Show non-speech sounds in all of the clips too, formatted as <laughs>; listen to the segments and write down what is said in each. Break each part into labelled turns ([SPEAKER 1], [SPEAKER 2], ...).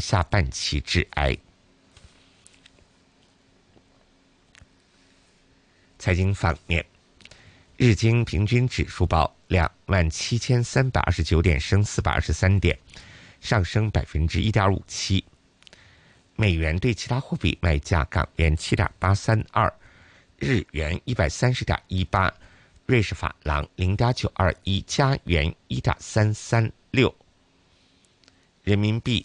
[SPEAKER 1] 下半旗致哀。财经方面，日经平均指数报两万七千三百二十九点，升四百二十三点，上升百分之一点五七。美元对其他货币卖价：港元七点八三二，日元一百三十点一八，瑞士法郎零点九二一，加元一点三三六，人民币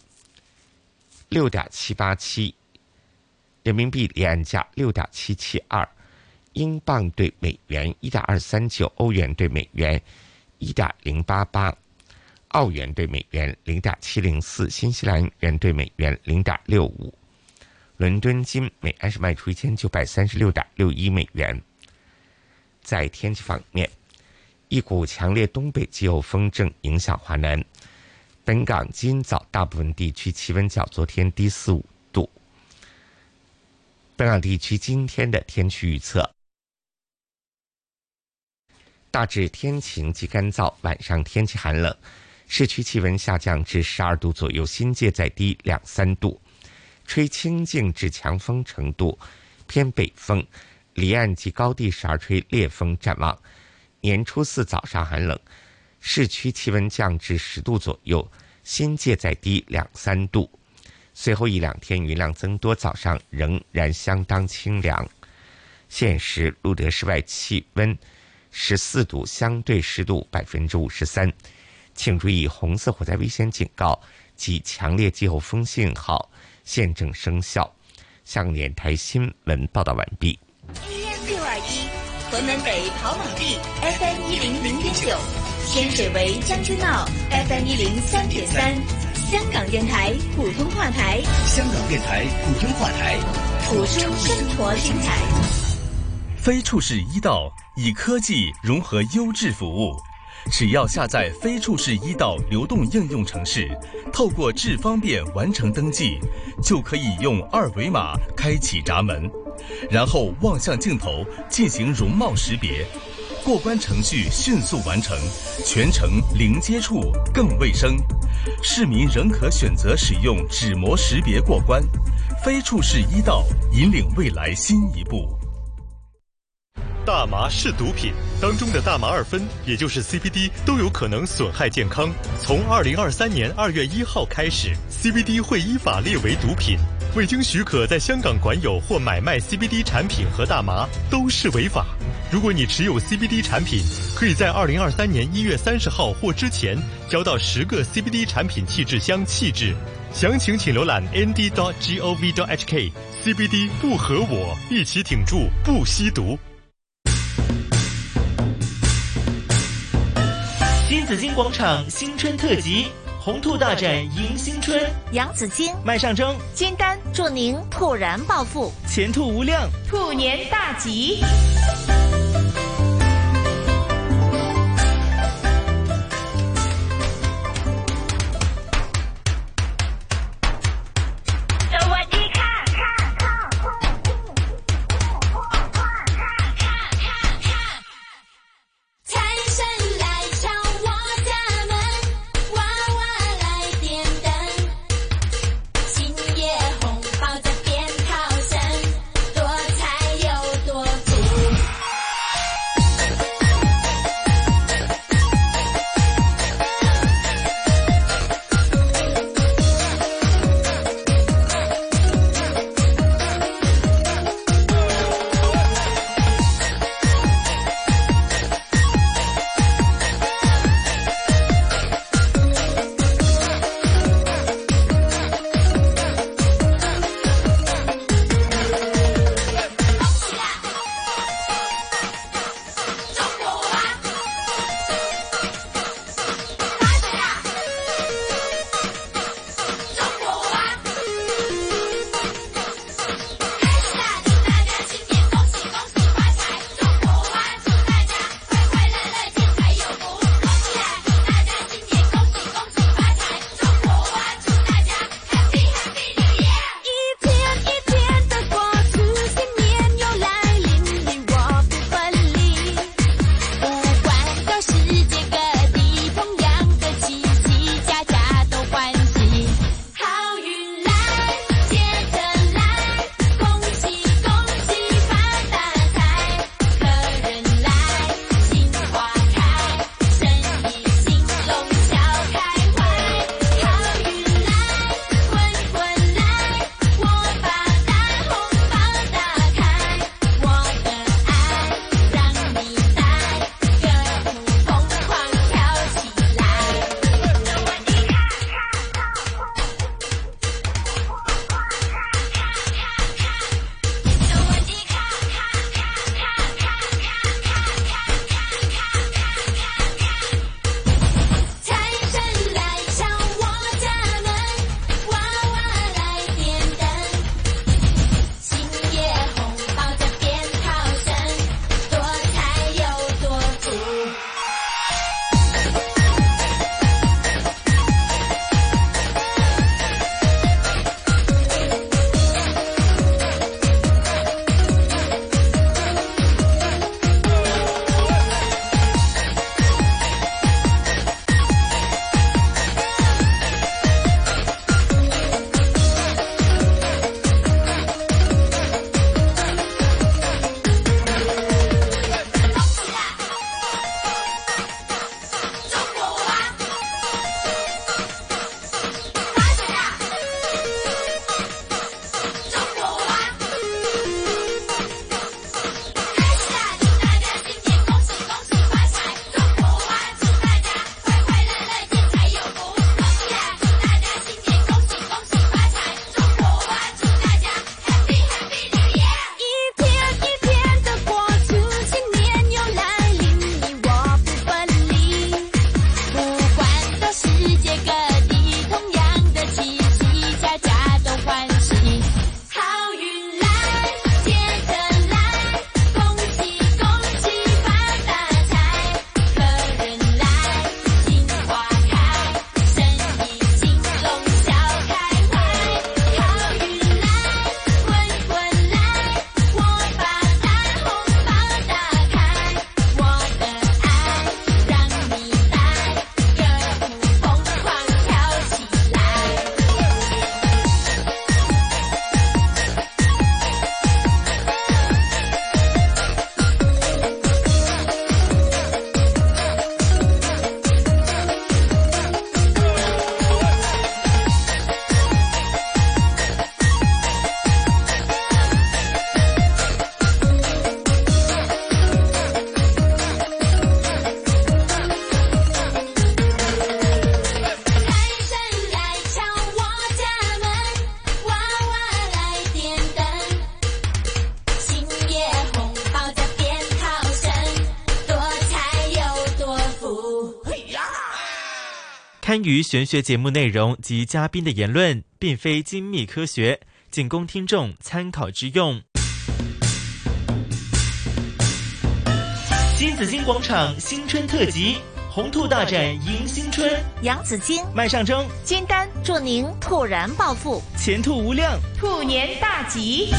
[SPEAKER 1] 六点七八七，人民币离岸价六点七七二，英镑对美元一点二三九，欧元对美元一点零八八。澳元对美元零点七零四，新西兰元对美元零点六五，伦敦金每安士卖出一千九百三十六点六一美元。在天气方面，一股强烈东北季候风正影响华南，本港今早大部分地区气温较昨天低四五度。本港地区今天的天气预测。大致天晴及干燥，晚上天气寒冷。市区气温下降至十二度左右，新界再低两三度，吹清劲至强风程度，偏北风，离岸及高地时而吹烈风。展望年初四早上寒冷，市区气温降至十度左右，新界再低两三度。随后一两天云量增多，早上仍然相当清凉。现时录得室外气温十四度，相对湿度百分之五十三。请注意红色火灾危险警告及强烈季候风信号现正生效。香港电台新闻报道完毕。
[SPEAKER 2] AM 六二一，屯门北跑马地，FM 一零零点九，天水围将军澳，FM 一零三点三，香港电台普通话台，
[SPEAKER 3] 香港电台普通话台，
[SPEAKER 2] 谱出生活精彩。
[SPEAKER 4] 飞处士医道以科技融合优质服务。只要下载飞处士医道流动应用程式，透过智方便完成登记，就可以用二维码开启闸门，然后望向镜头进行容貌识别，过关程序迅速完成，全程零接触更卫生。市民仍可选择使用指模识别过关。飞处士医道引领未来新一步。
[SPEAKER 5] 大麻是毒品，当中的大麻二酚，也就是 CBD，都有可能损害健康。从二零二三年二月一号开始，CBD 会依法列为毒品。未经许可在香港管有或买卖 CBD 产品和大麻都是违法。如果你持有 CBD 产品，可以在二零二三年一月三十号或之前交到十个 CBD 产品气质箱气质。详情请浏览 nd.gov.hk。CBD 不和我一起挺住，不吸毒。
[SPEAKER 6] 新紫金广场新春特辑，红兔大展迎新春，
[SPEAKER 7] 杨紫金、
[SPEAKER 6] 麦上蒸，
[SPEAKER 7] 金丹，祝您突然暴富，
[SPEAKER 6] 前途无量，
[SPEAKER 7] 兔年大吉。
[SPEAKER 8] 财神来敲我家门，娃娃来点灯，新夜红包在鞭炮声，多财又多福。
[SPEAKER 6] 参与玄学节目内容及嘉宾的言论，并非精密科学，仅供听众参考之用。新紫金广场新春特辑，红兔大展迎新春，
[SPEAKER 7] 杨紫金、
[SPEAKER 6] 麦上蒸，
[SPEAKER 7] 金丹，祝您突然暴富。
[SPEAKER 6] 前途无量。
[SPEAKER 7] 兔年大吉！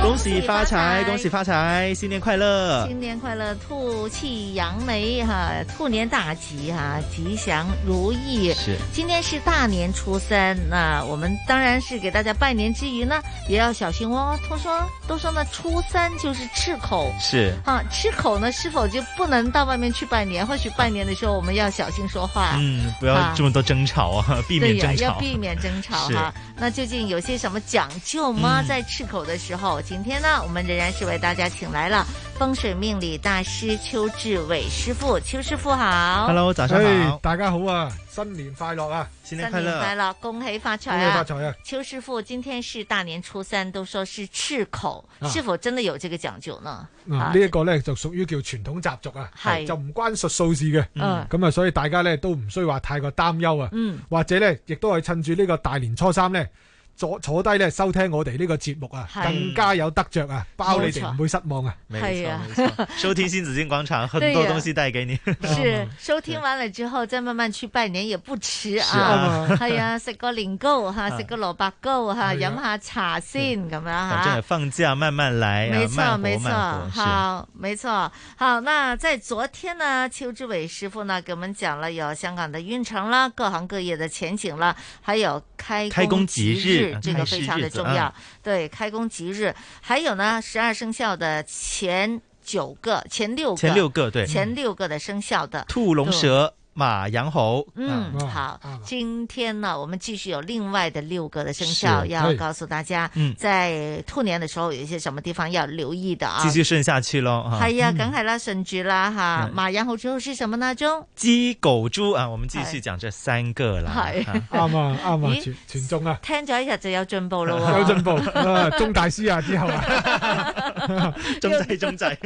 [SPEAKER 6] 恭喜发财，恭喜发财，新年快乐！
[SPEAKER 7] 新年快乐，吐气扬眉哈，兔年大吉哈，吉祥如意。
[SPEAKER 6] 是
[SPEAKER 7] 今天是大年初三，那我们当然是给大家拜年之余呢，也要小心哦。都说都说呢，初三就是赤口。
[SPEAKER 6] 是，
[SPEAKER 7] 啊，吃口呢，是否就不能到外面去拜年？或许拜年的时候，我们要小心说话。
[SPEAKER 6] 嗯，不要
[SPEAKER 7] 啊
[SPEAKER 6] 这么多争吵啊，避
[SPEAKER 7] 对
[SPEAKER 6] 免
[SPEAKER 7] 呀、
[SPEAKER 6] 争
[SPEAKER 7] 要
[SPEAKER 6] 吵。
[SPEAKER 7] 避免争吵
[SPEAKER 6] 是
[SPEAKER 7] 哈。那究竟有些什么讲究吗？
[SPEAKER 6] 嗯
[SPEAKER 7] 在吃口的时候，今天呢，我们仍然是为大家请来了风水命理大师邱志伟师傅，邱师傅好
[SPEAKER 6] Hello，早上好，
[SPEAKER 9] 大家好啊，新年快乐啊，
[SPEAKER 6] 新
[SPEAKER 7] 新
[SPEAKER 6] 年快
[SPEAKER 7] 年
[SPEAKER 6] 乐！
[SPEAKER 7] 快乐，恭喜发财
[SPEAKER 9] 恭喜
[SPEAKER 7] 啊！
[SPEAKER 9] 发财啊！
[SPEAKER 7] 邱师傅，今天是大年初三，都说是赤口，
[SPEAKER 9] 啊
[SPEAKER 7] 是否真的有这个讲究呢？
[SPEAKER 9] 嗯嗱，呢一個咧就屬於叫傳統習俗啊，
[SPEAKER 7] 係
[SPEAKER 9] 就唔關術數字嘅。
[SPEAKER 7] 嗯
[SPEAKER 9] 咁啊，所以大家咧都唔需話太過擔憂啊，
[SPEAKER 7] 嗯，
[SPEAKER 9] 或者咧亦都係趁住呢個大年初三咧。坐坐低咧，收聽我哋呢個節目啊，
[SPEAKER 7] 係
[SPEAKER 9] 更加有得着啊，包你
[SPEAKER 7] 冇
[SPEAKER 9] 哋
[SPEAKER 7] 錯
[SPEAKER 9] 唔會失望啊！
[SPEAKER 6] 没
[SPEAKER 7] 哎呀
[SPEAKER 6] 错没错， <laughs> 收听新紫金广场，很
[SPEAKER 7] 对
[SPEAKER 6] 多
[SPEAKER 7] 呀
[SPEAKER 6] 东西带给你。
[SPEAKER 10] 啊
[SPEAKER 7] 是收听完了之后再慢慢去拜年也不迟
[SPEAKER 6] 是
[SPEAKER 7] 啊
[SPEAKER 6] 啊，
[SPEAKER 7] 係啊，食個年糕吓，食個蘿蔔糕
[SPEAKER 9] 係
[SPEAKER 7] 吓，
[SPEAKER 9] 啊
[SPEAKER 7] 飲下茶先咁樣
[SPEAKER 6] 反正也
[SPEAKER 7] 吓。
[SPEAKER 6] 放假，慢慢来，
[SPEAKER 7] 啊
[SPEAKER 6] 啊
[SPEAKER 7] 没
[SPEAKER 6] 慢
[SPEAKER 7] 错，
[SPEAKER 6] 活
[SPEAKER 7] 没错，
[SPEAKER 6] 慢活是
[SPEAKER 7] 好，没错，好。那在昨天呢，邱志伟师傅呢给我们讲了有香港的运程啦，各行各业的前景啦，还有开
[SPEAKER 6] 开工
[SPEAKER 7] 吉
[SPEAKER 6] 吉日
[SPEAKER 7] 这个
[SPEAKER 6] 开市
[SPEAKER 7] 非常的
[SPEAKER 6] 日子
[SPEAKER 7] 重
[SPEAKER 6] 啊
[SPEAKER 7] 要。对，开工吉日，还有呢，十二生肖的前九个、前六个、
[SPEAKER 6] 前六个对，
[SPEAKER 7] 前六个的生肖的
[SPEAKER 6] 兔、龙、蛇、马、羊、猴，
[SPEAKER 7] 嗯，
[SPEAKER 9] 啊
[SPEAKER 7] 好
[SPEAKER 9] 啊，
[SPEAKER 7] 今天呢，我们继续有另外的六个的生肖
[SPEAKER 9] 是
[SPEAKER 7] 要
[SPEAKER 9] 对
[SPEAKER 7] 告诉大家
[SPEAKER 6] 嗯，
[SPEAKER 7] 在兔年的时候有一些什么地方要留意的啊
[SPEAKER 6] 继。续顺下去喽啊！
[SPEAKER 7] 系
[SPEAKER 9] 嗯
[SPEAKER 7] 啊，梗系啦，顺住啦吓。
[SPEAKER 6] 嗯
[SPEAKER 7] 马羊猴之后是什么呢？中
[SPEAKER 6] 鸡、狗、猪啊，我们继续讲这三个啦。
[SPEAKER 7] <laughs> 是
[SPEAKER 6] 啊
[SPEAKER 9] 啱 <laughs> 啊，啱啊
[SPEAKER 7] 哎咦，
[SPEAKER 9] 全全中啊，
[SPEAKER 7] 听咗一日就有进步咯
[SPEAKER 9] <laughs>
[SPEAKER 7] 喎，
[SPEAKER 9] 有進步啊，中
[SPEAKER 7] <laughs>
[SPEAKER 9] 大師啊，之後啊，
[SPEAKER 6] 中在中在，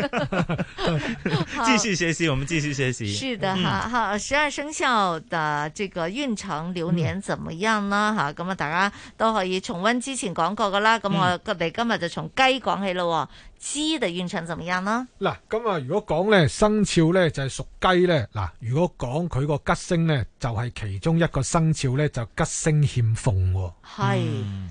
[SPEAKER 7] 好
[SPEAKER 6] 继续学习，我们继续学习。
[SPEAKER 7] 是的
[SPEAKER 9] 嗯
[SPEAKER 10] 嗯
[SPEAKER 7] 哈，哈，十二生肖嘅這個運程
[SPEAKER 9] 嗯
[SPEAKER 7] 流年怎麼樣啦？吓、咁啊，大家都可以重温之前講過噶啦。咁
[SPEAKER 9] 嗯
[SPEAKER 7] 我哋今日就從雞講起咯喎。雞嘅運程怎麼樣呢？
[SPEAKER 9] 嗱，咁啊，如果講咧生肖咧就係屬雞咧，嗱，如果講佢個吉星咧，就係其中一個生肖咧就吉星欠奉喎。
[SPEAKER 7] 係、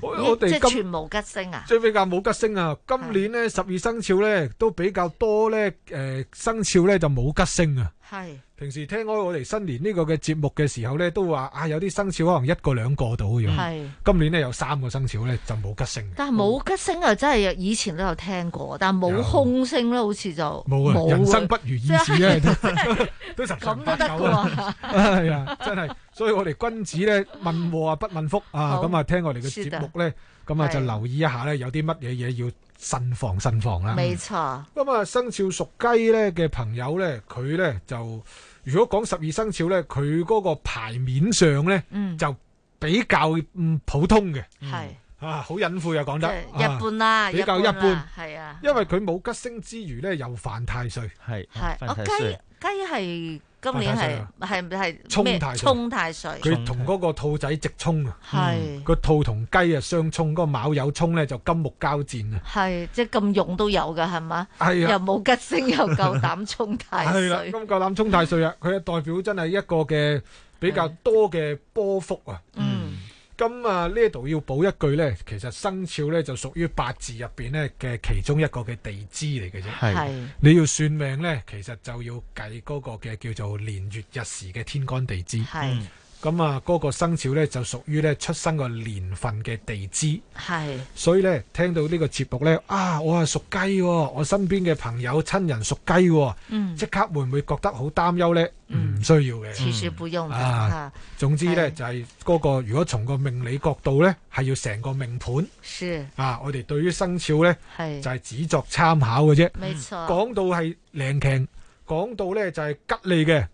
[SPEAKER 9] 我
[SPEAKER 7] 咦
[SPEAKER 9] 我
[SPEAKER 7] 即
[SPEAKER 9] 哋今
[SPEAKER 7] 係全無吉星啊！
[SPEAKER 9] 最比較冇吉星啊，今年咧十二生肖咧都比較多咧，诶、生肖咧就冇吉星啊。
[SPEAKER 7] 係
[SPEAKER 9] 平時聽開我哋新年呢個嘅節目嘅時候咧，都話啊有啲生肖可能一個兩個到嘅樣，
[SPEAKER 7] 係，
[SPEAKER 9] 今年咧有三個生肖咧就冇吉星。
[SPEAKER 7] 但係冇吉星啊，真係有以前都有聽過，但係冇
[SPEAKER 9] 有
[SPEAKER 7] 空星咧，好似就
[SPEAKER 9] 冇啊，人生不如意事咧，都 <laughs> 都十常
[SPEAKER 7] 咁
[SPEAKER 9] 八
[SPEAKER 7] 都得
[SPEAKER 9] 九
[SPEAKER 7] 噶
[SPEAKER 9] 啊。
[SPEAKER 7] 喎。
[SPEAKER 9] 哎呀，真係，所以我哋君子咧問禍啊不問福啊，
[SPEAKER 7] 好
[SPEAKER 9] 咁啊聽我哋嘅
[SPEAKER 7] 是的
[SPEAKER 9] 節目咧，咁啊就
[SPEAKER 7] 係
[SPEAKER 9] 留意一下咧，有啲乜嘢嘢要慎防慎防啦。
[SPEAKER 7] 沒錯，
[SPEAKER 9] 咁啊，生肖屬雞咧嘅朋友咧，佢咧就如果講十二生肖咧，佢嗰個牌面上咧
[SPEAKER 7] 嗯，
[SPEAKER 9] 就比較嗯普通嘅，
[SPEAKER 7] 係
[SPEAKER 9] 啊好隱晦啊講
[SPEAKER 7] 即
[SPEAKER 9] 得
[SPEAKER 7] 係，
[SPEAKER 9] 啊
[SPEAKER 7] 一般啦，
[SPEAKER 9] 比較
[SPEAKER 7] 啦
[SPEAKER 9] 一般，
[SPEAKER 7] 係啊，
[SPEAKER 9] 因為佢冇吉星之餘咧又犯太歲，
[SPEAKER 6] 系
[SPEAKER 7] 係，
[SPEAKER 6] 犯
[SPEAKER 7] 我
[SPEAKER 6] 太
[SPEAKER 7] 雞
[SPEAKER 6] 歲
[SPEAKER 7] 雞係今年係係係
[SPEAKER 9] 沖
[SPEAKER 7] 咩？
[SPEAKER 9] 太歲
[SPEAKER 7] 沖太歲，
[SPEAKER 9] 佢同嗰個兔仔直衝啊，
[SPEAKER 7] 係
[SPEAKER 9] 個兔同雞啊相衝，嗰個卯酉衝咧就金木交戰啊，
[SPEAKER 7] 係即係咁勇都有㗎，係嘛？
[SPEAKER 9] 係
[SPEAKER 7] 又
[SPEAKER 9] 啊，
[SPEAKER 7] 冇吉星，又夠
[SPEAKER 9] <laughs>
[SPEAKER 7] 膽沖太
[SPEAKER 9] 係啦，
[SPEAKER 7] 歲，
[SPEAKER 9] 咁夠膽衝太歲啊，佢啊代表真係一個嘅比較多嘅波幅啊。
[SPEAKER 7] 嗯，
[SPEAKER 9] 咁啊，呢度要補一句咧，其實生肖咧就屬於八字入邊咧嘅其中一個嘅地支嚟嘅啫。
[SPEAKER 6] 系
[SPEAKER 7] 係
[SPEAKER 9] 你要算命咧，其實就要計嗰個嘅叫做年月日時嘅天干地支。
[SPEAKER 7] 係
[SPEAKER 9] 咁啊，嗰個生肖咧就屬於咧出生個年份嘅地支。
[SPEAKER 7] 係
[SPEAKER 9] 所以咧，聽到呢個節目咧，啊，我係屬雞喎，我身邊嘅朋友親人屬雞喎，
[SPEAKER 7] 嗯
[SPEAKER 9] 即。刻會唔會覺得好擔憂咧？唔需要嘅。
[SPEAKER 7] 其實不用的
[SPEAKER 9] 嗯啊
[SPEAKER 7] 哈，
[SPEAKER 9] 總之咧，
[SPEAKER 7] 係
[SPEAKER 9] 就係嗰個如果從個命理角度咧，係要成個命盤。
[SPEAKER 7] 是
[SPEAKER 9] 啊，我哋對於生肖呢，就
[SPEAKER 7] 係
[SPEAKER 9] 係、只作參考嘅啫。
[SPEAKER 7] 沒錯，
[SPEAKER 9] 講到係靚劇，講到呢就係、吉利嘅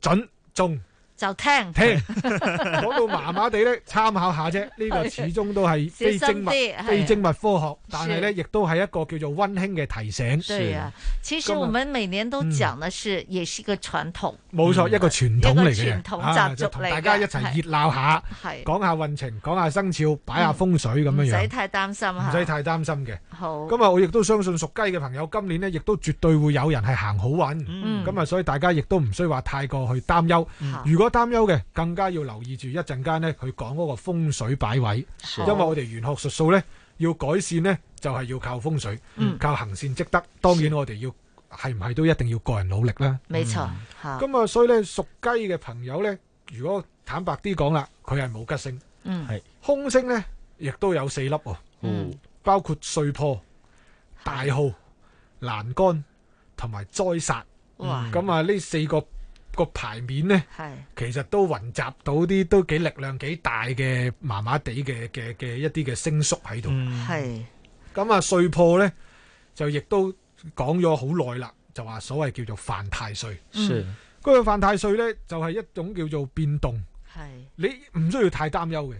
[SPEAKER 9] 準中
[SPEAKER 7] 就聽
[SPEAKER 9] 聽 <laughs> 講到麻麻地咧，參考下啫。呢個始終都係非
[SPEAKER 7] 小心
[SPEAKER 9] 精密
[SPEAKER 7] 啲係、啊
[SPEAKER 9] 非精密科學，但係咧
[SPEAKER 7] 是
[SPEAKER 9] 亦都係一個叫做温馨嘅提醒。
[SPEAKER 7] 对呀、其实
[SPEAKER 9] 咁啊
[SPEAKER 7] 我们每年都讲的是，也是一個傳統，
[SPEAKER 9] 冇錯，
[SPEAKER 7] 嗯
[SPEAKER 9] 一個傳統嚟
[SPEAKER 7] 一個
[SPEAKER 9] 嘅嘢，
[SPEAKER 7] 傳統習
[SPEAKER 9] 啊
[SPEAKER 7] 俗
[SPEAKER 9] 就同
[SPEAKER 7] 嚟嘅
[SPEAKER 9] 大家一齊熱鬧下，
[SPEAKER 7] 係
[SPEAKER 9] 講下運程，講下生肖，擺下風水咁
[SPEAKER 7] 唔
[SPEAKER 9] 樣
[SPEAKER 7] 使
[SPEAKER 9] 樣，
[SPEAKER 7] 太擔心
[SPEAKER 9] 唔
[SPEAKER 7] 吓。
[SPEAKER 9] 使太擔心嘅。
[SPEAKER 7] 好，
[SPEAKER 9] 咁啊，我亦都相信屬雞嘅朋友今年呢，亦都絕對會有人係行好運。
[SPEAKER 7] 嗯
[SPEAKER 9] 咁啊，所以大家亦都唔需話太過去擔憂。
[SPEAKER 7] 好
[SPEAKER 9] 如果擔憂嘅，更加要留意住一陣間呢，佢講嗰個風水擺位，因為我哋玄學術數呢，要改善呢，就係要靠風水，
[SPEAKER 7] 嗯
[SPEAKER 9] 靠行善積德。當然我哋要係唔係都一定要個人努力啦。
[SPEAKER 7] 没錯，好，
[SPEAKER 9] 咁啊，所以呢，屬雞嘅朋友呢，如果坦白啲講啦，佢係冇吉星，
[SPEAKER 7] 嗯
[SPEAKER 10] 係
[SPEAKER 9] 空星呢，亦都有四粒喎。
[SPEAKER 7] 嗯，
[SPEAKER 9] 包括碎破、大號、欄杆同埋災殺。
[SPEAKER 7] 哇，
[SPEAKER 9] 咁啊，呢四個個牌面呢，
[SPEAKER 7] 係
[SPEAKER 9] 其實都雲集到啲都幾力量幾大嘅麻麻地嘅嘅嘅一啲嘅星宿喺度。
[SPEAKER 7] 係
[SPEAKER 9] 咁啊，碎破呢，就亦都講咗好耐啦，就話所謂叫做犯太歲。
[SPEAKER 7] 嗯
[SPEAKER 10] 是
[SPEAKER 9] 嗰個犯太歲呢，就係一種叫做變動。
[SPEAKER 7] 係
[SPEAKER 9] 你唔需要太擔憂嘅。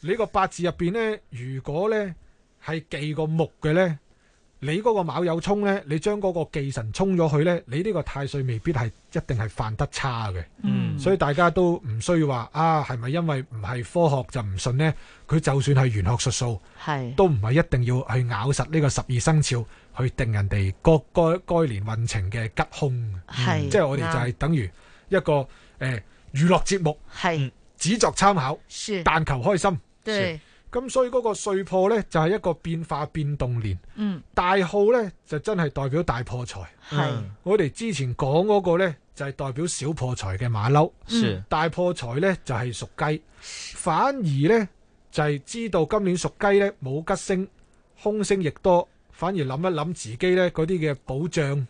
[SPEAKER 9] 你個八字入邊呢，如果呢係忌個木嘅呢，你嗰個卯酉沖呢，你將嗰個忌神沖咗去呢，你呢個太歲未必係一定係犯得差嘅。
[SPEAKER 7] 嗯
[SPEAKER 9] 所以大家都唔需要話啊，係咪因為唔係科學就唔信呢？佢就算係玄學術數，
[SPEAKER 7] 係，
[SPEAKER 9] 都唔係一定要去咬實呢個十二生肖去定人哋各該該年運程嘅吉凶嘅。
[SPEAKER 7] 係
[SPEAKER 9] 即係我哋就係等於一個誒、呃、娛樂節目，嗯
[SPEAKER 7] 係
[SPEAKER 9] 只作參考。
[SPEAKER 7] 是，
[SPEAKER 9] 但求開心。
[SPEAKER 7] 對，
[SPEAKER 9] 咁所以嗰個歲破呢，就係、一個變化變動年，
[SPEAKER 7] 嗯，
[SPEAKER 9] 大號呢，就真係代表大破財。
[SPEAKER 7] 係
[SPEAKER 10] 嗯
[SPEAKER 9] 我哋之前講嗰個呢，就係、代表小破財嘅馬騮，
[SPEAKER 10] 是
[SPEAKER 9] 大破財呢，就係、屬雞。反而呢，就係、知道今年屬雞呢冇吉星，空星亦多，反而諗一諗自己呢嗰啲嘅保障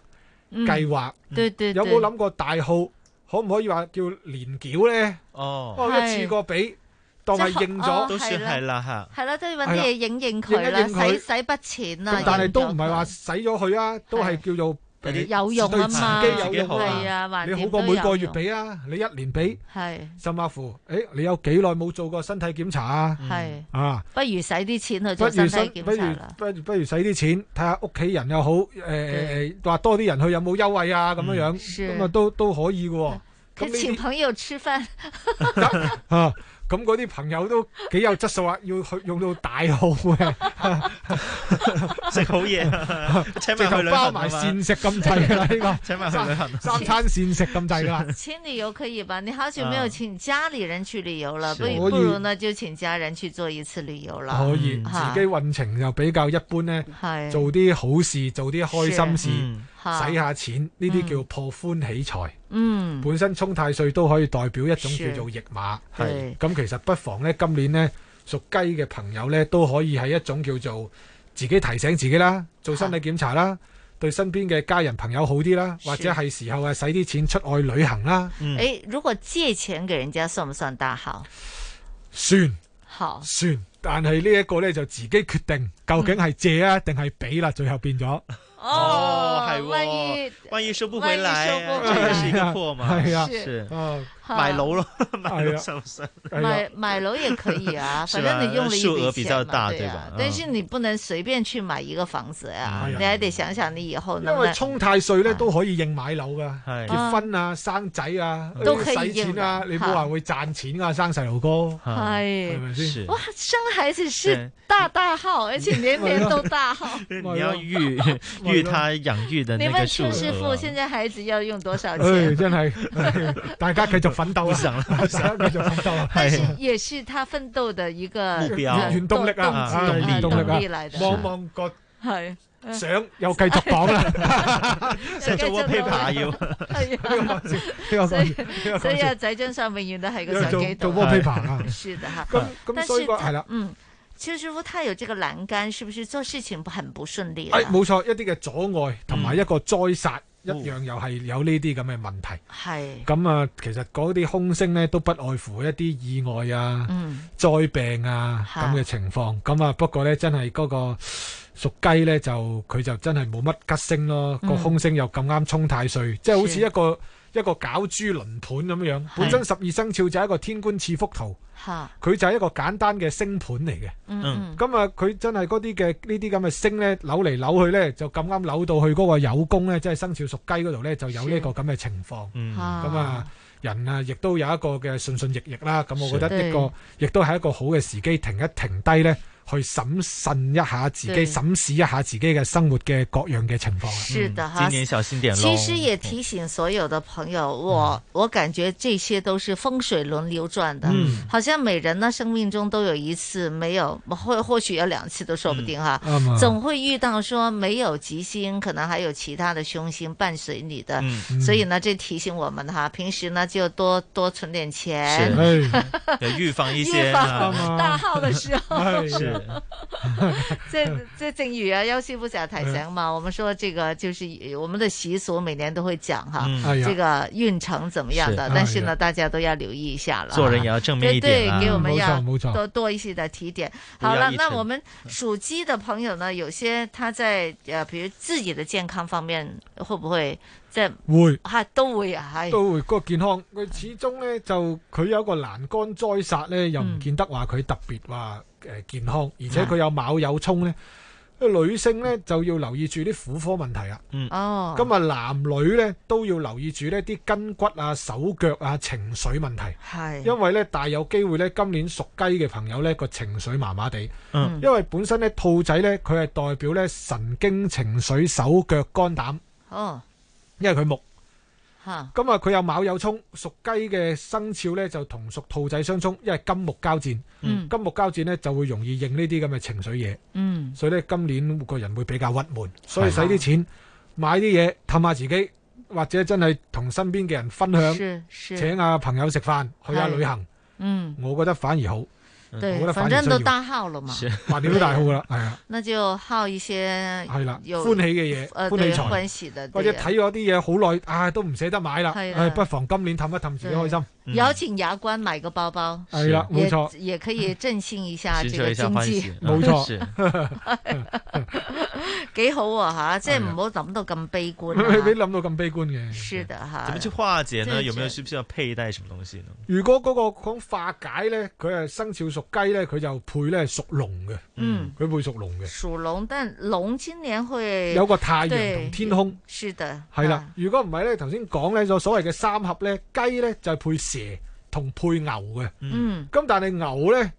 [SPEAKER 7] 嗯
[SPEAKER 9] 計劃，
[SPEAKER 7] 對對，
[SPEAKER 9] 有
[SPEAKER 7] 對
[SPEAKER 9] 冇？諗過大號可唔可以話叫連繳呢？
[SPEAKER 10] 哦，
[SPEAKER 9] 哦，一次過俾當係應咗。
[SPEAKER 7] 即係哦
[SPEAKER 10] 都算係啦吓，
[SPEAKER 7] 係啦，都要揾啲
[SPEAKER 9] 係啦
[SPEAKER 7] 嘢影應佢
[SPEAKER 9] 影
[SPEAKER 7] 啦，
[SPEAKER 9] 一影佢
[SPEAKER 7] 使使筆錢啊
[SPEAKER 9] 咁，但係
[SPEAKER 7] 影
[SPEAKER 9] 都
[SPEAKER 7] 咗
[SPEAKER 9] 唔係話使咗佢啊，都係叫做
[SPEAKER 10] 有
[SPEAKER 9] 俾
[SPEAKER 10] 啲
[SPEAKER 7] 有用啊嘛，
[SPEAKER 9] 對自己有用啊
[SPEAKER 7] 係啊，橫
[SPEAKER 9] 你好
[SPEAKER 7] 掂
[SPEAKER 9] 過
[SPEAKER 7] 都
[SPEAKER 9] 每
[SPEAKER 7] 有
[SPEAKER 9] 個月
[SPEAKER 7] 用，
[SPEAKER 9] 俾啊，你一年俾，
[SPEAKER 7] 係
[SPEAKER 9] 甚至乎，誒你有幾耐冇做過身體檢查啊？
[SPEAKER 7] 係，
[SPEAKER 9] 啊，
[SPEAKER 7] 不如使啲錢去
[SPEAKER 9] 不
[SPEAKER 7] 嗯做
[SPEAKER 9] 如
[SPEAKER 7] 身體
[SPEAKER 9] 使不
[SPEAKER 7] 檢查
[SPEAKER 9] 如
[SPEAKER 7] 啦，嗯
[SPEAKER 9] 不如不如使啲錢睇下屋企人又好，誒誒誒話多啲人去有冇優惠啊咁樣樣，
[SPEAKER 7] 是
[SPEAKER 9] 咁啊都都可以嘅喎。咁
[SPEAKER 7] 佢
[SPEAKER 9] 呢
[SPEAKER 7] 請
[SPEAKER 9] 啲
[SPEAKER 7] 朋友吃飯，
[SPEAKER 9] 啊，咁嗰啲朋友都幾有質素啊，要去用到大號嘅，
[SPEAKER 10] 食好嘢，
[SPEAKER 9] <laughs>
[SPEAKER 10] 請
[SPEAKER 9] 直
[SPEAKER 10] 埋去
[SPEAKER 9] 頭
[SPEAKER 10] 旅
[SPEAKER 9] 包
[SPEAKER 10] 行
[SPEAKER 9] 埋
[SPEAKER 10] 啊嘛
[SPEAKER 9] 膳食咁滯㗎啦，呢個
[SPEAKER 10] <laughs> 請埋去旅行啊。
[SPEAKER 9] 三餐膳食咁滯㗎
[SPEAKER 7] <laughs>
[SPEAKER 9] 啦。
[SPEAKER 7] 請旅游可以吧？你好久没有
[SPEAKER 10] 啊
[SPEAKER 7] 請家里人去旅游了，不
[SPEAKER 10] 是
[SPEAKER 7] 如
[SPEAKER 9] 可
[SPEAKER 7] 不
[SPEAKER 9] 以
[SPEAKER 7] 如呢就請家人去做一次旅游了，
[SPEAKER 9] 可以，
[SPEAKER 10] 嗯
[SPEAKER 9] 自
[SPEAKER 7] 嚇
[SPEAKER 9] 己運程就比較一般呢，
[SPEAKER 7] 係
[SPEAKER 9] 做啲好事，做啲開心事，
[SPEAKER 10] 嗯，
[SPEAKER 7] 嚇
[SPEAKER 9] 使下錢，呢啲叫破歡喜財。
[SPEAKER 7] 嗯，
[SPEAKER 9] 本身沖太歲都可以代表一種
[SPEAKER 7] 是
[SPEAKER 9] 叫做驛馬，
[SPEAKER 7] 對
[SPEAKER 9] 咁其實不妨呢，今年呢，屬雞嘅朋友呢，都可以係一種叫做自己提醒自己啦，做身體檢查啦。對身邊嘅家人朋友好啲啦，
[SPEAKER 7] 是
[SPEAKER 9] 或者係時候啊，使啲錢出外旅行啦，
[SPEAKER 10] 嗯
[SPEAKER 7] 哎，如果借錢給人家算不算大好？
[SPEAKER 9] 算
[SPEAKER 7] 好，
[SPEAKER 9] 算。但係呢一個呢，就自己決定，究竟係借啊定係俾啦，最後變 <laughs> 咗。
[SPEAKER 10] 哦，係
[SPEAKER 7] 萬
[SPEAKER 10] 喎
[SPEAKER 7] 一，
[SPEAKER 10] 萬一收不回來啊，
[SPEAKER 7] 萬一收不回來
[SPEAKER 10] 這是一個破嘛，
[SPEAKER 9] 係啊
[SPEAKER 10] 是
[SPEAKER 9] <laughs> 啊，
[SPEAKER 10] 買樓
[SPEAKER 6] <laughs>
[SPEAKER 10] 咯， <laughs> 買
[SPEAKER 9] 係
[SPEAKER 10] 樓
[SPEAKER 9] 啊
[SPEAKER 10] 是不是？
[SPEAKER 9] 係啦
[SPEAKER 7] 买买楼也可以啊，
[SPEAKER 10] 哎 <laughs> 是
[SPEAKER 7] 反
[SPEAKER 10] 吧
[SPEAKER 7] 正你用了一
[SPEAKER 10] 数额比
[SPEAKER 7] 笔钱
[SPEAKER 10] 较
[SPEAKER 7] 嘛，
[SPEAKER 10] 大
[SPEAKER 7] 对
[SPEAKER 10] 对
[SPEAKER 7] 啊
[SPEAKER 10] 吧。
[SPEAKER 7] 但
[SPEAKER 10] 嗯
[SPEAKER 7] 是你不能随便去买一个房子呀
[SPEAKER 9] 哎，呀
[SPEAKER 7] 你还得想想你以后能
[SPEAKER 9] 因
[SPEAKER 7] 不
[SPEAKER 9] 為
[SPEAKER 7] 能
[SPEAKER 9] 沖太歲
[SPEAKER 7] 啊
[SPEAKER 9] 咧都可以應買樓噶，
[SPEAKER 10] 係
[SPEAKER 9] 結婚啊、生仔啊、
[SPEAKER 7] 都可以
[SPEAKER 9] 使錢啊，
[SPEAKER 7] 應㗎
[SPEAKER 9] 你冇話會賺錢啊，生細路哥
[SPEAKER 10] 啊
[SPEAKER 9] 係
[SPEAKER 7] 哎，
[SPEAKER 9] 咪先？
[SPEAKER 10] 是
[SPEAKER 7] 哇，，生孩子是
[SPEAKER 10] 对
[SPEAKER 7] 大大号，而且年
[SPEAKER 10] 哎
[SPEAKER 7] 年都
[SPEAKER 10] <laughs>
[SPEAKER 7] 大号。
[SPEAKER 10] 你要育育他养育的
[SPEAKER 7] 你
[SPEAKER 10] 那
[SPEAKER 7] 问
[SPEAKER 10] 个数嗯
[SPEAKER 7] 邱师傅，
[SPEAKER 10] <laughs> 额，
[SPEAKER 7] 现在孩子要用多少
[SPEAKER 9] <laughs> 唉，
[SPEAKER 7] 钱？
[SPEAKER 9] 哎真係 <laughs> 大家繼續奮鬥
[SPEAKER 10] 不想
[SPEAKER 9] 啊！
[SPEAKER 10] 了，
[SPEAKER 9] 大家繼續奮鬥啊！
[SPEAKER 10] <laughs>
[SPEAKER 7] 但是也是他奋斗的一个
[SPEAKER 10] 目標
[SPEAKER 7] 呃
[SPEAKER 9] 原動力啊
[SPEAKER 7] 動
[SPEAKER 10] 啊
[SPEAKER 7] 呃
[SPEAKER 10] 原動力啊
[SPEAKER 7] 動力来的，
[SPEAKER 9] 望望個
[SPEAKER 7] 系
[SPEAKER 9] 相又繼續講啦，哎呢
[SPEAKER 7] <laughs>
[SPEAKER 10] <laughs> 即做 wallpaper 要，
[SPEAKER 9] <laughs>
[SPEAKER 7] 系
[SPEAKER 9] 個
[SPEAKER 7] 啊。
[SPEAKER 9] 講笑 <laughs> 呢個
[SPEAKER 7] 所以
[SPEAKER 9] 講笑呢個
[SPEAKER 7] 所以
[SPEAKER 9] 講
[SPEAKER 7] 啊阿
[SPEAKER 9] 笑
[SPEAKER 7] 仔張相永遠都喺個
[SPEAKER 9] 哎要
[SPEAKER 7] 相
[SPEAKER 9] 做
[SPEAKER 7] 機
[SPEAKER 9] 做
[SPEAKER 7] 度。
[SPEAKER 9] wallpaper 啊！
[SPEAKER 7] 是的哈，
[SPEAKER 9] 咁
[SPEAKER 7] 但
[SPEAKER 9] 咁所以
[SPEAKER 7] 是
[SPEAKER 9] 個
[SPEAKER 7] 他
[SPEAKER 9] 係啦，
[SPEAKER 7] 嗯，邱師傅他有這個欄杆，是不是做事情不很不順利啊
[SPEAKER 9] 誒？哎冇錯，一啲嘅阻礙同
[SPEAKER 10] 嗯
[SPEAKER 9] 埋一個災
[SPEAKER 10] 哦
[SPEAKER 9] 殺一樣又係有呢啲咁嘅問題。
[SPEAKER 7] 係，
[SPEAKER 9] 咁啊，其實嗰啲空星咧都不外乎一啲意外啊、
[SPEAKER 7] 嗯，
[SPEAKER 9] 災病啊
[SPEAKER 7] 嚇
[SPEAKER 9] 咁嘅情況。咁啊，不過咧真係嗰個屬雞咧就佢就真係冇乜吉星咯，個
[SPEAKER 7] 嗯
[SPEAKER 9] 空星又咁啱沖太歲，即係好似一個一一個攪珠輪盤咁樣。
[SPEAKER 7] 係
[SPEAKER 9] 本身十二生肖就係一個天官賜福圖，
[SPEAKER 7] 吓，
[SPEAKER 9] 佢就係一個簡單嘅星盤嚟嘅。
[SPEAKER 7] 嗯，
[SPEAKER 9] 咁啊，佢真係嗰啲嘅呢啲咁嘅星咧，扭嚟扭去咧，就咁啱扭到去嗰個有宮咧，即係生肖屬雞嗰度咧，就有呢個咁嘅情況。
[SPEAKER 10] 嗯
[SPEAKER 9] 咁
[SPEAKER 7] 啊
[SPEAKER 9] 啊，人啊，亦都有一個嘅順順逆逆啦。咁我覺得
[SPEAKER 7] 是
[SPEAKER 9] 呢個亦都係一個好嘅時機，停一停低咧，去審慎一下自己，
[SPEAKER 7] 對
[SPEAKER 9] 審視一下自己嘅生活嘅各樣嘅情況啊。
[SPEAKER 7] 是的哈
[SPEAKER 10] 嗯今。年嗯小心点喽。
[SPEAKER 7] 其实也提醒所有的朋友，我我感觉这些都是风水轮流转的，
[SPEAKER 10] 嗯
[SPEAKER 7] 好像每人呢生命中都有一次没有，或或许有两次都说不定哈。
[SPEAKER 10] 嗯
[SPEAKER 9] 啱啊
[SPEAKER 7] 总会遇到说没有吉星，可能还有其他的凶星伴随你的，
[SPEAKER 10] 嗯，
[SPEAKER 7] 所以呢，这提醒我们哈，平时呢就多多存点钱，
[SPEAKER 10] 是哎
[SPEAKER 9] 唉
[SPEAKER 10] 要预防一
[SPEAKER 7] 预
[SPEAKER 10] 些
[SPEAKER 7] 防
[SPEAKER 10] 啊
[SPEAKER 9] 啱啊
[SPEAKER 7] 大号的时候，
[SPEAKER 9] 唉
[SPEAKER 10] 是 <laughs>
[SPEAKER 7] 这这正如啊，邱师傅在提
[SPEAKER 10] 嗯
[SPEAKER 7] 醒嘛，我们说这个就是我们的习俗，每年都会讲哈，
[SPEAKER 10] 嗯
[SPEAKER 9] 哎呀
[SPEAKER 7] 这个运程怎么样的，
[SPEAKER 9] 是
[SPEAKER 7] 但是
[SPEAKER 9] 哎
[SPEAKER 7] 呢，
[SPEAKER 9] 呀
[SPEAKER 7] 大家都要留意一下了啊。
[SPEAKER 10] 做人也要正面一
[SPEAKER 7] 对对
[SPEAKER 10] 点啊，。
[SPEAKER 7] 给我们
[SPEAKER 9] 嗯没
[SPEAKER 7] 要
[SPEAKER 9] 错没错
[SPEAKER 7] 多多一些的提点。
[SPEAKER 10] 不
[SPEAKER 7] 好
[SPEAKER 10] 要
[SPEAKER 7] 了，
[SPEAKER 10] 一
[SPEAKER 7] 那
[SPEAKER 10] 成
[SPEAKER 7] 我们属鸡的朋友呢，有些他在呃，比如自己的健康方面会不会在
[SPEAKER 9] 會
[SPEAKER 7] 啊都會啊，唉
[SPEAKER 9] 都會嗰個健康，佢始終咧就佢有一個欄杆災殺咧，又唔
[SPEAKER 7] 嗯
[SPEAKER 9] 見得話佢特別話誒健康，而且
[SPEAKER 7] 啊
[SPEAKER 9] 佢有卯有衝咧。女性咧就要留意住啲婦科問題啦，
[SPEAKER 7] 哦，
[SPEAKER 9] 咁啊男女咧都要留意住呢啲筋骨啊、手腳啊、情緒問題，
[SPEAKER 7] 係
[SPEAKER 9] 因為咧大有機會咧今年屬雞嘅朋友咧個情緒麻麻地，
[SPEAKER 7] 嗯
[SPEAKER 9] 因為本身咧兔仔咧佢係代表咧神經、情緒、手腳、肝膽，
[SPEAKER 7] 哦
[SPEAKER 9] 因為佢木。
[SPEAKER 7] 吓
[SPEAKER 9] 咁啊，佢有卯有衝，屬雞嘅生肖呢就同屬兔仔相衝，因為金木交戰，
[SPEAKER 7] 嗯
[SPEAKER 9] 金木交戰呢就會容易應呢啲咁嘅情緒嘢，
[SPEAKER 7] 嗯
[SPEAKER 9] 所以呢，今年個人會比較鬱悶，所以使啲錢買啲嘢氹下自己，或者真係同身邊嘅人分享，
[SPEAKER 7] 是是
[SPEAKER 9] 請下朋友食飯，去下
[SPEAKER 7] 係
[SPEAKER 9] 旅行，
[SPEAKER 7] 嗯
[SPEAKER 9] 我覺得反而好，我
[SPEAKER 7] 對
[SPEAKER 9] 覺，得反
[SPEAKER 7] 反
[SPEAKER 9] 而
[SPEAKER 7] 正
[SPEAKER 9] 需
[SPEAKER 7] 都
[SPEAKER 9] 要
[SPEAKER 7] 大號了嘛，
[SPEAKER 9] 話你都大好
[SPEAKER 7] <laughs>
[SPEAKER 9] 啦，係啊，
[SPEAKER 7] 那就好一些
[SPEAKER 9] 係啦，
[SPEAKER 7] 有
[SPEAKER 9] 歡喜嘅嘢，
[SPEAKER 7] 呃
[SPEAKER 9] 歡
[SPEAKER 7] 對
[SPEAKER 9] 喜財，
[SPEAKER 7] 歡喜的，
[SPEAKER 9] 或者
[SPEAKER 7] 對
[SPEAKER 9] 睇咗啲嘢好耐，啊都唔捨得買啦，
[SPEAKER 7] 係啊啦
[SPEAKER 9] 唉不妨今年氹一氹自己開心，
[SPEAKER 10] 嗯
[SPEAKER 7] 咬紧牙關買個包包，
[SPEAKER 9] 係啦，哎冇
[SPEAKER 7] 也
[SPEAKER 9] 錯。
[SPEAKER 7] 也可以振興
[SPEAKER 10] <laughs>
[SPEAKER 7] 一下
[SPEAKER 10] 寻
[SPEAKER 7] 這
[SPEAKER 10] 求
[SPEAKER 7] 個
[SPEAKER 10] 一下
[SPEAKER 7] 經
[SPEAKER 10] 欢
[SPEAKER 7] 濟 <laughs>
[SPEAKER 10] 喜。，
[SPEAKER 9] 冇
[SPEAKER 10] 嗯
[SPEAKER 9] 错
[SPEAKER 10] 是
[SPEAKER 7] 幾好啊
[SPEAKER 10] 哎
[SPEAKER 7] 吓，即係
[SPEAKER 9] 係啊
[SPEAKER 7] 唔好諗到咁悲觀
[SPEAKER 9] <laughs> 你你
[SPEAKER 7] 啊。
[SPEAKER 9] 諗到咁悲觀嘅？
[SPEAKER 7] 是的哈
[SPEAKER 10] 怎么，去化解
[SPEAKER 7] 这
[SPEAKER 10] 呢？有没有
[SPEAKER 7] 这
[SPEAKER 10] 需不需要佩戴什么东西呢？
[SPEAKER 9] 如果嗰個講化解咧，佢係生肖屬雞咧，佢就配咧屬龍嘅，
[SPEAKER 7] 嗯，
[SPEAKER 9] 佢配屬龍嘅，
[SPEAKER 7] 屬龍，但龍今年會
[SPEAKER 9] 有個太陽
[SPEAKER 7] 對
[SPEAKER 9] 同天空
[SPEAKER 7] 是的，
[SPEAKER 9] 係啦
[SPEAKER 7] 啊。，
[SPEAKER 9] 如果唔係咧，頭先講咧，所所謂嘅三合咧，雞咧就係配蛇同配牛嘅。
[SPEAKER 7] 嗯，
[SPEAKER 9] 咁但係牛咧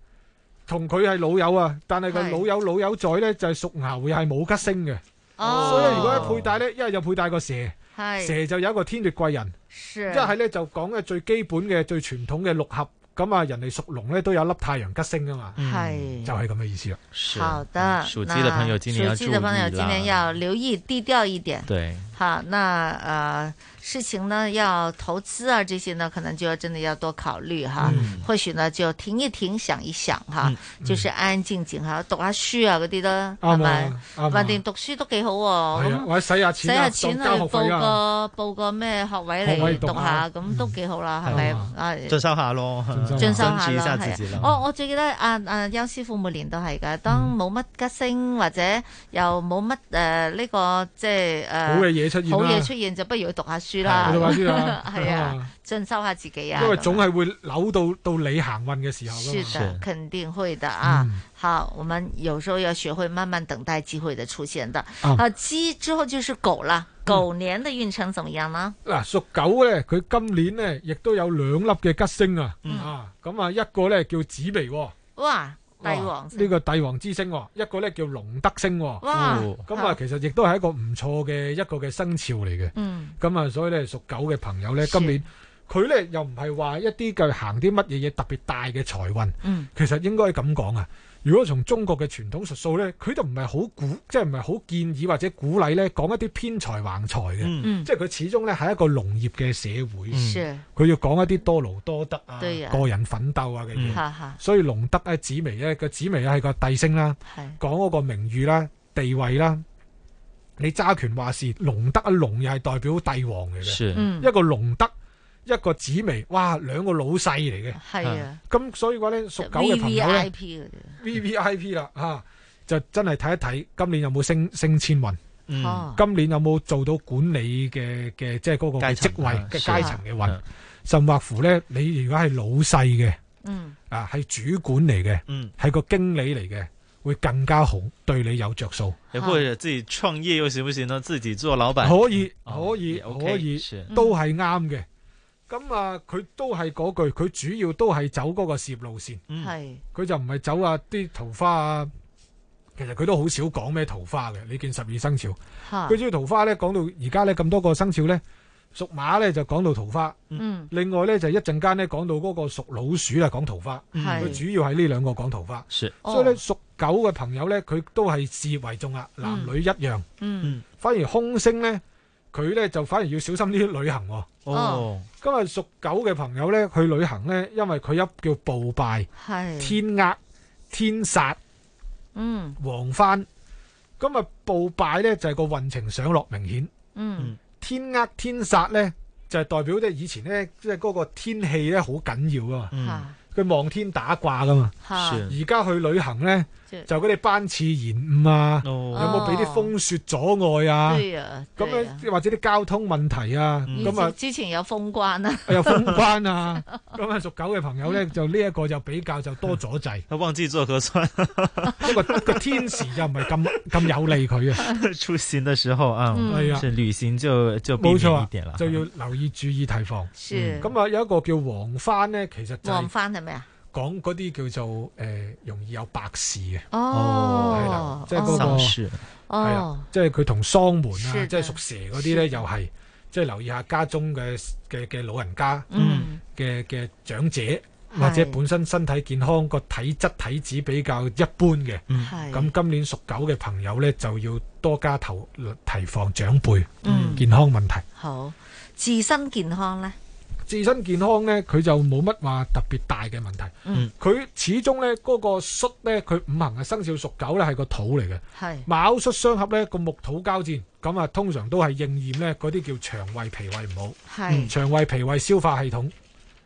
[SPEAKER 9] 同佢係老友啊，但係佢
[SPEAKER 7] 係
[SPEAKER 9] 老友老友仔咧就係屬牛，又係冇吉星嘅。
[SPEAKER 7] 哦，
[SPEAKER 9] 所以如果一配戴咧，一係就配戴個蛇，
[SPEAKER 7] 係
[SPEAKER 9] 蛇就有一個天奪貴人。
[SPEAKER 7] 是，
[SPEAKER 9] 一係咧就講嘅最基本嘅最傳統嘅六合，咁啊人哋屬龍咧都有粒太陽吉星噶嘛，
[SPEAKER 7] 係
[SPEAKER 9] 就係咁嘅意思啦。
[SPEAKER 10] 是
[SPEAKER 7] 嗯好的
[SPEAKER 10] 嗯，属鸡的朋友今年要
[SPEAKER 7] 属
[SPEAKER 10] 注
[SPEAKER 7] 鸡
[SPEAKER 10] 意
[SPEAKER 7] 的朋友今
[SPEAKER 10] 啦
[SPEAKER 7] 年要留意低调一点。
[SPEAKER 10] 对，
[SPEAKER 7] 好，那呃事情呢要投资啊这些呢，可能就要真的要多考虑哈。
[SPEAKER 10] 嗯
[SPEAKER 7] 或许呢就停一停，想一想哈，就是安安靜靜哈，讀下書啊嗰啲啦，係
[SPEAKER 9] 啱
[SPEAKER 7] 咪？
[SPEAKER 9] 啊，啱
[SPEAKER 7] 橫掂
[SPEAKER 9] 啊，
[SPEAKER 7] 讀書都幾好喎，
[SPEAKER 9] 係啊，
[SPEAKER 7] 咁
[SPEAKER 9] 或者使下
[SPEAKER 7] 使
[SPEAKER 9] 錢
[SPEAKER 7] 下
[SPEAKER 9] 啊，
[SPEAKER 7] 錢
[SPEAKER 9] 當交
[SPEAKER 7] 去
[SPEAKER 9] 學費
[SPEAKER 7] 報
[SPEAKER 9] 啊，
[SPEAKER 7] 個報個咩學位
[SPEAKER 9] 學位
[SPEAKER 7] 嚟
[SPEAKER 9] 讀
[SPEAKER 7] 讀下，
[SPEAKER 9] 下
[SPEAKER 7] 咁都幾好啦，係
[SPEAKER 10] 係
[SPEAKER 7] 咪
[SPEAKER 9] 啊
[SPEAKER 7] 啊？
[SPEAKER 10] 进修下咯，
[SPEAKER 9] 進
[SPEAKER 7] 進
[SPEAKER 9] 修
[SPEAKER 10] <laughs>
[SPEAKER 7] 修
[SPEAKER 10] 增值一
[SPEAKER 7] 下
[SPEAKER 10] 下
[SPEAKER 7] 啦，
[SPEAKER 10] 自己
[SPEAKER 7] 係
[SPEAKER 10] 啦
[SPEAKER 7] 啊。。我我最記得啊啊邱師傅每年都係㗎，
[SPEAKER 9] 嗯
[SPEAKER 7] 當冇乜吉星或者又冇乜誒呢個即係誒
[SPEAKER 9] 好嘅嘢出現
[SPEAKER 7] 好嘢
[SPEAKER 9] 啦
[SPEAKER 7] 出，現就不如去讀下書
[SPEAKER 9] 我哋話
[SPEAKER 7] 啦，
[SPEAKER 9] 知
[SPEAKER 7] <laughs>
[SPEAKER 9] 啦，
[SPEAKER 7] 係啊，進修下自己啊。
[SPEAKER 9] 啊，因為
[SPEAKER 7] 咁
[SPEAKER 9] 總係會扭到到你行運嘅時候
[SPEAKER 7] 是
[SPEAKER 9] 噶
[SPEAKER 7] 的
[SPEAKER 10] 是，
[SPEAKER 7] 肯定會的啊。
[SPEAKER 9] 嗯
[SPEAKER 7] 好，我們有時候要學會慢慢等待機會的出現的。
[SPEAKER 9] 啊嗯
[SPEAKER 7] 好，雞之後就是狗了，狗年的運程怎麼樣呢？
[SPEAKER 9] 嘛。嗱，屬狗咧，佢今年咧亦都有兩粒嘅吉星啊，
[SPEAKER 7] 嗯
[SPEAKER 9] 啊，咁啊一個咧叫紫微喎，
[SPEAKER 7] 哇，帝王
[SPEAKER 9] 哦呢個帝王之星喎，一個咧叫龍德星喎。
[SPEAKER 7] 哇，
[SPEAKER 9] 咁啊，其實亦都係一個唔錯嘅一個嘅生肖嚟嘅。
[SPEAKER 7] 嗯
[SPEAKER 9] 咁啊，所以咧屬狗嘅朋友咧，
[SPEAKER 7] 是
[SPEAKER 9] 今年佢咧又唔係話一啲嘅行啲乜嘢嘢特別大嘅財運，
[SPEAKER 7] 嗯
[SPEAKER 9] 其實應該咁講啊。如果從中國嘅傳統術數咧，佢就唔係好鼓，即係唔係好建議或者鼓勵咧講一啲偏財橫財嘅，
[SPEAKER 10] 嗯，
[SPEAKER 7] 嗯
[SPEAKER 9] 即，係佢始終咧係一個農業嘅社會，
[SPEAKER 10] 嗯哦
[SPEAKER 7] 是，
[SPEAKER 9] 佢要講一啲多勞多得啊、
[SPEAKER 7] 對啊
[SPEAKER 9] 個人奮鬥啊嘅嘢。
[SPEAKER 10] 嗯
[SPEAKER 7] 哈哈，
[SPEAKER 9] 所以龍德咧、紫微咧個紫微咧啊係個帝星啦。
[SPEAKER 7] 係
[SPEAKER 9] 講嗰個名譽啦、地位啦，你揸權話事，龍德啊龍又係代表帝王嚟嘅，
[SPEAKER 10] 是，
[SPEAKER 7] 嗯
[SPEAKER 9] 一個龍德，一個紫薇，哇，兩個老細嚟嘅，
[SPEAKER 7] 係啊
[SPEAKER 9] 咁所以話咧，屬狗嘅朋友咧
[SPEAKER 7] ，VVIP 嗰啲，
[SPEAKER 9] 啊，V V I P 啦嚇，就真係睇一睇今年有冇升升遷運，嗯
[SPEAKER 7] 哦
[SPEAKER 9] 今年有冇做到管理嘅嘅即係嗰個
[SPEAKER 10] 階層
[SPEAKER 9] 職位
[SPEAKER 10] 啊
[SPEAKER 9] 嘅
[SPEAKER 10] 是
[SPEAKER 9] 階層嘅運
[SPEAKER 10] 啊，
[SPEAKER 9] 甚或乎咧，你如果係老細嘅
[SPEAKER 7] 嗯
[SPEAKER 9] 啊，係主管嚟嘅，
[SPEAKER 10] 嗯
[SPEAKER 9] 係個經理嚟嘅，會更加好，對你有着數。
[SPEAKER 10] 也
[SPEAKER 7] 啊
[SPEAKER 10] 或者自己创业又行不行呢？自己做老板
[SPEAKER 9] 可以，
[SPEAKER 10] 哦
[SPEAKER 9] 可以，
[SPEAKER 10] 也，OK，
[SPEAKER 9] 可以
[SPEAKER 10] 是，
[SPEAKER 7] 嗯
[SPEAKER 9] 都係啱嘅。咁啊，佢都係嗰句，佢主要都係走嗰個事業路線，
[SPEAKER 10] 嗯
[SPEAKER 7] 系
[SPEAKER 9] 佢就唔係走啊啲桃花啊。其實佢都好少講咩桃花嘅，你見十二生肖，
[SPEAKER 7] 吓
[SPEAKER 9] 佢主要桃花咧講到而家咧咁多個生肖咧，屬馬咧就講到桃花，
[SPEAKER 7] 嗯
[SPEAKER 9] 另外咧就一陣間咧講到嗰個屬老鼠啊講桃花，佢
[SPEAKER 7] 系
[SPEAKER 9] 主要係呢兩個講桃花，
[SPEAKER 10] 是
[SPEAKER 7] 哦
[SPEAKER 9] 所以咧屬狗嘅朋友咧佢都係事業為重啊，男女一樣。
[SPEAKER 7] 嗯
[SPEAKER 9] 反而空星呢，佢呢就反而要小心啲旅行、喎。
[SPEAKER 10] 哦，
[SPEAKER 9] 今日屬狗嘅朋友呢，去旅行呢，因為佢一叫暴敗、
[SPEAKER 7] 系
[SPEAKER 9] 天厄、天煞、
[SPEAKER 7] 嗯
[SPEAKER 9] 黃番。咁啊，暴敗呢就係、個運程上落明顯，
[SPEAKER 7] 嗯
[SPEAKER 9] 天厄、天煞呢，就係、代表咧以前呢，即係嗰個天氣呢好緊要噶嘛，
[SPEAKER 10] 嗯，
[SPEAKER 7] 吓
[SPEAKER 9] 佢望天打卦噶嘛。
[SPEAKER 7] 吓
[SPEAKER 10] 是
[SPEAKER 9] 而家去旅行呢，
[SPEAKER 7] 即
[SPEAKER 9] 就嗰啲班次延誤啊，有
[SPEAKER 10] 哦，
[SPEAKER 9] 冇俾啲風雪阻礙啊？
[SPEAKER 7] 对啊
[SPEAKER 9] 咁
[SPEAKER 7] 对
[SPEAKER 9] 樣
[SPEAKER 7] 啊
[SPEAKER 9] 即係或者啲交通問題啊，
[SPEAKER 10] 嗯
[SPEAKER 9] 咁啊
[SPEAKER 7] 以前之前有封關啊，
[SPEAKER 9] 又封
[SPEAKER 7] <laughs>
[SPEAKER 9] 關啊，咁啊屬狗嘅朋友咧就呢一個就比較就多阻滯，
[SPEAKER 10] <laughs> 他忘記做核酸，
[SPEAKER 9] 不過個天時又唔係咁咁有利佢啊，
[SPEAKER 10] <laughs> 出行的时候啊，
[SPEAKER 7] 嗯
[SPEAKER 9] 係啊，
[SPEAKER 10] 是旅行就就避
[SPEAKER 9] 冇錯
[SPEAKER 10] 免一
[SPEAKER 9] 啊
[SPEAKER 10] 点了，，
[SPEAKER 9] 就要留意注意提防。
[SPEAKER 10] 嗯
[SPEAKER 7] 是
[SPEAKER 9] 咁啊有一個叫黃番咧，其實就
[SPEAKER 7] 黃
[SPEAKER 9] 係
[SPEAKER 7] 番係咪啊？
[SPEAKER 9] 講嗰啲叫做誒容易有白事嘅，係啦
[SPEAKER 7] 哦，
[SPEAKER 9] 即係嗰個
[SPEAKER 10] 丧事，
[SPEAKER 9] 係
[SPEAKER 7] 哦
[SPEAKER 9] 啦，，即係佢同喪門
[SPEAKER 7] 是
[SPEAKER 9] 啊，
[SPEAKER 7] 的
[SPEAKER 9] 即係屬蛇嗰啲咧又係，即係留意下家中嘅嘅嘅老人家。
[SPEAKER 7] 嗯
[SPEAKER 9] 嘅嘅長者，或者本身身體健康個體質體脂比較一般嘅，
[SPEAKER 10] 嗯
[SPEAKER 7] 係
[SPEAKER 9] 咁今年屬狗嘅朋友呢，就要多加投提防長輩
[SPEAKER 7] 嗯
[SPEAKER 9] 健康問題。
[SPEAKER 7] 好自身健康咧，
[SPEAKER 9] 自身健康呢，佢就冇乜話特別大嘅問題。
[SPEAKER 7] 嗯
[SPEAKER 9] 佢始終呢嗰、個戌呢，佢五行嘅生肖屬狗呢係個土嚟嘅，
[SPEAKER 7] 係
[SPEAKER 9] 卯戌相合呢，個木土交戰，咁啊通常都係應驗呢嗰啲叫腸胃脾胃唔好，嗯
[SPEAKER 7] 係
[SPEAKER 9] 腸胃脾胃消化系統。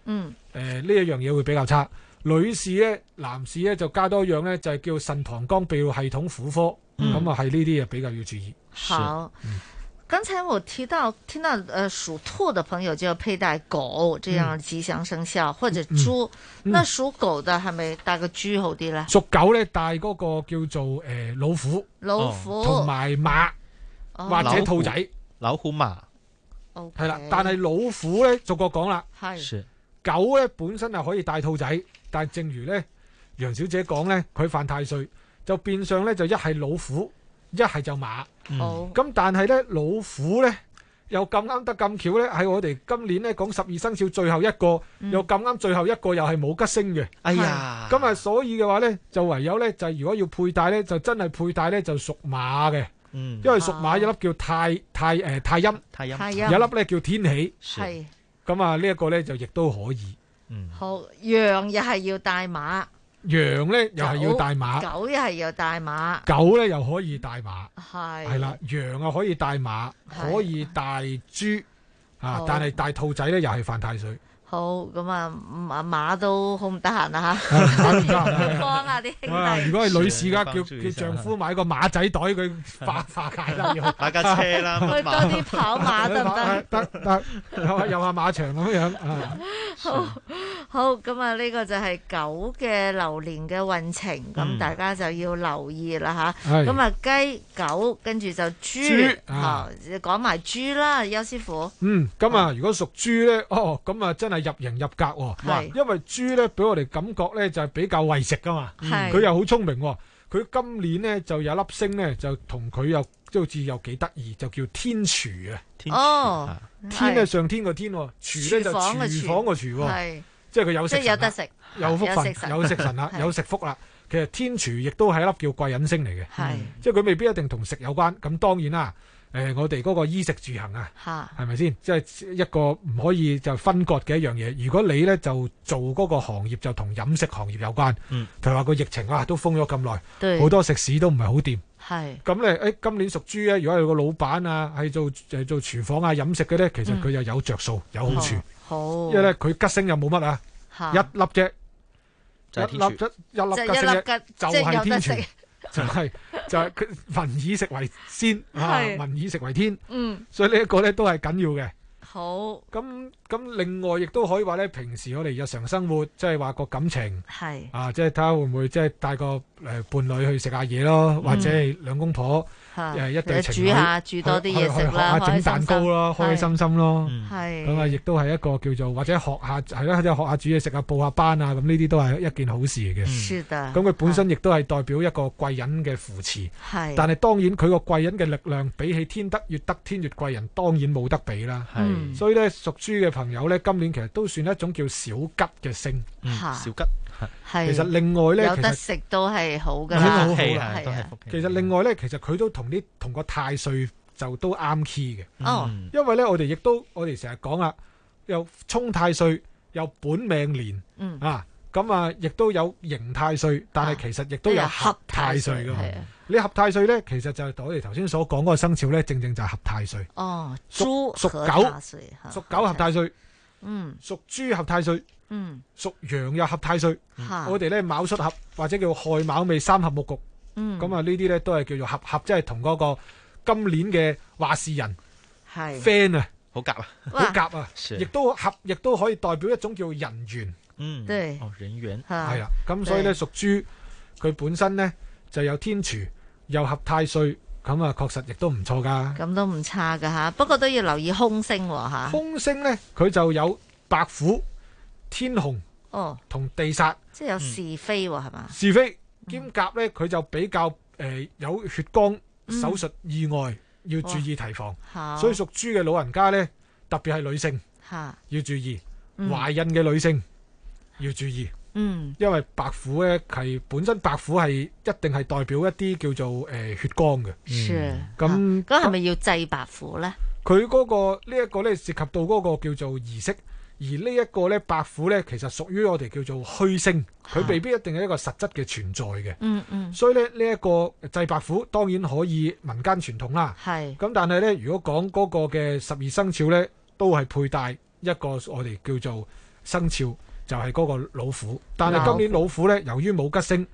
[SPEAKER 7] 嗯
[SPEAKER 9] 誒呢一樣嘢會比較差。女士咧、男士咧就加多一樣咧，就係、叫腎膀胱泌尿系統婦科，
[SPEAKER 10] 嗯
[SPEAKER 9] 咁啊係呢啲嘢比較要注意。
[SPEAKER 7] 好。
[SPEAKER 9] 嗯
[SPEAKER 7] 刚才我提到听到呃属兔的朋友就要佩戴狗这样吉祥生肖或者猪，
[SPEAKER 9] 嗯
[SPEAKER 7] 那属狗的係咪戴個豬好啲咧？
[SPEAKER 9] 屬狗咧帶嗰個叫做誒、呃老虎
[SPEAKER 7] 老虎
[SPEAKER 9] 同埋馬
[SPEAKER 7] 哦
[SPEAKER 9] 或者兔仔，
[SPEAKER 10] 老虎马
[SPEAKER 7] OK
[SPEAKER 9] 係啦。但係老虎咧逐個講啦，
[SPEAKER 7] 係
[SPEAKER 10] 是，
[SPEAKER 9] 狗咧本身係可以帶兔仔，但正如咧楊小姐講咧，佢犯太歲就變相咧就一係老虎，一係就馬。
[SPEAKER 10] 嗯，
[SPEAKER 7] 好
[SPEAKER 9] 咁但係咧，老虎咧又咁啱得咁巧咧，喺我哋今年咧講十二生肖最後一個，又咁啱最後一個又係冇吉星嘅。
[SPEAKER 10] 哎呀，
[SPEAKER 9] 咁啊，所以嘅話咧，就唯有咧就係如果要佩戴咧，就真係佩戴咧就屬馬嘅，
[SPEAKER 10] 嗯，
[SPEAKER 9] 因為屬馬一粒叫太太誒、呃太陰，
[SPEAKER 10] 太阳，
[SPEAKER 7] 太陰
[SPEAKER 9] 有一粒咧叫天喜。
[SPEAKER 10] 是
[SPEAKER 7] 係
[SPEAKER 9] 咁啊，呢一個咧就亦都可以。
[SPEAKER 10] 嗯，
[SPEAKER 7] 好羊又係要帶馬，
[SPEAKER 9] 羊咧又係要帶馬，
[SPEAKER 7] 狗又係要帶馬，
[SPEAKER 9] 狗咧又可以帶馬，
[SPEAKER 7] 係
[SPEAKER 9] 係啦，羊啊可以帶馬，
[SPEAKER 7] 係
[SPEAKER 9] 可以帶豬啊
[SPEAKER 7] 好，
[SPEAKER 9] 但係帶兔仔咧又係犯太歲。
[SPEAKER 7] 好咁啊，馬馬都好唔得
[SPEAKER 9] <laughs>
[SPEAKER 7] 閒啦嚇，
[SPEAKER 9] 啊唔得啊
[SPEAKER 7] 幫下啲兄
[SPEAKER 9] 啊！
[SPEAKER 7] 弟
[SPEAKER 9] 如。果係女士噶，叫
[SPEAKER 10] 是幫助
[SPEAKER 9] 叫
[SPEAKER 10] 一下
[SPEAKER 9] 丈夫買個馬仔袋，佢
[SPEAKER 10] <laughs>
[SPEAKER 9] 化化解啦，要
[SPEAKER 10] 打架车啦，
[SPEAKER 7] <laughs> 去多
[SPEAKER 10] 马，
[SPEAKER 7] 啲跑馬得唔得？
[SPEAKER 9] <laughs> 得得，又下又下馬場咁樣啊！
[SPEAKER 7] 好，咁啊呢個就係狗嘅流年嘅運程，咁、
[SPEAKER 10] 嗯
[SPEAKER 7] 大家就要留意啦吓。
[SPEAKER 9] 係
[SPEAKER 7] 咁啊雞、狗，跟住就豬
[SPEAKER 9] 豬，
[SPEAKER 7] 好
[SPEAKER 9] 啊
[SPEAKER 7] 講埋豬啦，邱師傅。
[SPEAKER 9] 嗯，咁啊，如果屬豬咧，哦，咁啊真係入型入格喎，哇
[SPEAKER 7] 係
[SPEAKER 9] 因為豬咧俾我哋感覺咧就係比較為食噶嘛，
[SPEAKER 7] 係
[SPEAKER 9] 佢又好聰明喎，佢今年咧就有粒星咧就同佢又即係好似又幾得意，就叫天廚啊，
[SPEAKER 10] 天
[SPEAKER 7] 哦
[SPEAKER 10] 啊
[SPEAKER 9] 天咧上天個天喎，廚咧就
[SPEAKER 7] 廚房嘅
[SPEAKER 9] 廚
[SPEAKER 7] 廚
[SPEAKER 9] 房個廚喎，
[SPEAKER 7] 係
[SPEAKER 9] 即係佢有
[SPEAKER 7] 即
[SPEAKER 9] 食
[SPEAKER 7] 係有
[SPEAKER 9] 神啦
[SPEAKER 7] 得食，
[SPEAKER 9] 有福
[SPEAKER 7] 有食神，
[SPEAKER 9] 分， <laughs> 有食神啦
[SPEAKER 7] 係
[SPEAKER 9] 有食福啦。其實天廚亦都係一粒叫貴人星嚟嘅，
[SPEAKER 7] 係
[SPEAKER 9] 即係佢未必一定同食有關。咁當然啦，誒、我哋嗰個衣食住行啊，
[SPEAKER 7] 吓
[SPEAKER 9] 係咪先？即係一個唔可以就分割嘅一樣嘢。如果你呢就做嗰個行業就同飲食行業有關，
[SPEAKER 10] 嗯
[SPEAKER 9] 譬如話個疫情啊都封咗咁耐，
[SPEAKER 7] 對，
[SPEAKER 9] 好多食肆都唔係好掂。
[SPEAKER 7] 係
[SPEAKER 9] 咁呢，誒、今年屬豬咧，如果有個老闆啊係做誒做廚房啊飲食嘅呢，其實佢又有着數，有好處，
[SPEAKER 7] 好，
[SPEAKER 9] 因為呢，佢吉星又冇乜啊，
[SPEAKER 7] 嚇
[SPEAKER 9] 一粒啫。
[SPEAKER 10] 就係
[SPEAKER 9] 一
[SPEAKER 10] 天
[SPEAKER 9] 粒
[SPEAKER 10] 廚
[SPEAKER 9] 一一粒
[SPEAKER 7] 即係
[SPEAKER 9] 吉星
[SPEAKER 7] 一粒
[SPEAKER 9] 啫，
[SPEAKER 7] 吉，
[SPEAKER 9] 就
[SPEAKER 7] 即係
[SPEAKER 9] 係
[SPEAKER 7] 有得
[SPEAKER 9] 天
[SPEAKER 7] 食
[SPEAKER 9] 廚，就係、就係佢民以食為先啊，
[SPEAKER 7] <laughs> 係
[SPEAKER 9] 民以食為天，
[SPEAKER 7] 嗯，
[SPEAKER 9] 所以呢一個咧都係緊要嘅。
[SPEAKER 7] 好，
[SPEAKER 9] 咁咁另外亦都可以話咧，平時我哋日常生活即係話個感情
[SPEAKER 7] 係
[SPEAKER 9] 啊，即係睇下會唔會即係帶個誒伴侶去食下嘢咯，或者係兩公婆
[SPEAKER 7] 嗯嚇
[SPEAKER 9] 誒一對情
[SPEAKER 7] 煮
[SPEAKER 9] 侶
[SPEAKER 7] 下煮多啲
[SPEAKER 9] 去
[SPEAKER 7] 嘢
[SPEAKER 9] 去去
[SPEAKER 7] 食
[SPEAKER 9] 學下
[SPEAKER 7] 啦開
[SPEAKER 9] 整
[SPEAKER 7] 心
[SPEAKER 9] 蛋糕啦，
[SPEAKER 7] 心
[SPEAKER 9] 開開心心咯。
[SPEAKER 7] 係
[SPEAKER 9] 咁啊，亦都係一個叫做或者學下係啦，即係學下煮嘢食啊，報下班啊，咁呢啲都係一件好事嚟嘅。
[SPEAKER 7] 是的
[SPEAKER 9] 咁佢本身亦都係代表一個貴人嘅扶持，
[SPEAKER 7] 係
[SPEAKER 9] 但係當然佢個貴人嘅力量比起天德越德天越貴人，當然冇得比啦。
[SPEAKER 7] 嗯
[SPEAKER 10] 係
[SPEAKER 9] 所以咧屬豬嘅朋友咧，今年其實都算一種叫小吉嘅星。
[SPEAKER 10] 嗯
[SPEAKER 7] 嚇
[SPEAKER 10] 小吉
[SPEAKER 7] 係
[SPEAKER 9] 其實另外咧，
[SPEAKER 7] 有
[SPEAKER 9] 其
[SPEAKER 7] 得
[SPEAKER 9] 實
[SPEAKER 7] 食都係好啊㗎
[SPEAKER 9] 已經
[SPEAKER 7] 啦，
[SPEAKER 9] 好好
[SPEAKER 10] 係啊
[SPEAKER 9] 啦啊
[SPEAKER 10] 係都係福氣
[SPEAKER 9] 其實另外咧，其實佢都同啲同個太歲就都啱 key 嘅。
[SPEAKER 7] 哦，
[SPEAKER 9] 因為咧，我哋亦都我哋成日講啦，有沖太歲，有本命年，
[SPEAKER 7] 嗯
[SPEAKER 9] 啊，咁啊，亦都有刑太歲，但係其實亦都有合太歲噶嘛
[SPEAKER 7] 都有合太歲係啊。
[SPEAKER 9] 你合太歲咧，其實就係我哋頭先所講嗰個生肖咧，正正就係合太歲。
[SPEAKER 7] 哦，
[SPEAKER 9] 屬
[SPEAKER 7] 豬
[SPEAKER 9] 屬
[SPEAKER 7] 和
[SPEAKER 9] 狗
[SPEAKER 7] 大水嚇
[SPEAKER 9] 屬狗合太歲，
[SPEAKER 7] 嗯
[SPEAKER 9] 屬豬合太歲，
[SPEAKER 7] 嗯
[SPEAKER 9] 屬羊又合太歲。
[SPEAKER 7] 嚇，
[SPEAKER 9] 我哋咧卯戌合或者叫亥卯未三合木局，
[SPEAKER 7] 嗯
[SPEAKER 9] 咁啊呢啲咧都係叫做合合，即係同嗰個今年嘅話事人
[SPEAKER 7] 係
[SPEAKER 9] friend 啊，
[SPEAKER 10] 好夾啊，
[SPEAKER 9] 好
[SPEAKER 7] 哇
[SPEAKER 9] 夾啊，
[SPEAKER 10] 是
[SPEAKER 9] 亦都合，亦都可以代表一種叫人緣。
[SPEAKER 10] 嗯，
[SPEAKER 7] 對
[SPEAKER 10] 哦，人緣
[SPEAKER 7] 嚇
[SPEAKER 9] 係啦，咁所以咧
[SPEAKER 7] 對
[SPEAKER 9] 屬豬，佢本身咧就有天廚，又合太歲，咁啊確實亦都唔錯噶。
[SPEAKER 7] 咁都唔差㗎嚇，不過都要留意空星喎嚇。
[SPEAKER 9] 空星咧佢就有白虎、天雄
[SPEAKER 7] 哦，
[SPEAKER 9] 同地煞
[SPEAKER 7] 即係有是非喎，係嘛？
[SPEAKER 9] 嗯是非兼夾咧，佢就比較誒、呃有血光
[SPEAKER 7] 嗯
[SPEAKER 9] 手術意外要注意提防，
[SPEAKER 7] 好，
[SPEAKER 9] 所以屬豬嘅老人家咧，特別係女性
[SPEAKER 7] 嚇，
[SPEAKER 9] 要注意，
[SPEAKER 7] 嗯
[SPEAKER 9] 懷孕嘅女性要注意。
[SPEAKER 7] 嗯
[SPEAKER 9] 因為白虎咧係本身白虎係一定係代表一啲叫做誒、呃血光嘅，嗯
[SPEAKER 7] 是
[SPEAKER 9] 咁
[SPEAKER 7] 嚇咁係咪要祭白虎咧？
[SPEAKER 9] 佢嗰、個呢一、個咧涉及到嗰個叫做儀式，而呢一個咧白虎咧其實屬於我哋叫做虛星，佢未必一定係一個實質嘅存在嘅，
[SPEAKER 7] 嗯嗯，
[SPEAKER 9] 所以咧呢一、個祭白虎當然可以民間傳統啦，
[SPEAKER 7] 係
[SPEAKER 9] 咁但係咧如果講嗰個嘅十二生肖咧，都係佩戴一個我哋叫做生肖，就係、嗰個老虎，但係今年老虎咧由於冇吉星，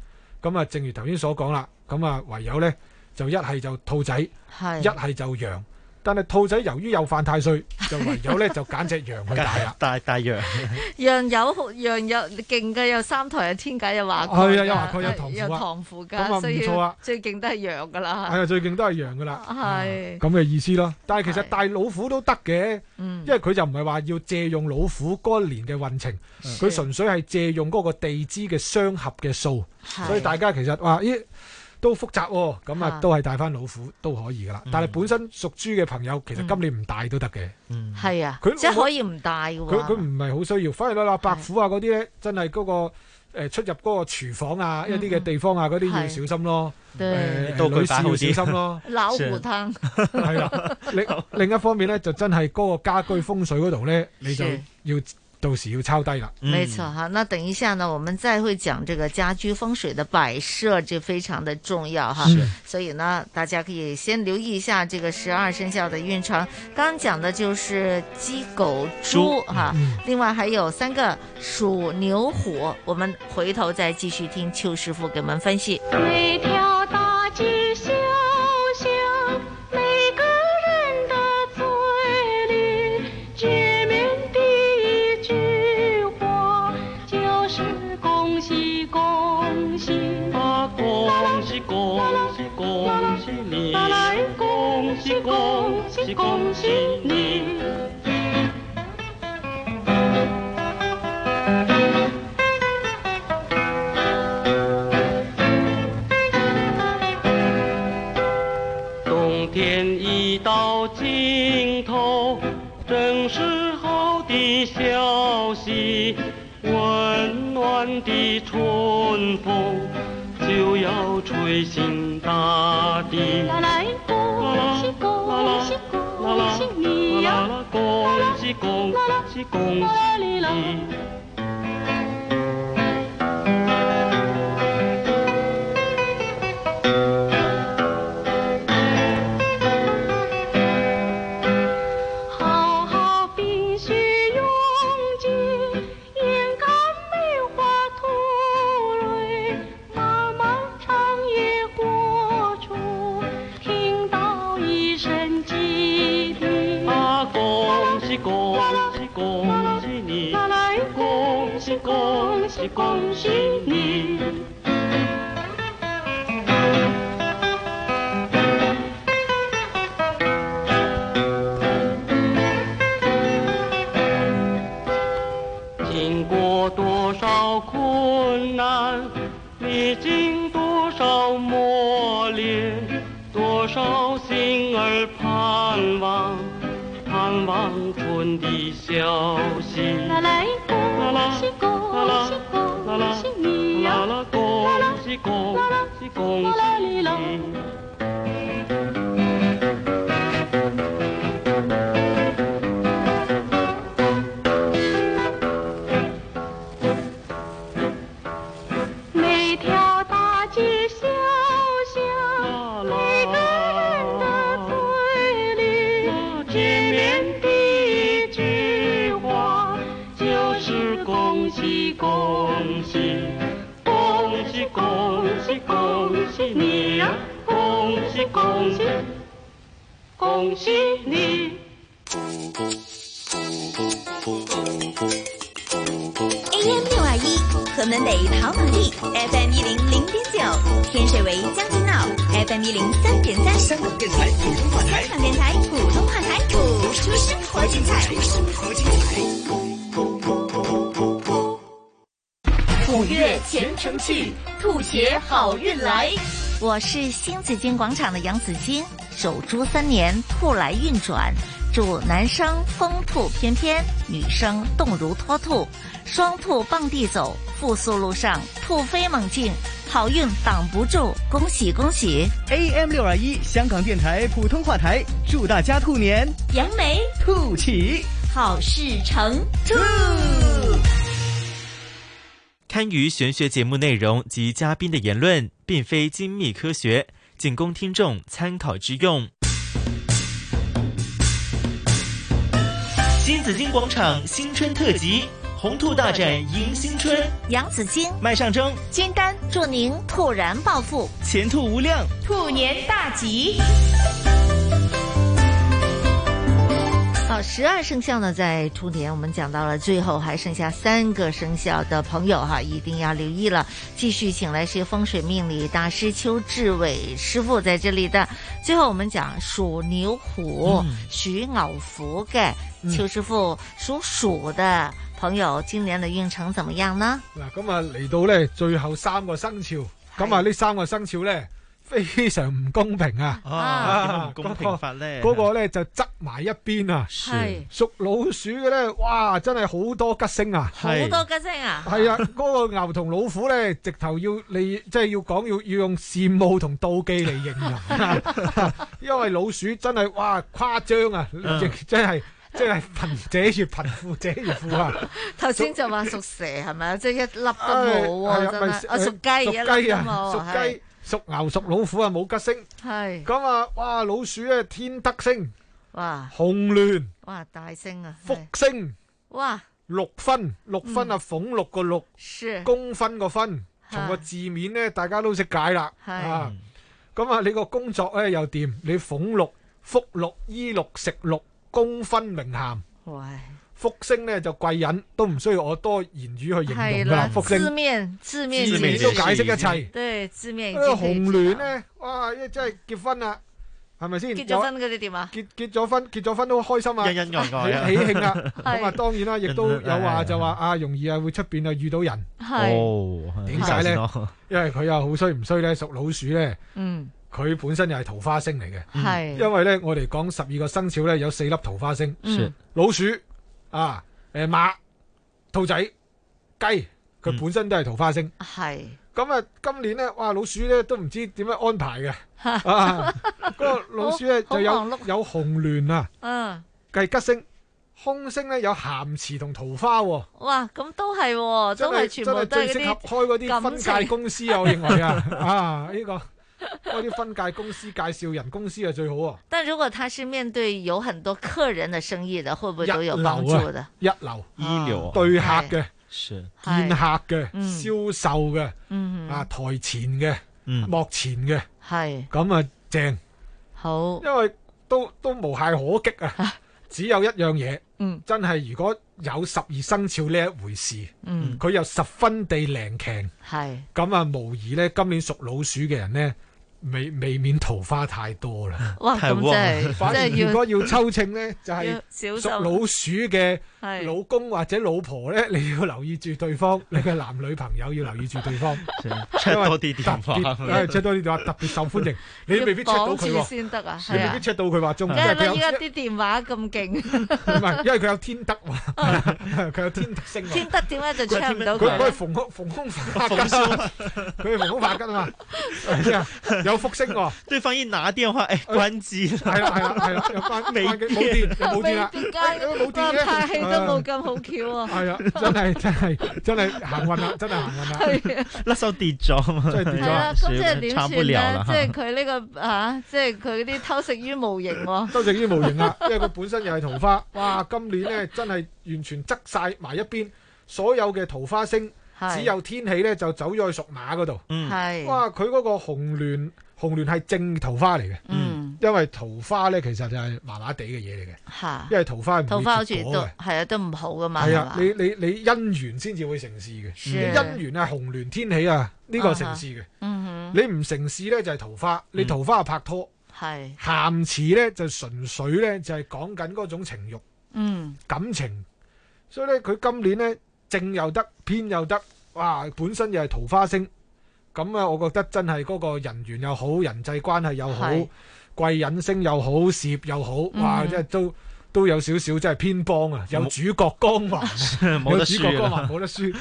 [SPEAKER 9] 咁啊正如頭先所講啦，咁啊唯有咧就一係就兔仔。
[SPEAKER 7] 係
[SPEAKER 9] 一係就羊，但係兔仔由於有犯太歲，就唯有咧就揀只羊去啊帶啦。
[SPEAKER 10] 大大約
[SPEAKER 7] 羊有羊有勁嘅有三台有天解有華蓋
[SPEAKER 9] 係啊有
[SPEAKER 7] 㗎
[SPEAKER 9] 華蓋有唐虎啊
[SPEAKER 7] 有唐虎
[SPEAKER 9] 咁啊
[SPEAKER 7] 㗎，
[SPEAKER 9] 唔
[SPEAKER 7] 所以
[SPEAKER 9] 錯啊
[SPEAKER 7] 最勁都係羊㗎啦，
[SPEAKER 9] 係啊，啊最勁都係羊噶啦，
[SPEAKER 7] 係
[SPEAKER 9] 咁嘅意思咯。但係其實
[SPEAKER 7] 係
[SPEAKER 9] 帶老虎都得嘅，
[SPEAKER 7] 嗯
[SPEAKER 9] 因為佢就唔係話要借用老虎嗰一年嘅運程，
[SPEAKER 7] 嗯
[SPEAKER 9] 佢純粹係借用嗰個地支嘅相合嘅數，
[SPEAKER 7] 係
[SPEAKER 9] 所以大家其實話咦。都複雜喎，咁啊
[SPEAKER 7] 啊嗯
[SPEAKER 9] 都係帶翻老虎都可以噶啦。但係本身屬豬嘅朋友，其實今年唔帶都得嘅。
[SPEAKER 7] 係啊，
[SPEAKER 9] 佢
[SPEAKER 7] 即係可以唔帶嘅喎，
[SPEAKER 9] 佢佢唔係好需要，反而啦白虎啊嗰啲咧，真係嗰、個呃出入嗰個廚房啊，一啲嘅地方啊嗰啲
[SPEAKER 7] 係
[SPEAKER 9] 要小心咯。
[SPEAKER 7] 對
[SPEAKER 9] 誒
[SPEAKER 10] 道具
[SPEAKER 9] 女士
[SPEAKER 10] 擺好
[SPEAKER 9] 要
[SPEAKER 10] 啲
[SPEAKER 9] 小心咯，
[SPEAKER 7] <laughs> 老虎湯
[SPEAKER 9] 係啦。啊
[SPEAKER 10] <laughs>
[SPEAKER 9] 另另一方面咧，就真係嗰個家居風水嗰度咧，你就是要到時要抄低啦。
[SPEAKER 10] 嗯
[SPEAKER 7] 没错哈，那等一下呢，我们再会讲这个家居风水的摆设，这非常的重要哈。所以呢，大家可以先留意一下这个十二生肖的运程。刚刚讲的就是鸡、狗、猪哈，另外还有三个鼠、牛、虎。我们回头再继续听邱师傅给我们分析。
[SPEAKER 8] 每条大街小巷，每个人的嘴里，见面第一句话就是恭喜恭喜。
[SPEAKER 11] 啊，恭喜恭喜恭喜你！恭喜恭喜恭喜你！冬天已到尽头，正是好的消息，温暖的春风就要吹醒大地。
[SPEAKER 8] 啦啦，恭喜恭喜恭喜你
[SPEAKER 11] 啦
[SPEAKER 8] 呀！
[SPEAKER 11] 啦，恭喜恭喜恭喜你！
[SPEAKER 8] 浩浩冰雪拥挤，掩盖梅花吐蕊，漫漫长夜过
[SPEAKER 11] 喜啊恭喜恭喜你，啊恭喜恭喜恭喜你。经过多少困难，历经多少磨练，多少心儿盼望，盼望春的消息。
[SPEAKER 8] 啦啦
[SPEAKER 11] 啦啦
[SPEAKER 8] 恭喜恭
[SPEAKER 11] 啦
[SPEAKER 8] 喜恭
[SPEAKER 11] 啦
[SPEAKER 8] 喜你
[SPEAKER 11] 啦
[SPEAKER 8] 呀！
[SPEAKER 11] 啦，恭喜恭喜恭喜你！
[SPEAKER 8] 每条大街小巷，每个人的嘴里见面第一句话
[SPEAKER 11] 就是恭喜恭喜，恭喜恭喜恭喜你呀、恭喜恭喜恭喜你！
[SPEAKER 2] AM 六二一，河门北跑马地，FM 一零零点九，天水围将军澳，FM 一零三点三。香港电台普通话台，香港电台普通话台，播出生活精彩。生活精彩。五月前程去，吐血好运来。
[SPEAKER 7] 我是新紫金广场的杨紫金，守株三年，兔来运转。祝男生风兔翩翩，女生动如脱兔，双兔傍地走，复苏路上兔飞猛进，好运挡不住，恭喜恭喜！
[SPEAKER 3] AM 六二一香港电台普通话台，祝大家兔年
[SPEAKER 2] 扬眉
[SPEAKER 3] 吐气，
[SPEAKER 2] 好事成兔。
[SPEAKER 6] 堪舆玄学节目内容及嘉宾的言论，并非精密科学，仅供听众参考之用。
[SPEAKER 12] 新紫金广场新春特辑，红兔大展迎新春，
[SPEAKER 7] 杨紫金、
[SPEAKER 12] 麦上蒸，
[SPEAKER 7] 金丹，祝您突然暴富，
[SPEAKER 12] 前途无量。
[SPEAKER 7] 兔年大吉。好，啊十二生肖呢，在兔年我们讲到了，最后还剩下三个生肖的朋友哈，一定要留意了。继续请来是风水命理大师邱志伟师傅在这里的。最后我们讲属牛虎、
[SPEAKER 13] 嗯
[SPEAKER 7] 属牛虎嘅
[SPEAKER 9] 嗯
[SPEAKER 7] 邱师傅，属鼠的朋友今年的运程怎么样呢？
[SPEAKER 9] 嗱，咁啊嚟到咧最後三個生肖，咁啊呢三個生肖咧非常唔公平啊！
[SPEAKER 10] 啊點解唔公平法呢
[SPEAKER 9] 嗰、個个咧就側埋一邊啊，
[SPEAKER 10] 係
[SPEAKER 9] 屬老鼠嘅咧，哇，真係好多吉星啊！
[SPEAKER 7] 好多吉星
[SPEAKER 9] <laughs>
[SPEAKER 7] 啊！
[SPEAKER 9] 系啊，嗰個牛同老虎咧，直頭要你即係要講要要用羨慕同妒忌嚟形容，
[SPEAKER 7] <laughs>
[SPEAKER 9] 因為老鼠真係哇誇張啊，
[SPEAKER 7] 嗯
[SPEAKER 9] 亦真係即係貧者越貧，富者越富啊！
[SPEAKER 7] 頭先就話屬蛇係咪啊？即係一粒都
[SPEAKER 9] 係
[SPEAKER 7] <laughs> 冇
[SPEAKER 9] 係
[SPEAKER 7] 喎，真係啊！屬雞一
[SPEAKER 9] 屬
[SPEAKER 7] 粒
[SPEAKER 9] 雞
[SPEAKER 7] 都
[SPEAKER 9] 啊，
[SPEAKER 7] 冇，
[SPEAKER 9] 屬雞
[SPEAKER 7] 係、
[SPEAKER 9] 屬牛、屬老虎啊，冇吉星。
[SPEAKER 7] 係
[SPEAKER 9] 咁啊，哇！老鼠咧天德星、
[SPEAKER 7] 哇
[SPEAKER 9] 紅鸞、
[SPEAKER 7] 哇大星啊！
[SPEAKER 9] 福星、
[SPEAKER 7] 哇
[SPEAKER 9] 六分、六分啊，俸六個六，
[SPEAKER 7] 是
[SPEAKER 9] 公分個分，從個字面咧，大家都識解啦。
[SPEAKER 7] 係
[SPEAKER 9] 啊，咁啊，你個工作咧又掂，你俸六、福六、衣六、食六，公分名銜。
[SPEAKER 7] 喂，
[SPEAKER 9] 福星咧就貴人，都唔需要我多言語去形容
[SPEAKER 7] 係
[SPEAKER 9] 㗎啦
[SPEAKER 7] 啦。，
[SPEAKER 9] 福星
[SPEAKER 7] 字面字面
[SPEAKER 9] 字面都解釋一切
[SPEAKER 7] 對字面已
[SPEAKER 9] 呢個
[SPEAKER 7] 經可以
[SPEAKER 9] 紅
[SPEAKER 7] 知
[SPEAKER 9] 聯
[SPEAKER 7] 道。
[SPEAKER 9] 咧，哇！一真係結婚啦，係咪先？
[SPEAKER 7] 結咗婚嗰啲點啊？
[SPEAKER 9] 有，結結咗婚，結咗婚都開心啊，
[SPEAKER 10] 恩恩愛愛
[SPEAKER 9] <laughs>
[SPEAKER 10] 啊
[SPEAKER 9] 喜喜慶啊！
[SPEAKER 7] 係
[SPEAKER 9] 咁啊，當然啦，亦都有話就話啊，容易啊會出邊啊遇到人。
[SPEAKER 7] 係
[SPEAKER 10] 哦
[SPEAKER 9] 點解咧
[SPEAKER 10] 首先咯？ <laughs>
[SPEAKER 9] 因為佢又好衰唔衰咧，屬老鼠咧，
[SPEAKER 7] 嗯，
[SPEAKER 9] 佢本身又係桃花星嚟嘅。
[SPEAKER 10] 嗯
[SPEAKER 7] 係
[SPEAKER 9] 因為咧，我哋講十二個生肖咧，有四粒桃花星
[SPEAKER 7] 嗯，
[SPEAKER 9] 老鼠啊，誒馬、兔仔、雞，佢
[SPEAKER 10] 嗯
[SPEAKER 9] 本身都係桃花星。
[SPEAKER 7] 係
[SPEAKER 9] 咁啊，今年咧，哇，老鼠咧都唔知點樣安排嘅，
[SPEAKER 7] <laughs>
[SPEAKER 9] 啊，嗰個老鼠咧
[SPEAKER 7] 哦好
[SPEAKER 9] 就有
[SPEAKER 7] 好忙碌
[SPEAKER 9] 有紅聯啊，
[SPEAKER 7] 嗯，
[SPEAKER 9] 計吉星，空星咧有鹹池同桃花喎，
[SPEAKER 7] 哇咁都係喎，
[SPEAKER 9] 真
[SPEAKER 7] 都係
[SPEAKER 9] 係
[SPEAKER 7] 全
[SPEAKER 9] 真
[SPEAKER 7] 部
[SPEAKER 9] 係
[SPEAKER 7] 都
[SPEAKER 9] 最
[SPEAKER 7] 係
[SPEAKER 9] 適合
[SPEAKER 7] 嗰
[SPEAKER 9] 開嗰啲分
[SPEAKER 7] 感
[SPEAKER 9] 界
[SPEAKER 7] 情
[SPEAKER 9] 公司啊，我認為啊，
[SPEAKER 7] <laughs>
[SPEAKER 9] 啊呢個開啲分界公司介紹人公司啊最好喎，
[SPEAKER 7] 但如果他是面對有很多客人的生意的，會不會都
[SPEAKER 9] 一
[SPEAKER 7] 有
[SPEAKER 9] 流
[SPEAKER 7] 幫助的
[SPEAKER 9] 啊？，一流，
[SPEAKER 10] 一流啊
[SPEAKER 9] 對客嘅，
[SPEAKER 10] 是
[SPEAKER 9] 見客嘅，
[SPEAKER 10] 嗯
[SPEAKER 9] 銷售嘅，
[SPEAKER 7] 嗯
[SPEAKER 9] 啊台前嘅，
[SPEAKER 10] 嗯
[SPEAKER 9] 幕前嘅，
[SPEAKER 7] 係
[SPEAKER 9] 咁啊正
[SPEAKER 7] 好， <laughs>
[SPEAKER 9] 因為都都無懈可擊啊，只有一樣嘢，
[SPEAKER 7] 嗯，
[SPEAKER 9] 真係如果有十二生肖呢一回事，
[SPEAKER 7] 嗯
[SPEAKER 9] 佢又十分地靈強，
[SPEAKER 7] 係
[SPEAKER 9] 咁啊，無疑呢，今年屬老鼠嘅人呢，未未免桃花太多啦。
[SPEAKER 7] 哇咁太旺真係
[SPEAKER 9] 反而
[SPEAKER 7] 真係要
[SPEAKER 9] 如果要抽秤呢，就係
[SPEAKER 7] 要小心
[SPEAKER 9] 屬老鼠嘅
[SPEAKER 7] 係
[SPEAKER 9] 老公或者老婆呢， <laughs> 你要留意住對
[SPEAKER 10] <laughs>
[SPEAKER 9] 方，你嘅男女朋友要留意住對方因為特別係 check
[SPEAKER 10] check 多啲電話 <laughs>
[SPEAKER 9] 多啲電話特別受歡
[SPEAKER 7] <laughs>
[SPEAKER 9] 迎，你未必 check 到佢
[SPEAKER 7] 要綁住
[SPEAKER 9] 喎，
[SPEAKER 7] 先得啊，
[SPEAKER 9] 你
[SPEAKER 7] 係
[SPEAKER 9] 未
[SPEAKER 7] 啊
[SPEAKER 9] 必。check 到佢話中，因
[SPEAKER 7] 梗
[SPEAKER 9] 為
[SPEAKER 7] 係
[SPEAKER 9] 佢
[SPEAKER 7] 啦，
[SPEAKER 9] 有
[SPEAKER 7] 依家啲電話咁
[SPEAKER 9] <laughs>
[SPEAKER 7] 勁，
[SPEAKER 9] 唔係，因為佢有天德喎， <laughs> 佢有天德星喎。
[SPEAKER 7] 天德點解就 check 唔到
[SPEAKER 9] 佢
[SPEAKER 7] 佢
[SPEAKER 9] 佢係
[SPEAKER 7] 咧？
[SPEAKER 9] 逢空逢空化吉啊，佢係逢空化吉啊嘛，係咪先啊有福星
[SPEAKER 10] <laughs>
[SPEAKER 9] 喎。
[SPEAKER 10] 對方一拿電話，哎，關機了。
[SPEAKER 9] 係啦係啦係啦，有關
[SPEAKER 10] 未
[SPEAKER 9] 關機冇電又冇電啦，
[SPEAKER 7] 未必街
[SPEAKER 9] 喂冇電
[SPEAKER 7] 哇
[SPEAKER 9] 咧
[SPEAKER 7] 拍戲都冇咁好巧啊！
[SPEAKER 9] <laughs> 係啊，真係真係真係行運
[SPEAKER 7] <laughs>
[SPEAKER 9] 啦，真係行運啦。
[SPEAKER 7] 係啊
[SPEAKER 10] 那時候跌咗嘛，
[SPEAKER 9] 真係跌
[SPEAKER 7] 係啦，咁即係點
[SPEAKER 10] 差
[SPEAKER 7] 算
[SPEAKER 10] 不了
[SPEAKER 7] 咧
[SPEAKER 10] 了？
[SPEAKER 7] 即
[SPEAKER 10] 哈。
[SPEAKER 7] 係佢呢個啊，即係佢啲偷食於無形喎。
[SPEAKER 9] 周正於無形 <laughs> 啦，因為佢本身又係桃花，哇！今年咧真係完全側晒埋一邊，所有嘅桃花星
[SPEAKER 7] 係
[SPEAKER 9] 只有天喜咧就走咗去屬馬嗰度。
[SPEAKER 7] 係
[SPEAKER 9] 哇！佢嗰個紅聯紅聯係正桃花嚟嘅，
[SPEAKER 7] 嗯，
[SPEAKER 9] 因為桃花咧其實就係麻麻地嘅嘢嚟嘅。
[SPEAKER 7] <laughs> 嚇
[SPEAKER 9] 因為桃花係唔會
[SPEAKER 7] 桃花好似
[SPEAKER 9] 結
[SPEAKER 7] 都
[SPEAKER 9] 果嘅
[SPEAKER 7] 係啊，都唔好噶嘛，
[SPEAKER 9] 係
[SPEAKER 7] 係
[SPEAKER 9] 啊
[SPEAKER 7] 嘛，
[SPEAKER 9] 你？你你姻緣先至會成事嘅，
[SPEAKER 7] 是
[SPEAKER 9] 姻緣係紅聯天喜啊，呢個成事嘅。
[SPEAKER 7] 嗯
[SPEAKER 9] 你唔成事呢，就係桃花，你桃花就拍拖，
[SPEAKER 7] 哼，係
[SPEAKER 9] 咸池呢，就純粹呢，就係講緊嗰種情慾
[SPEAKER 7] 嗯
[SPEAKER 9] 感情，所以呢，佢今年呢，正又得偏又得，哇！本身又係桃花星，咁啊，我覺得真係嗰個人緣又好，人際關係又好
[SPEAKER 7] 係，
[SPEAKER 9] 貴人星又好，事業又好，哇！
[SPEAKER 7] 嗯
[SPEAKER 9] 即係都都有少少真係偏幫啊，有主角光環。
[SPEAKER 10] <laughs> 冇得
[SPEAKER 9] 主角
[SPEAKER 10] 輸
[SPEAKER 9] 光環
[SPEAKER 10] 啦。
[SPEAKER 9] 冇得輸，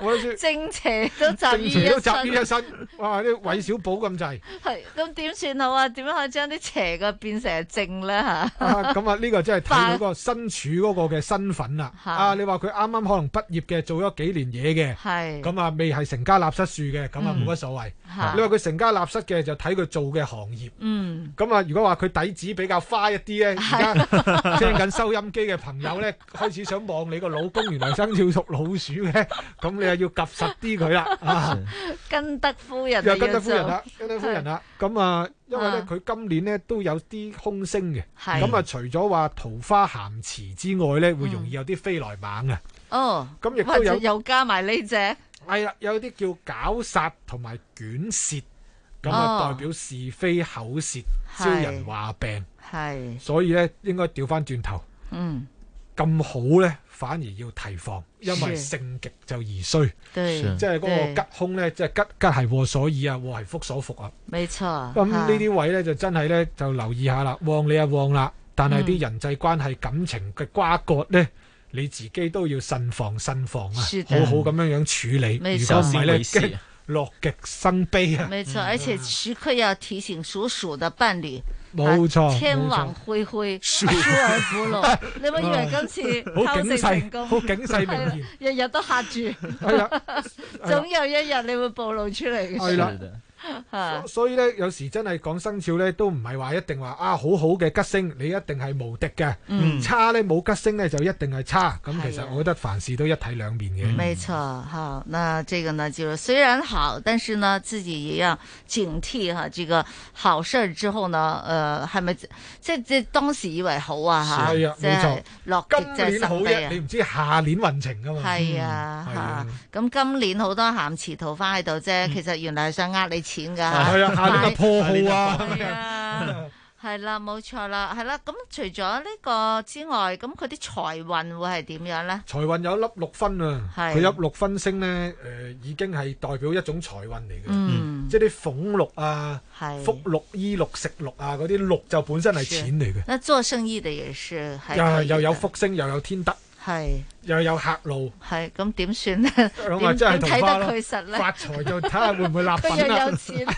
[SPEAKER 9] 冇得輸，
[SPEAKER 7] 正邪都集於
[SPEAKER 9] 正邪都集於
[SPEAKER 7] 身
[SPEAKER 9] 一，身。哇！啲韋小寶咁滯
[SPEAKER 7] 係咁點算好啊？點樣可以將啲邪嘅變成係正咧嚇？
[SPEAKER 9] 啊！咁啊，呢個真係睇到個身處嗰個嘅身份啦。
[SPEAKER 7] 嚇
[SPEAKER 9] 啊，你話佢啱啱可能畢業嘅，做咗幾年嘢嘅，
[SPEAKER 7] 係
[SPEAKER 9] 咁啊未係成家立室樹嘅，咁啊
[SPEAKER 7] 嗯
[SPEAKER 9] 冇乜所謂。
[SPEAKER 7] 嚇
[SPEAKER 9] 你話佢成家立室嘅，就睇佢做嘅行業。
[SPEAKER 7] 嗯
[SPEAKER 9] 咁啊，如果話佢底子比較花一啲
[SPEAKER 7] <laughs>
[SPEAKER 9] 咧，而家聽緊收音機嘅朋友咧， <laughs> 開始想望你個老公原來生肖屬老鼠
[SPEAKER 7] <laughs>
[SPEAKER 9] 嘅，咁你又要及實啲佢啦啊！
[SPEAKER 7] 根德夫人
[SPEAKER 9] 又
[SPEAKER 7] 就
[SPEAKER 9] 跟
[SPEAKER 7] 要
[SPEAKER 9] 得夫人啦跟
[SPEAKER 7] 做，
[SPEAKER 9] 得夫人啦。咁啊，因為咧
[SPEAKER 7] 啊
[SPEAKER 9] 佢今年咧都有啲空星嘅，
[SPEAKER 7] 係
[SPEAKER 9] 咁啊除咗話桃花咸池之外咧，會容
[SPEAKER 7] 嗯
[SPEAKER 9] 易有啲飛來猛啊。
[SPEAKER 7] 哦，
[SPEAKER 9] 咁亦都
[SPEAKER 7] 或者
[SPEAKER 9] 有
[SPEAKER 7] 又加埋呢只。
[SPEAKER 9] 係啦，哎有啲叫搞殺同埋卷舌，咁啊
[SPEAKER 7] 哦
[SPEAKER 9] 代表是非口舌，
[SPEAKER 7] 係
[SPEAKER 9] 招人話病。
[SPEAKER 7] 係，
[SPEAKER 9] 所以咧應該調翻轉頭，
[SPEAKER 7] 嗯，
[SPEAKER 9] 咁好咧反而要提防，因為
[SPEAKER 7] 是
[SPEAKER 9] 盛極就而衰，
[SPEAKER 7] 對，
[SPEAKER 9] 即係嗰
[SPEAKER 7] 對
[SPEAKER 9] 個吉，凶咧，即係吉吉係禍所以啊，禍係福所伏啊。
[SPEAKER 7] 沒錯。
[SPEAKER 9] 咁
[SPEAKER 7] 啊
[SPEAKER 9] 呢啲位咧就真係咧就留意下啦，旺你啊旺啦，但
[SPEAKER 7] 嗯
[SPEAKER 9] 係啲人際關係、感情嘅瓜葛咧，你自己都要慎防慎防啊
[SPEAKER 7] 是，
[SPEAKER 9] 好
[SPEAKER 7] 的
[SPEAKER 9] 好咁樣樣處理。
[SPEAKER 7] 沒
[SPEAKER 9] 如
[SPEAKER 7] 錯
[SPEAKER 9] 果唔係
[SPEAKER 10] 小心
[SPEAKER 9] 咧，
[SPEAKER 10] 為是
[SPEAKER 9] 驚樂極生悲啊！
[SPEAKER 7] 没
[SPEAKER 10] 嗯
[SPEAKER 7] 错，而且时刻要提醒属鼠的伴侣，
[SPEAKER 9] 冇錯
[SPEAKER 7] 啊天网
[SPEAKER 9] 冇錯
[SPEAKER 7] 恢恢，疏而不
[SPEAKER 9] <laughs>
[SPEAKER 7] 漏。你咪以為今次
[SPEAKER 9] 嗯好
[SPEAKER 7] 偷
[SPEAKER 9] 警
[SPEAKER 7] 食成
[SPEAKER 9] 世，
[SPEAKER 7] 功，
[SPEAKER 9] 好警世
[SPEAKER 7] 係
[SPEAKER 9] 名
[SPEAKER 7] 啦
[SPEAKER 9] 言。
[SPEAKER 7] 日日都嚇住，
[SPEAKER 9] 係
[SPEAKER 7] <laughs>
[SPEAKER 9] 啦，
[SPEAKER 7] 總有一日你會暴露出嚟嘅。
[SPEAKER 9] 係啦
[SPEAKER 10] 是
[SPEAKER 7] <laughs>
[SPEAKER 10] 的
[SPEAKER 7] 嚇
[SPEAKER 9] 所以咧有時真係講生肖咧，都唔係話一定話啊好好嘅吉星，你一定係無敵嘅。
[SPEAKER 7] 嗯
[SPEAKER 9] 差咧冇吉星咧就一定係差。咁其實
[SPEAKER 7] 係啊
[SPEAKER 9] 我覺得凡事都一體兩面嘅。
[SPEAKER 7] 没错，好，那这个呢，就是虽然好，但是呢，自己也要警惕哈。这个好事儿之后呢，呃，系咪即即即当时以为好啊吓？
[SPEAKER 9] 係啊
[SPEAKER 7] 即
[SPEAKER 9] 冇錯
[SPEAKER 7] 係落極
[SPEAKER 9] 今
[SPEAKER 7] 即係
[SPEAKER 9] 年好
[SPEAKER 7] 生悲
[SPEAKER 9] 啫，
[SPEAKER 7] 啊
[SPEAKER 9] 你。唔知下年運程噶嘛？
[SPEAKER 7] 係啊，
[SPEAKER 9] 嗯係
[SPEAKER 7] 嚇
[SPEAKER 9] 啊！
[SPEAKER 7] 咁今年好多鹹池桃花喺度啫，其實原來係想呃你
[SPEAKER 9] <laughs>
[SPEAKER 7] 錢㗎
[SPEAKER 9] 嗯
[SPEAKER 7] 嚇。
[SPEAKER 9] 係啊，下年就破號啊！
[SPEAKER 7] 係啊，係啦，冇錯啦，係啦。咁除咗呢個之外，咁佢啲財運會係點樣咧？
[SPEAKER 9] 財運有粒六分啊，
[SPEAKER 7] 係
[SPEAKER 9] 佢粒六分星呢，誒已經係代表一種財運嚟嘅，
[SPEAKER 7] 嗯，
[SPEAKER 9] 即係啲俸祿啊、
[SPEAKER 7] 係。
[SPEAKER 9] 福祿、衣祿、食祿啊嗰啲祿就本身係錢嚟嘅，
[SPEAKER 7] 那做生意的也是係
[SPEAKER 9] 又
[SPEAKER 7] 可以
[SPEAKER 9] 又有
[SPEAKER 7] 嘅
[SPEAKER 9] 福星，又有天德，
[SPEAKER 7] 係
[SPEAKER 9] 又有客路，
[SPEAKER 7] 係咁點算咧？點
[SPEAKER 9] 咁啊真係
[SPEAKER 7] 點睇
[SPEAKER 9] 桃花
[SPEAKER 7] 得
[SPEAKER 9] 咯
[SPEAKER 7] 佢實。咧？
[SPEAKER 9] 發財就睇下會唔會立
[SPEAKER 7] 佢
[SPEAKER 9] 品啊
[SPEAKER 7] 又有
[SPEAKER 9] 啦，
[SPEAKER 7] 錢，
[SPEAKER 9] <laughs>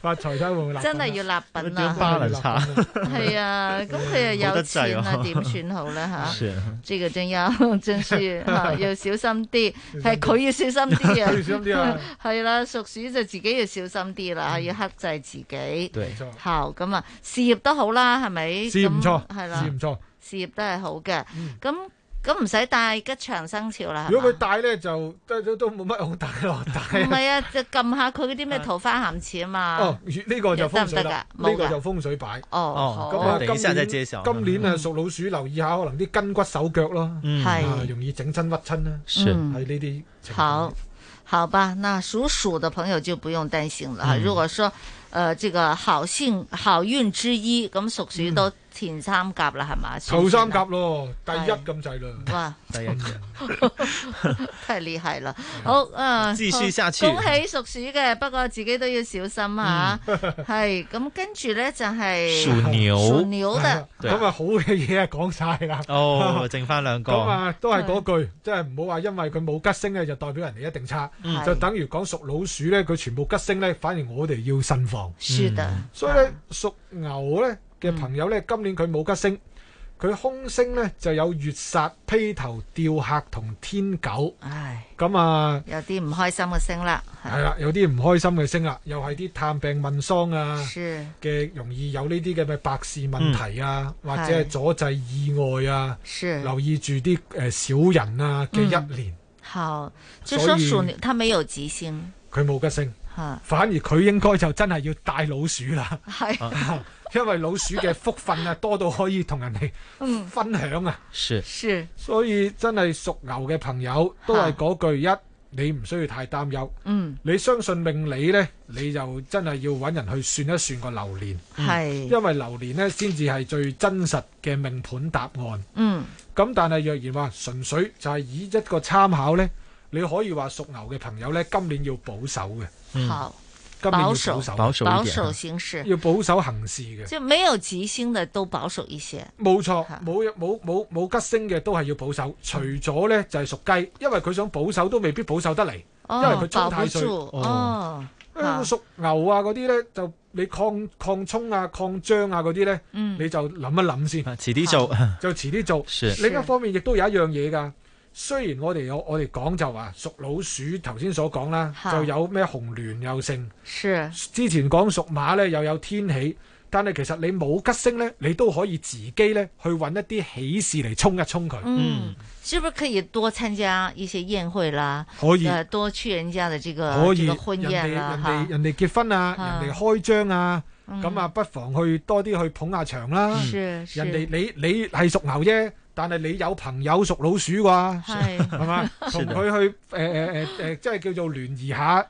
[SPEAKER 9] 發財睇下會唔會立品啦。
[SPEAKER 7] 真係要立
[SPEAKER 10] 點
[SPEAKER 7] 品啦。
[SPEAKER 9] 啊
[SPEAKER 10] 巴能差？
[SPEAKER 7] <laughs> 係啊，咁
[SPEAKER 10] 冇
[SPEAKER 7] 佢又有
[SPEAKER 10] 得制
[SPEAKER 7] 錢啊，
[SPEAKER 10] 喎
[SPEAKER 7] 點算好
[SPEAKER 10] <laughs>
[SPEAKER 7] 咧吓？
[SPEAKER 10] 是啊
[SPEAKER 7] 這個真要 <laughs> 真是
[SPEAKER 10] <laughs>
[SPEAKER 7] 吓要小心啲，係佢要小心
[SPEAKER 9] <laughs>
[SPEAKER 7] 啲
[SPEAKER 9] 要小心啲啊嗯
[SPEAKER 7] 啊， <laughs> 係啦，屬鼠就自己要小心啲啦，要克制自己。
[SPEAKER 10] 對，
[SPEAKER 9] 錯
[SPEAKER 7] 好咁啊，事業都好啦，係咪？
[SPEAKER 9] 事業唔錯
[SPEAKER 7] 咁係，啦
[SPEAKER 9] 事業，唔錯，
[SPEAKER 7] 事業都係好嘅。咁咁唔使戴吉祥生肖啦。係嘛
[SPEAKER 9] 如果佢戴咧，就都都都冇乜好戴咯，
[SPEAKER 7] <laughs>
[SPEAKER 9] 戴
[SPEAKER 7] 唔係啊，就撳下佢嗰啲咩桃花鹹池啊嘛。
[SPEAKER 9] 哦，呢個就風水啦，
[SPEAKER 7] 得唔得㗎
[SPEAKER 9] 呢個
[SPEAKER 7] 冇㗎
[SPEAKER 9] 就風水擺。
[SPEAKER 7] 哦
[SPEAKER 9] 咁
[SPEAKER 10] 好
[SPEAKER 9] 啊，
[SPEAKER 10] 等
[SPEAKER 9] 今
[SPEAKER 10] 一下再
[SPEAKER 9] 年
[SPEAKER 10] 揭曉
[SPEAKER 9] 今年啊，屬老鼠，留意下可能啲筋骨手腳咯，
[SPEAKER 10] 嗯
[SPEAKER 7] 係
[SPEAKER 9] 啊容易整親屈親啦，係
[SPEAKER 7] 是
[SPEAKER 9] 呢啲情況。
[SPEAKER 7] 好，好吧，那属鼠的朋友就不用担心了。
[SPEAKER 9] 嗯
[SPEAKER 7] 如果说，呃，这个好幸好运之一，咁屬鼠都前三甲啦，係嘛？
[SPEAKER 9] 頭嗯
[SPEAKER 7] 算啊
[SPEAKER 9] 三
[SPEAKER 7] 唔
[SPEAKER 9] 甲
[SPEAKER 7] 算
[SPEAKER 9] 咯，第一
[SPEAKER 7] 係
[SPEAKER 9] 咁滯啦。
[SPEAKER 7] 啊。
[SPEAKER 10] 第一隻
[SPEAKER 7] 哇， <laughs> 太厲害
[SPEAKER 9] 啊
[SPEAKER 7] 啦！好，嗯，
[SPEAKER 10] 繼續下去
[SPEAKER 7] 恭喜屬鼠嘅，不過自己都要小心吓。
[SPEAKER 9] 嗯
[SPEAKER 7] <laughs> 係咁，跟住咧就係
[SPEAKER 10] 屬牛
[SPEAKER 7] 屬牛的。
[SPEAKER 10] 對
[SPEAKER 9] 咁啊，好嘅嘢啊講晒啦。
[SPEAKER 10] 哦，剩翻兩個
[SPEAKER 9] 咁啊，都係嗰句，即係唔好話因為佢冇吉星咧，就代表人哋一定差
[SPEAKER 10] 嗯，
[SPEAKER 9] 就等於講屬老鼠咧，佢全部吉星咧，反而我哋要慎防。
[SPEAKER 7] 是的，
[SPEAKER 9] 所以咧，屬牛咧嘅朋友咧，今年佢冇吉星，佢空星咧就有月煞、披頭、吊客同天狗。
[SPEAKER 7] 唉，
[SPEAKER 9] 咁啊，
[SPEAKER 7] 有啲唔開心嘅聲啦。係
[SPEAKER 9] 係啦，有啲唔開心嘅星啦，又係啲探病問喪啊
[SPEAKER 7] 是
[SPEAKER 9] 嘅，容易有呢啲嘅嘅百事問題啊，
[SPEAKER 7] 嗯
[SPEAKER 9] 或者係
[SPEAKER 7] 係
[SPEAKER 9] 阻滯意外啊，
[SPEAKER 7] 是嗯
[SPEAKER 9] 留意住啲誒小人啊嘅一年，
[SPEAKER 7] 好，就說
[SPEAKER 9] 所以
[SPEAKER 7] 屬牛，它沒有吉星，
[SPEAKER 9] 佢冇吉星，
[SPEAKER 7] 哈，
[SPEAKER 9] 反而佢應該就真係要帶老鼠啦。
[SPEAKER 7] 係 <laughs>
[SPEAKER 9] 啊 <laughs> 因為老鼠嘅福分啊，多到可以同人哋
[SPEAKER 7] 嗯
[SPEAKER 9] 分享啊，
[SPEAKER 10] <laughs> 是
[SPEAKER 7] 是
[SPEAKER 9] 所以真係屬牛嘅朋友都係嗰句一，你唔需要太擔憂。
[SPEAKER 7] 嗯，
[SPEAKER 9] 你相信命理呢，你就真係要揾人去算一算個流年，
[SPEAKER 7] 嗯
[SPEAKER 9] 嗯
[SPEAKER 7] 係，
[SPEAKER 9] 因為流年呢先至係最真實嘅命盤答案。
[SPEAKER 7] 嗯，
[SPEAKER 9] 咁但係若然話純粹就係以一個參考呢，你可以話屬牛嘅朋友呢，今年要保守嘅，
[SPEAKER 7] 好，
[SPEAKER 9] 嗯今年要
[SPEAKER 7] 保
[SPEAKER 9] 保
[SPEAKER 7] 守
[SPEAKER 9] 守，
[SPEAKER 10] 保守一點
[SPEAKER 7] 保守行事，
[SPEAKER 9] 要保守行事嘅。
[SPEAKER 7] 就沒有吉星的都保守一些，
[SPEAKER 9] 冇錯，冇冇冇冇吉星嘅都係要保
[SPEAKER 7] 嗯
[SPEAKER 9] 守，除咗呢就係屬雞，因為佢想保守都未必保守得嚟，因為
[SPEAKER 7] 哦
[SPEAKER 9] 佢，
[SPEAKER 7] 保
[SPEAKER 9] 衝
[SPEAKER 7] 不
[SPEAKER 9] 太歲。
[SPEAKER 7] 住，哦，
[SPEAKER 9] 因為
[SPEAKER 7] 好
[SPEAKER 9] 屬牛啊嗰啲呢，就你抗抗衝啊、抗張啊嗰啲呢，
[SPEAKER 7] 嗯
[SPEAKER 9] 你就諗一諗先，
[SPEAKER 10] 遲啲做，
[SPEAKER 7] 啊
[SPEAKER 9] 就遲啲做。
[SPEAKER 10] 是
[SPEAKER 9] 另一方面，亦都有一樣嘢㗎。雖然我哋有我哋講就話屬老鼠，頭先所講啦，
[SPEAKER 10] 嚇
[SPEAKER 9] 就有咩紅鸞又盛。
[SPEAKER 7] 是，
[SPEAKER 9] 之前講屬馬呢，又有天喜，但係其實你冇吉星呢，你都可以自己呢去揾一啲喜事嚟衝一衝佢。
[SPEAKER 7] 嗯，是不是可以多參加一些宴會啦？
[SPEAKER 9] 可以
[SPEAKER 7] 呃多去人家的這
[SPEAKER 9] 可
[SPEAKER 7] 個
[SPEAKER 9] 以
[SPEAKER 7] 這
[SPEAKER 9] 人
[SPEAKER 7] 個婚
[SPEAKER 9] 哋
[SPEAKER 7] 宴啦，
[SPEAKER 9] 人哋
[SPEAKER 7] 哈，
[SPEAKER 9] 人哋結婚啊，
[SPEAKER 7] 啊
[SPEAKER 9] 人哋開張啊，
[SPEAKER 7] 嗯
[SPEAKER 9] 咁啊不妨去多啲去捧下場啦。
[SPEAKER 7] 是
[SPEAKER 9] 人
[SPEAKER 7] 是
[SPEAKER 9] 哋你你係屬牛啫，但係你有朋友屬老鼠啩，
[SPEAKER 7] 係
[SPEAKER 9] 係嘛？同
[SPEAKER 10] 是的
[SPEAKER 9] 佢去誒誒誒誒，即係叫做聯誼下，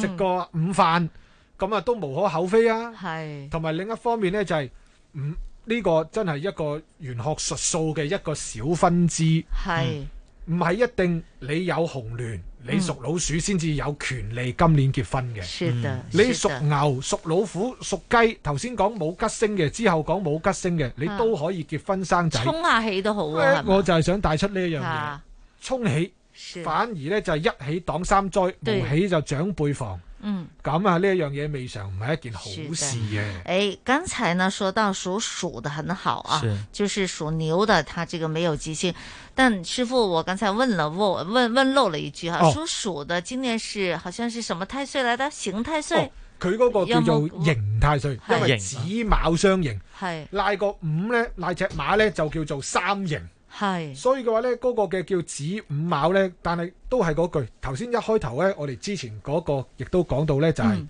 [SPEAKER 9] 食個午飯，咁啊都無可厚非啊。
[SPEAKER 7] 係，
[SPEAKER 9] 同埋另一方面呢，就係唔呢個真係一個玄學術數嘅一個小分支。
[SPEAKER 7] 係，
[SPEAKER 9] 唔係一定你有紅聯，
[SPEAKER 7] 嗯
[SPEAKER 9] 你屬老鼠先至有權利今年結婚嘅。
[SPEAKER 7] 是的
[SPEAKER 9] 你
[SPEAKER 7] 是的
[SPEAKER 9] 屬牛、屬老虎、屬雞，頭先講冇吉星嘅，之後講冇吉星嘅，你都可以結婚生仔。
[SPEAKER 7] 嗯衝下氣都好啊，係
[SPEAKER 9] 誒
[SPEAKER 7] 嘛
[SPEAKER 9] 我就係想帶出呢一樣嘢，
[SPEAKER 7] 啊，
[SPEAKER 9] 沖喜，
[SPEAKER 7] 是
[SPEAKER 9] 反而呢就係一喜擋三災，
[SPEAKER 7] 對
[SPEAKER 9] 無喜就長輩防。
[SPEAKER 7] 嗯。
[SPEAKER 9] 咁啊，呢一樣嘢未嘗唔係一件好事
[SPEAKER 7] 是
[SPEAKER 9] 嘅。
[SPEAKER 7] 哎，刚才呢说到属鼠的很好啊，
[SPEAKER 9] 是
[SPEAKER 7] 就是属牛的，他这个没有吉星。但师傅，我刚才问了问问问漏了一句哈，
[SPEAKER 9] 哦
[SPEAKER 7] 属鼠的今年是好像是什么太岁来的？刑太岁，
[SPEAKER 9] 哦，佢嗰個叫
[SPEAKER 7] 有
[SPEAKER 9] 做
[SPEAKER 7] 冇
[SPEAKER 9] 刑太歲，因為子
[SPEAKER 10] 刑啊
[SPEAKER 9] 卯相刑。
[SPEAKER 7] 系
[SPEAKER 9] 拉個五咧，拉只馬咧就叫做三形。
[SPEAKER 7] 係
[SPEAKER 9] 所以嘅話咧，嗰、個嘅叫子午卯咧，但係都係嗰句頭先一開頭咧，我哋之前嗰個亦都講到咧，就
[SPEAKER 7] 嗯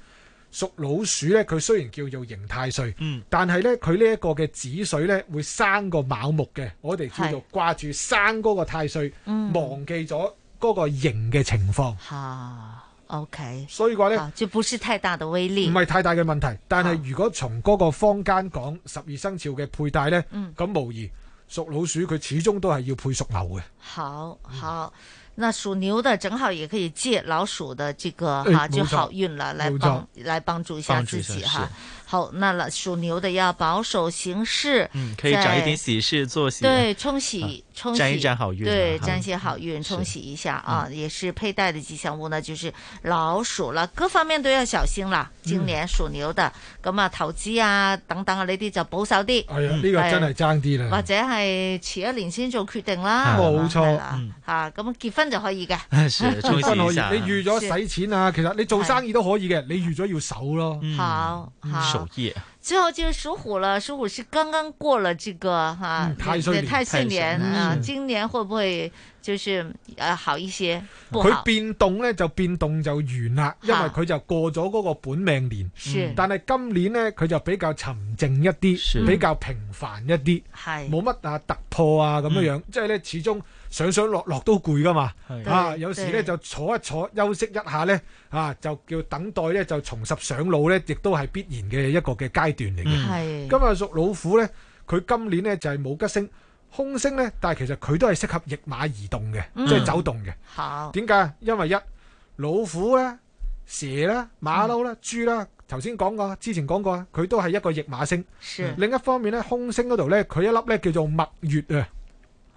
[SPEAKER 9] 係、屬老鼠咧，佢雖然叫做刑太歲，
[SPEAKER 10] 嗯
[SPEAKER 9] 但係咧佢呢一個嘅子水咧會生個卯木嘅，我哋叫做掛住生嗰個太歲，
[SPEAKER 7] 嗯
[SPEAKER 9] 忘記咗嗰個刑嘅情況，
[SPEAKER 7] 啊，OK，
[SPEAKER 9] 所以嘅話咧。
[SPEAKER 7] 啊，就不是太大的威力，
[SPEAKER 10] 嗯
[SPEAKER 9] 唔係太大嘅問題，但
[SPEAKER 7] 啊
[SPEAKER 9] 係如果從嗰個坊間講十二生肖嘅佩戴呢，
[SPEAKER 7] 嗯
[SPEAKER 9] 咁、無疑屬老鼠佢始終都係要配屬牛嘅。
[SPEAKER 7] 好好，那属牛的正好也可以借老鼠的这个
[SPEAKER 9] 哎
[SPEAKER 7] 哈，
[SPEAKER 9] 没
[SPEAKER 7] 就
[SPEAKER 9] 错
[SPEAKER 7] 好运了，来
[SPEAKER 9] 没
[SPEAKER 7] 帮
[SPEAKER 9] 错
[SPEAKER 7] 来帮助一下
[SPEAKER 10] 帮助
[SPEAKER 7] 自
[SPEAKER 10] 一下
[SPEAKER 7] 己
[SPEAKER 10] 是
[SPEAKER 7] 哈。好，那了属牛的要保守行事，
[SPEAKER 10] 嗯，可以找一点喜事做喜，
[SPEAKER 7] 对，冲洗
[SPEAKER 10] 啊
[SPEAKER 7] 冲洗，
[SPEAKER 10] 沾一沾好运啊
[SPEAKER 7] 对，
[SPEAKER 10] 哈嗯
[SPEAKER 7] 沾些好运，冲洗一下啊。也是佩戴的吉祥物呢，就是老鼠啦，各方面都要小心啦。
[SPEAKER 10] 嗯
[SPEAKER 7] 今年属牛的，咁啊投資啊等等啊呢啲就保守啲。哎
[SPEAKER 9] 係
[SPEAKER 10] 嗯
[SPEAKER 9] 啊，呢、個真係爭啲
[SPEAKER 7] 或
[SPEAKER 9] 啦。
[SPEAKER 7] 者係遲一年先做決定啦。係嘛
[SPEAKER 9] 冇錯，
[SPEAKER 7] 吓咁結婚就可以嘅。
[SPEAKER 10] 啊
[SPEAKER 7] 啊
[SPEAKER 10] 是
[SPEAKER 9] 結婚可
[SPEAKER 10] 一下
[SPEAKER 9] 以，你預咗使錢啊，其實你做生意都可以嘅，你預咗要守咯。
[SPEAKER 7] 好好。
[SPEAKER 10] 守夜，
[SPEAKER 7] 最后就是属虎了，属虎是刚刚过了这个哈
[SPEAKER 9] 嗯，太岁
[SPEAKER 7] 对
[SPEAKER 9] 年
[SPEAKER 7] 太岁年啊
[SPEAKER 9] 嗯，
[SPEAKER 7] 今年会不会就是呃好一些？不
[SPEAKER 9] 佢
[SPEAKER 7] 好，
[SPEAKER 9] 變動呢就變動就完啦，因為
[SPEAKER 7] 嚇
[SPEAKER 9] 佢就過咗嗰個本命年。
[SPEAKER 7] 是
[SPEAKER 9] 但係今年呢，佢就比較沉靜一
[SPEAKER 7] 是
[SPEAKER 9] 啲，比較平凡一啲，
[SPEAKER 7] 係
[SPEAKER 9] 冇乜啊突破啊咁樣樣。即係呢，始終上上落落都攰噶嘛。
[SPEAKER 10] 係
[SPEAKER 9] 啊，
[SPEAKER 10] 對
[SPEAKER 9] 有時
[SPEAKER 10] 對
[SPEAKER 9] 呢就坐一坐休息一下呢，啊就叫等待呢，就重拾上路呢，亦都係必然嘅一個嘅階段嚟嘅。
[SPEAKER 7] 係
[SPEAKER 9] 今日屬老虎呢，佢今年呢就係冇吉星。空星呢，但係其實佢都係適合逆馬移動嘅，
[SPEAKER 7] 嗯
[SPEAKER 9] 即係走動嘅。
[SPEAKER 7] 好，
[SPEAKER 9] 點解？因為一老虎咧、蛇啦、馬騮
[SPEAKER 7] 嗯
[SPEAKER 9] 啦、豬啦，頭先講過，之前講過啊，佢都係一個逆馬星嗯
[SPEAKER 7] 是。
[SPEAKER 9] 另一方面咧，空星嗰度咧，佢一粒咧叫做墨月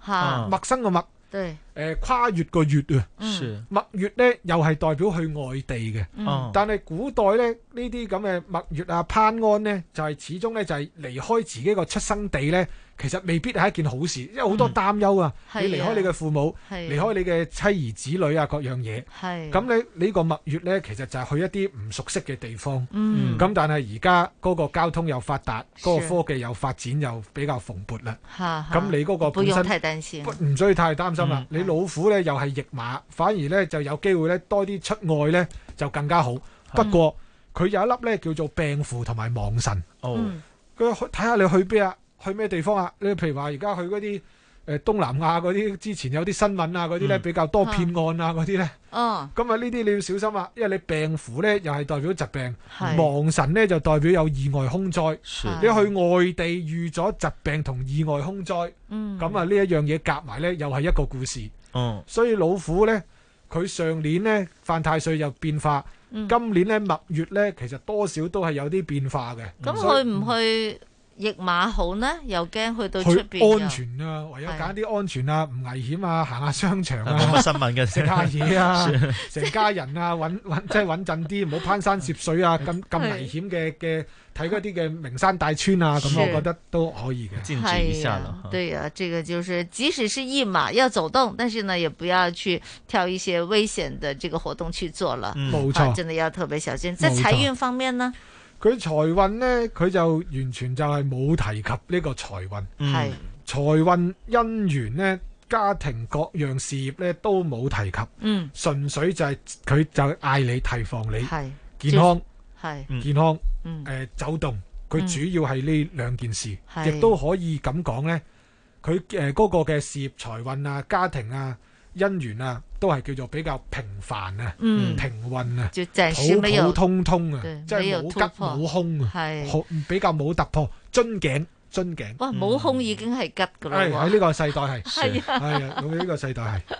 [SPEAKER 9] 啊，
[SPEAKER 7] 哈，
[SPEAKER 9] 墨生個墨，
[SPEAKER 7] 对，
[SPEAKER 9] 誒呃跨越個月啊。
[SPEAKER 10] 是
[SPEAKER 9] 墨月咧又係代表去外地嘅，
[SPEAKER 10] 嗯
[SPEAKER 9] 但係古代咧呢啲咁嘅墨月啊、攀安呢，就係、始終咧就係、離開自己個出生地咧，其實未必係一件好事，因為好多擔憂啊，
[SPEAKER 10] 嗯
[SPEAKER 9] 你離開你嘅父母，
[SPEAKER 10] 係啊
[SPEAKER 9] 離開你嘅妻兒子女啊各樣嘢，
[SPEAKER 7] 係
[SPEAKER 9] 咁你呢個墨月咧其實就係去一啲唔熟悉嘅地方，咁、
[SPEAKER 7] 嗯
[SPEAKER 9] 但係而家嗰個交通又發達，嗰、
[SPEAKER 7] 是
[SPEAKER 9] 個科技又發展又比較蓬勃啦。
[SPEAKER 7] 哈，哈
[SPEAKER 9] 咁你嗰個
[SPEAKER 7] 不
[SPEAKER 9] 本
[SPEAKER 7] 用
[SPEAKER 9] 身
[SPEAKER 7] 太擔心，
[SPEAKER 9] 不唔需要太擔心啦。
[SPEAKER 10] 嗯
[SPEAKER 9] 你老虎咧又係逆馬，反而咧就有機會咧多啲出外咧就更加好。不過佢有一粒咧叫做病符同埋亡神。
[SPEAKER 10] 哦
[SPEAKER 7] 嗯
[SPEAKER 9] 佢去睇下你去邊啊，去咩地方啊？你譬如話而家去嗰啲誒東南亞嗰啲，之前有啲新聞啊嗰啲咧
[SPEAKER 10] 嗯
[SPEAKER 9] 比較多騙案啊嗰啲咧。
[SPEAKER 7] 哦，
[SPEAKER 9] 咁啊，呢啲你要小心啊，因為你病符咧又係代表疾病，
[SPEAKER 7] 係
[SPEAKER 9] 亡神咧就代表有意外空災。你去外地遇咗疾病同意外空災，
[SPEAKER 7] 嗯
[SPEAKER 9] 咁啊呢一樣嘢夾埋咧又係一個故事。
[SPEAKER 10] 嗯
[SPEAKER 9] 所以老虎咧，佢上年咧犯太歲有變化，
[SPEAKER 7] 嗯
[SPEAKER 9] 今年咧墨月咧其實多少都係有啲變化嘅。
[SPEAKER 7] 咁
[SPEAKER 9] 所以
[SPEAKER 7] 去唔去逆馬好呢？又驚去到出邊
[SPEAKER 9] 嗯去安全啊，唯有揀啲安全啊、唔危險啊、行下商場
[SPEAKER 10] <laughs> 係冇乜
[SPEAKER 9] 啊、
[SPEAKER 10] 新聞嘅
[SPEAKER 9] 食下嘢啊
[SPEAKER 10] <laughs> 是、
[SPEAKER 9] 成家人啊，穩穩即係穩陣啲，唔好攀山涉水啊，咁咁危險嘅嘅睇嗰啲嘅名山大川啊，咁
[SPEAKER 7] 是
[SPEAKER 9] 我覺得都可以嘅。
[SPEAKER 10] 禁
[SPEAKER 7] 哎呀，对呀、这个就是即使是一马要走动，但是呢，也不要去挑一些危险的这个活动去做了。
[SPEAKER 9] 嗯冇
[SPEAKER 7] 啊
[SPEAKER 9] 错
[SPEAKER 7] 真的要特别小心。在
[SPEAKER 9] 冇
[SPEAKER 7] 财
[SPEAKER 9] 错
[SPEAKER 7] 运方面呢，
[SPEAKER 9] 佢財運呢，佢就完全就係冇提及呢個財運，
[SPEAKER 7] 係
[SPEAKER 9] 財運姻緣呢，家庭各樣事業呢都冇提及，
[SPEAKER 7] 嗯，
[SPEAKER 9] 純粹就係佢就嗌你提防你
[SPEAKER 7] 係
[SPEAKER 9] 健康。
[SPEAKER 7] 系
[SPEAKER 9] 健康，誒、
[SPEAKER 7] 嗯
[SPEAKER 9] 走動，佢
[SPEAKER 7] 嗯
[SPEAKER 9] 主要係呢兩件事，
[SPEAKER 7] 係
[SPEAKER 9] 亦都可以咁講呢佢誒嗰個嘅事業財運啊、家庭啊、姻緣啊，都係叫做比較平凡啊、
[SPEAKER 7] 嗯
[SPEAKER 9] 平運啊，
[SPEAKER 7] 就暫時沒有
[SPEAKER 9] 普普通通
[SPEAKER 7] <laughs>
[SPEAKER 9] 啊
[SPEAKER 7] 對，
[SPEAKER 9] 即係
[SPEAKER 7] 沒有
[SPEAKER 9] 冇
[SPEAKER 7] 突
[SPEAKER 9] 吉
[SPEAKER 7] 破
[SPEAKER 9] 冇空啊，好比較冇突破，樽頸樽頸。
[SPEAKER 7] 哇，冇空已經係吉噶啦
[SPEAKER 9] 嗯係喺呢
[SPEAKER 7] 喎，
[SPEAKER 9] 個世代係，
[SPEAKER 7] <laughs> 係啊
[SPEAKER 9] 係啊，喺呢個世代係。
[SPEAKER 7] <laughs>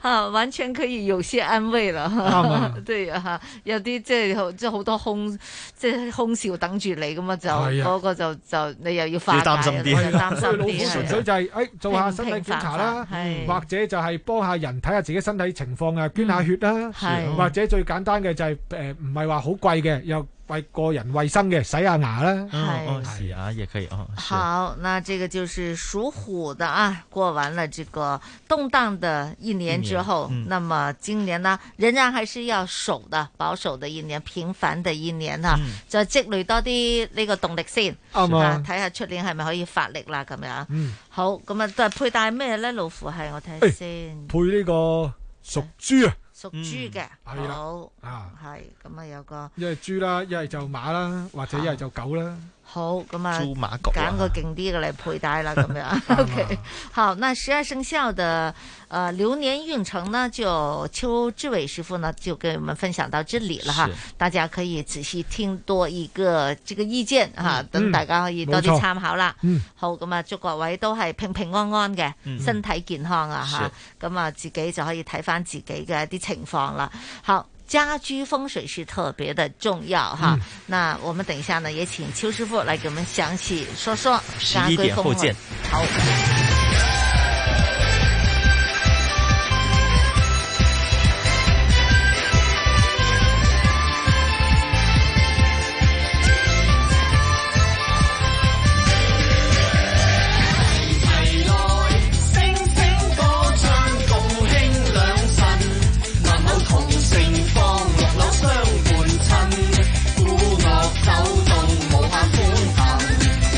[SPEAKER 7] 啊，完全可以有些安慰啦。
[SPEAKER 9] 啊
[SPEAKER 7] <laughs> 對啊，有啲即係好即係好多空即係空笑等住你咁啊，就
[SPEAKER 9] 係啊
[SPEAKER 7] 嗰個就就你又要化解
[SPEAKER 9] 要
[SPEAKER 7] 啦，
[SPEAKER 9] 擔心 <laughs> 啲
[SPEAKER 7] 真係擔心
[SPEAKER 9] 所以老虎
[SPEAKER 7] 啲
[SPEAKER 9] 純
[SPEAKER 7] 係啊
[SPEAKER 9] 粹。就係誒做下身體檢查啦
[SPEAKER 7] 平平凡，凡
[SPEAKER 9] 或者就係幫下人睇下自己身體情況啊，捐下血
[SPEAKER 7] 係
[SPEAKER 9] 啦，或者最簡單嘅就係誒唔係話好貴嘅，又為個人衞生嘅洗下牙啦。
[SPEAKER 7] 係
[SPEAKER 10] 哦，洗
[SPEAKER 7] 啊
[SPEAKER 10] 牙也可以哦。是
[SPEAKER 7] 好，那这个就是属虎的啊，过完了这个动荡的一年之后，
[SPEAKER 10] 一年嗯
[SPEAKER 7] 那么今年呢，仍然还是要守的，保守的一年，平凡的一年啊，
[SPEAKER 10] 嗯
[SPEAKER 7] 就積累多啲呢個動力先，
[SPEAKER 10] 啱啊
[SPEAKER 7] 啊睇下出年係咪可以發力啦咁樣。
[SPEAKER 9] 嗯，
[SPEAKER 7] 好，咁啊，但係佩戴咩咧？老虎係我睇
[SPEAKER 9] 哎
[SPEAKER 7] 下先，
[SPEAKER 9] 配呢個屬豬啊，
[SPEAKER 7] 屬豬嘅，
[SPEAKER 9] 嗯係啦
[SPEAKER 7] 好，
[SPEAKER 9] 啊
[SPEAKER 7] 係咁啊，有個。
[SPEAKER 9] 一係豬啦，一係就馬啦，或者一係就狗啦。
[SPEAKER 7] 好，咁啊，
[SPEAKER 9] 豬馬局啊
[SPEAKER 7] 揀個勁啲嘅嚟佩戴啦，咁
[SPEAKER 9] <laughs>
[SPEAKER 7] 樣。OK，好， <laughs> 那十二生肖的呃流年运程呢，就邱志伟师傅呢就给我们分享到这里了哈
[SPEAKER 13] 是，
[SPEAKER 7] 大家可以仔细听多一个这个意见哈，等大家可以
[SPEAKER 13] 嗯
[SPEAKER 7] 多
[SPEAKER 13] 冇
[SPEAKER 7] 啲
[SPEAKER 13] 錯
[SPEAKER 7] 參考啦。
[SPEAKER 13] 嗯
[SPEAKER 7] 好，咁啊，祝各位都係平平安安嘅，
[SPEAKER 13] 嗯
[SPEAKER 7] 身體健康啊吓，咁啊自己就可以睇翻自己嘅一啲情況啦。好。家居風水是特別的重要哈，
[SPEAKER 13] 嗯
[SPEAKER 7] 那我們等一下呢，也請邱師傅來給我們詳細說說
[SPEAKER 13] 十
[SPEAKER 7] 家
[SPEAKER 13] 一
[SPEAKER 7] 居
[SPEAKER 13] 点后
[SPEAKER 7] 風水
[SPEAKER 13] 见。。
[SPEAKER 7] 好。
[SPEAKER 8] 齊來，聲聲歌唱，共興兩神。男女同盛放，六樓相伴襯，古樂走動無限歡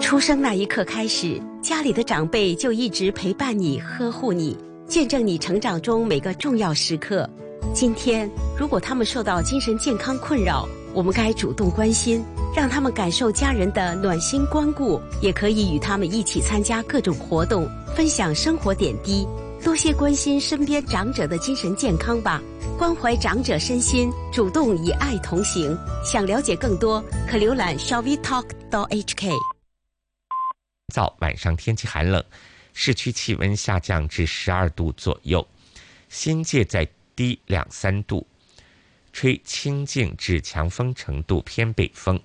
[SPEAKER 13] 出生那一刻开始，家里的长辈就一直陪伴你、呵护你，见证你成长中每个重要时刻。今天，如果他们受到精神健康困扰，我们该主动关心，让他们感受家人的暖心关顾，也可以与他们一起参加各种活动，分享生活点滴，多些关心身边长者的精神健康吧。关怀长者身心，主动以爱同行。想了解更多，可浏览 shall we talk hk。
[SPEAKER 1] 燥，晚上天气寒冷，市区气温下降至十二度左右，新界再低两三度，吹清劲至强风程度偏北风，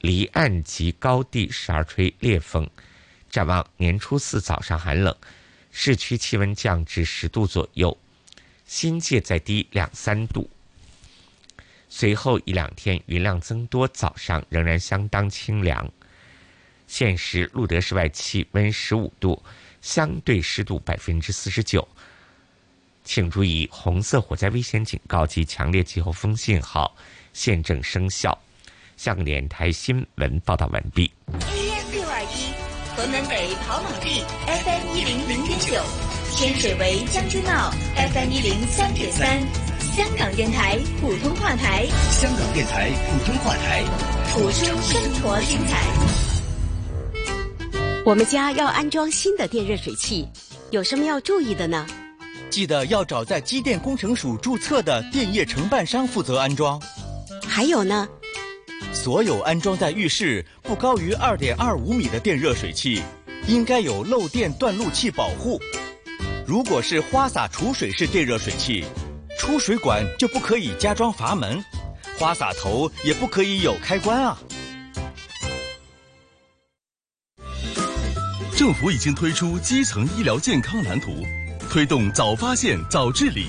[SPEAKER 1] 离岸及高地时而吹烈风。展望年初四早上寒冷，市区气温降至十度左右。新界再低两三度。随后一两天云量增多，早上仍然相当清凉。现时路德室外气温十五度，相对湿度百分之四十九。请注意，红色火灾危险警告及强烈季候风信号现正生效。香港电台新闻报道完毕。
[SPEAKER 2] AM 六二一，河门北跑马地，FM 一零零点九，天水围将军澳，FM 一零三点三，香港电台普通话台，
[SPEAKER 14] 香港电台普通话台，
[SPEAKER 2] 谱出生活精彩。
[SPEAKER 13] 我们家要安装新的电热水器，有什么要注意的呢？
[SPEAKER 14] 记得要找在机电工程署注册的电业承办商负责安装。
[SPEAKER 13] 还有呢，
[SPEAKER 14] 所有安装在浴室不高于二点二五米的电热水器，应该有漏电断路器保护。如果是花洒储水式电热水器，出水管就不可以加装阀门，花洒头也不可以有开关啊。
[SPEAKER 4] 政府已经推出基层医疗健康蓝图，推动早发现、早治理。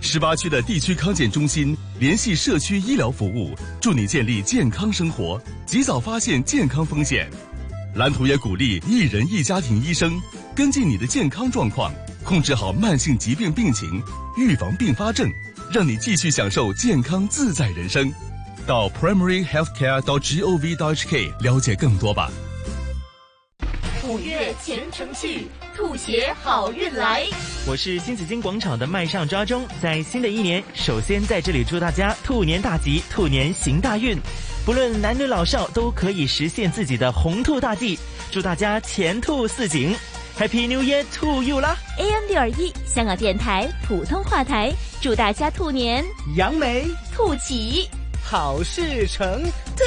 [SPEAKER 4] 十八区的地区康健中心联系社区医疗服务，助你建立健康生活，及早发现健康风险。蓝图也鼓励一人一家庭医生跟进你的健康状况，控制好慢性疾病病情，预防并发症，让你继续享受健康自在人生。到 primaryhealthcare.gov.hk 了解更多吧。
[SPEAKER 2] 五月前程去，吐血好运来。
[SPEAKER 6] 我是新紫金广场的麦上抓中，在新的一年，首先在这里祝大家兔年大吉，兔年行大运，不论男女老少都可以实现自己的红兔大计，祝大家前兔似锦，Happy New Year to you 啦！
[SPEAKER 2] AM 六二一，香港电台普通话台，祝大家兔年
[SPEAKER 15] 扬眉
[SPEAKER 2] 兔起，
[SPEAKER 15] 好事成
[SPEAKER 2] 兔。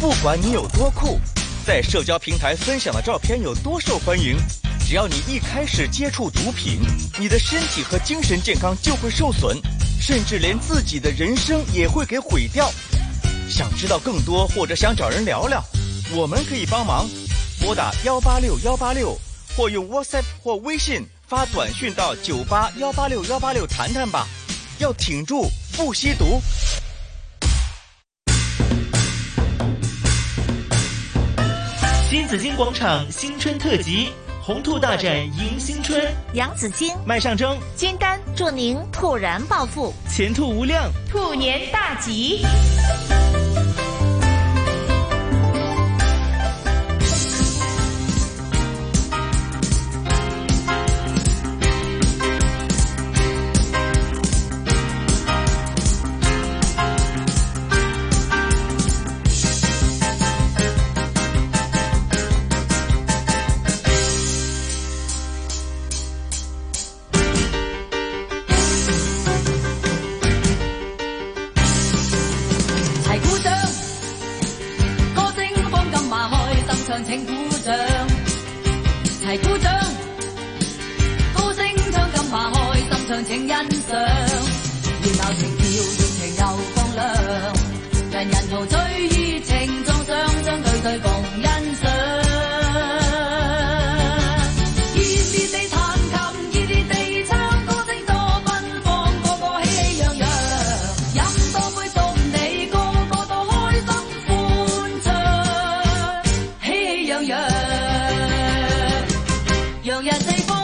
[SPEAKER 14] 不管你有多酷，在社交平台分享的照片有多受欢迎，只要你一开始接触毒品，你的身体和精神健康就会受损，甚至连自己的人生也会给毁掉。想知道更多或者想找人聊聊，我们可以帮忙。拨打幺八六幺八六，或用 WhatsApp 或微信发短讯到九八幺八六幺八六谈谈吧。要挺住，不吸毒。
[SPEAKER 12] 新紫金广场新春特辑，红兔大展迎新春。
[SPEAKER 7] 杨紫金、
[SPEAKER 6] 麦上蒸、
[SPEAKER 7] 金丹，祝您突然暴富，
[SPEAKER 6] 前途无量，
[SPEAKER 2] 兔年大吉。
[SPEAKER 16] 齊鼓掌，歌聲放金馬開心唱，請鼓掌。齊鼓掌，高聲唱金馬開心唱，請欣賞。熱鬧情調，熱情又放亮，人人陶醉於情中，相相對對共欣賞。熱烈地彈琴，熱烈地唱，歌聲多奔放，個個喜氣洋洋。飲多杯送你，個個都開心歡唱，喜氣洋洋，洋溢四方。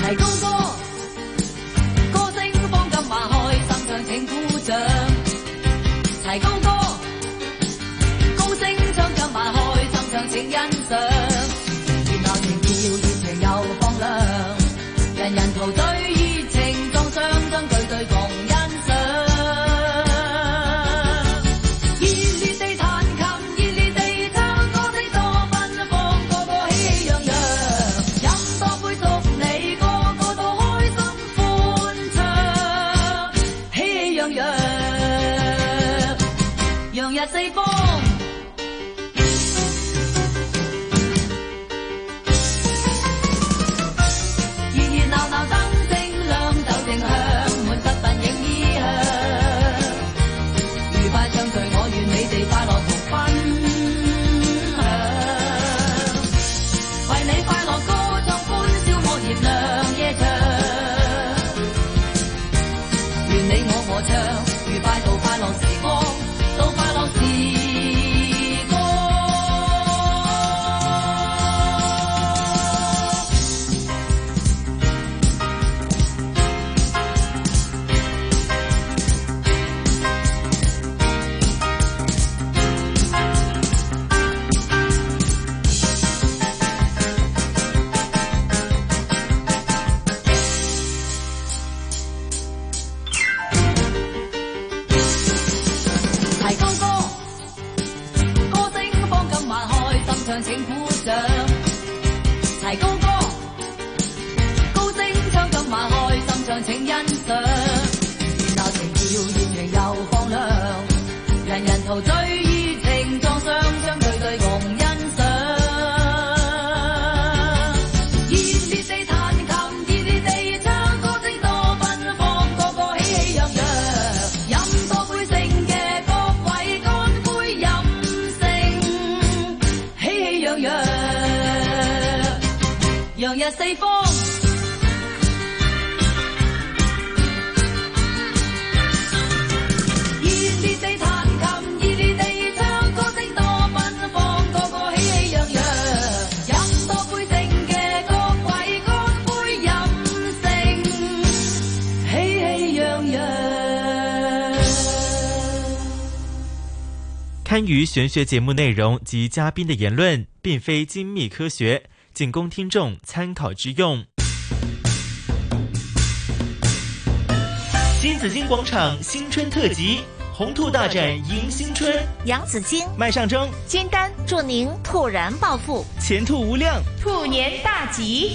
[SPEAKER 16] 齊高歌，齊高歌，高聲唱唱吧，開心唱請欣賞。熱鬧仍要，熱情又放亮，人人陶醉熱情撞上，將對對共欣賞。熱烈地彈琴，熱烈地唱，歌聲多奔放，個個喜氣洋洋。飲多杯祝你，個個都開心歡唱，喜氣洋洋，洋溢四方。熱熱鬧鬧燈正亮，酒正香，滿室奮影衣香。愉快相聚，我願你哋快樂同分享。為你快樂歌唱，歡笑我熱亮夜唱。願你我我唱，愉快度快樂時光，到快樂時光。齊高歌，歌聲幫今晚開心唱，請鼓掌。齊高歌，高聲唱今晚開心唱，請欣賞。熱鬧情調，熱情又放亮，人人陶醉熱情撞上，相對對共欣賞。熱烈地彈琴，熱烈地唱，歌聲多奔放，個個喜氣洋洋。飲多杯勝嘅各位，乾杯飲勝，喜氣洋洋，洋溢四方。熱烈地彈琴，熱烈地唱，歌聲多奔放，個個喜氣洋洋。飲多杯勝嘅各位，乾杯飲勝，喜氣洋洋。
[SPEAKER 10] 堪舆玄学节目内容及嘉宾的言论，并非精密科学，仅供听众参考之用。
[SPEAKER 6] 新紫金广场新春特辑，红兔大展迎新春，
[SPEAKER 7] 杨紫金、
[SPEAKER 6] 麦上蒸，
[SPEAKER 7] 金丹，祝您突然暴富，
[SPEAKER 6] 前途无量。
[SPEAKER 7] 兔年大吉。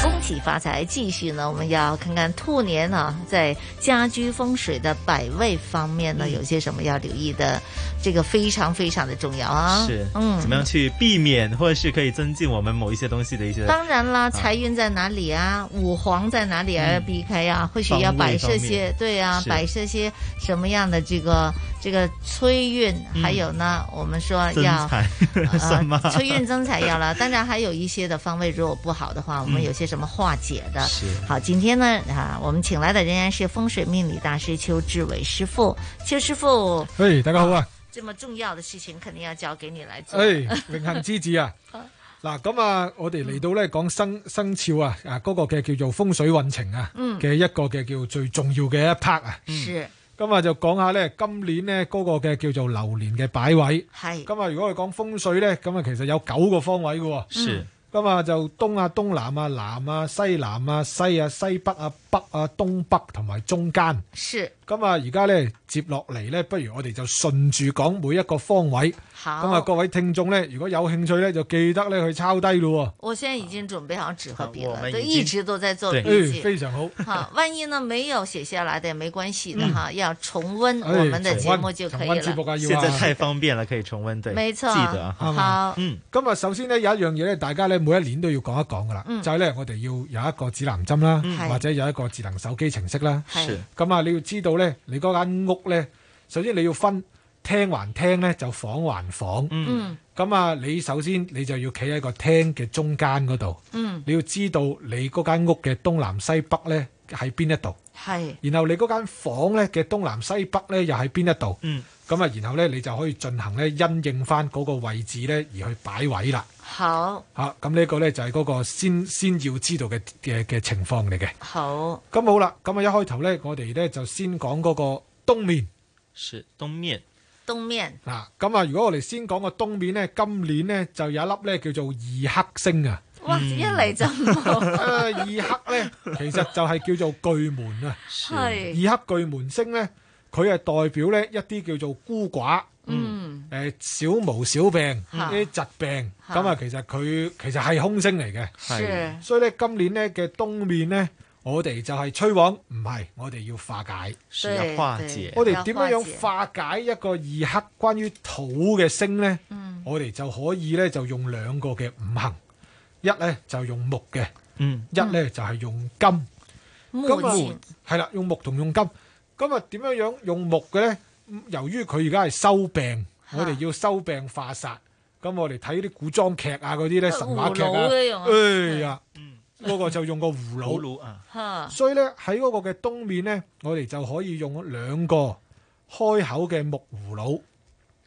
[SPEAKER 7] 恭喜发财！继续呢，我们要看看兔年啊，在家居风水的摆位方面
[SPEAKER 13] 嗯
[SPEAKER 7] 呢，有些什么要留意的？这个非常非常的重要啊！
[SPEAKER 8] 是，
[SPEAKER 7] 嗯，
[SPEAKER 8] 怎么样去避免，或者是可以增进我们某一些东西的一些
[SPEAKER 7] 当然
[SPEAKER 8] 啊
[SPEAKER 10] 啊
[SPEAKER 7] 啦，财运在哪里啊？五黄在哪里啊？要避开呀、啊，或许要摆
[SPEAKER 8] 嗯
[SPEAKER 7] 设
[SPEAKER 8] 方
[SPEAKER 7] 些
[SPEAKER 8] 位，
[SPEAKER 7] 对啊，
[SPEAKER 8] 是
[SPEAKER 7] 摆设些什么样的这个这个催运？
[SPEAKER 8] 嗯
[SPEAKER 7] 还有呢，我们说
[SPEAKER 8] 增
[SPEAKER 7] 要
[SPEAKER 8] 财 <laughs> 算吗？
[SPEAKER 7] 呃催运增财药了，当然还有一些的方位，如果不好的话，我们
[SPEAKER 8] 嗯
[SPEAKER 7] 有些什么化解的？
[SPEAKER 8] 是
[SPEAKER 7] 好，今天呢啊，我们请来的仍然是风水命理大师邱志伟师傅，邱师傅，
[SPEAKER 9] 嘿，大家好啊！
[SPEAKER 7] 这么重要的事情肯定要交给你来做。
[SPEAKER 9] 诶，榮幸哎之至啊！嗱，咁啊，我哋嚟到咧講生生肖啊，啊嗰、個嘅叫做風水運程啊
[SPEAKER 7] 嗯
[SPEAKER 9] 嘅一個嘅叫最重要嘅一 part 啊。
[SPEAKER 7] 是
[SPEAKER 9] 咁啊，就講下咧，今年咧嗰個嘅叫做流年嘅擺位。
[SPEAKER 7] 係。
[SPEAKER 9] 咁啊，如果我哋講風水咧，咁啊其實有九個方位嘅喎。
[SPEAKER 8] 是嗯。
[SPEAKER 9] 咁啊，就東啊、東南啊、南啊、西南啊、西啊、西北啊、北啊、東北同埋中間。
[SPEAKER 7] 是。
[SPEAKER 9] 咁啊，而家咧接落嚟咧，不如我哋就順住講每一個方位。
[SPEAKER 7] <laughs> 好
[SPEAKER 9] 咁啊，各位聽眾咧，如果有興趣咧，就記得咧去抄低咯
[SPEAKER 7] 我现在已经准备好纸和笔
[SPEAKER 9] 我
[SPEAKER 7] 了，
[SPEAKER 9] 们
[SPEAKER 7] 就
[SPEAKER 9] 已
[SPEAKER 7] 一
[SPEAKER 9] 经
[SPEAKER 7] 直都在做
[SPEAKER 9] 对
[SPEAKER 7] 笔
[SPEAKER 9] 哎
[SPEAKER 7] 记，
[SPEAKER 9] 非常好。
[SPEAKER 7] <laughs> 好，万一呢没有写下来的也没关系的
[SPEAKER 8] 嗯
[SPEAKER 7] 哈，要重温
[SPEAKER 8] 哎
[SPEAKER 7] 我们的
[SPEAKER 8] 重
[SPEAKER 7] 节
[SPEAKER 8] 温
[SPEAKER 7] 目就可
[SPEAKER 9] 重
[SPEAKER 7] 以
[SPEAKER 9] 温节
[SPEAKER 7] 了
[SPEAKER 9] 目。啊要
[SPEAKER 8] 现在太方便了，可以重温，对，
[SPEAKER 9] 喎。
[SPEAKER 7] 没错，
[SPEAKER 8] 记得啊
[SPEAKER 9] 係
[SPEAKER 7] 好
[SPEAKER 9] 嘛，嗯。咁啊，首先呢，有一樣嘢咧，大家咧每一年都要講一講噶啦，
[SPEAKER 7] 嗯
[SPEAKER 9] 就係咧我哋要有一個指南針啦
[SPEAKER 7] 嗯，係
[SPEAKER 9] 或者有一個智能手機程式啦。
[SPEAKER 7] 係
[SPEAKER 9] 咁啊，你要知道咧，你嗰間屋咧，首先你要分廳還廳咧，就房還房。
[SPEAKER 7] 嗯
[SPEAKER 9] 咁啊，你首先你就要企喺個廳嘅中間嗰度。
[SPEAKER 7] 嗯
[SPEAKER 9] 你要知道你嗰間屋嘅東南西北呢，喺邊一度，
[SPEAKER 7] 係
[SPEAKER 9] 然後你嗰間房咧嘅東南西北咧又喺邊一度，
[SPEAKER 10] 嗯，
[SPEAKER 9] 咁啊，然後咧你就可以進行咧因應翻嗰個位置咧而去擺位啦。
[SPEAKER 7] 好，
[SPEAKER 9] 嚇，咁呢個咧就係嗰個先先要知道嘅嘅嘅情況嚟嘅。
[SPEAKER 7] 好，
[SPEAKER 9] 咁好啦，咁啊一開頭咧，我哋咧就先講嗰個東面。
[SPEAKER 10] 是東面，
[SPEAKER 7] 東面
[SPEAKER 9] 嗱，咁啊，如果我哋先講個東面咧，今年咧就有一粒咧叫做二黑星啊。
[SPEAKER 7] 哇！
[SPEAKER 10] 嗯
[SPEAKER 7] 一嚟就冇，
[SPEAKER 9] <laughs> 啊二黑
[SPEAKER 7] <laughs>
[SPEAKER 9] 咧， <laughs> 其實就係叫做巨門啊。
[SPEAKER 7] 係
[SPEAKER 9] 二黑巨門星咧，佢係代表咧一啲叫做孤寡。
[SPEAKER 7] 嗯，
[SPEAKER 9] 誒小毛小病
[SPEAKER 7] 嚇
[SPEAKER 9] 呢啲疾病，
[SPEAKER 7] 嚇
[SPEAKER 9] 咁啊其實佢其實係空星嚟嘅，
[SPEAKER 7] 是
[SPEAKER 9] 所以咧今年咧嘅東面咧，我哋就係催旺，唔係我哋要化解，
[SPEAKER 10] 是要對化解對
[SPEAKER 9] 我哋點樣
[SPEAKER 10] 要化解
[SPEAKER 9] 樣化解一個二黑關於土嘅星咧？我哋就可以咧就用兩個嘅五行，一咧就用木嘅，
[SPEAKER 10] 嗯，
[SPEAKER 9] 一咧就係用金。
[SPEAKER 7] 木
[SPEAKER 9] 咁
[SPEAKER 7] 劍
[SPEAKER 9] 啊，係啦，用木同用金。咁啊，點樣樣用木嘅咧？嗯由於佢而家係收病，我哋要收病化煞。咁我哋睇啲古裝劇啊，嗰啲咧神話劇
[SPEAKER 7] 葫蘆嗰種
[SPEAKER 9] 啊
[SPEAKER 7] 啊，嗯
[SPEAKER 9] 哎呀，嗰個就用個葫蘆。
[SPEAKER 10] 啊，
[SPEAKER 7] 嚇，
[SPEAKER 9] 所以咧喺嗰個嘅東面咧，我哋就可以用兩個開口嘅木葫蘆。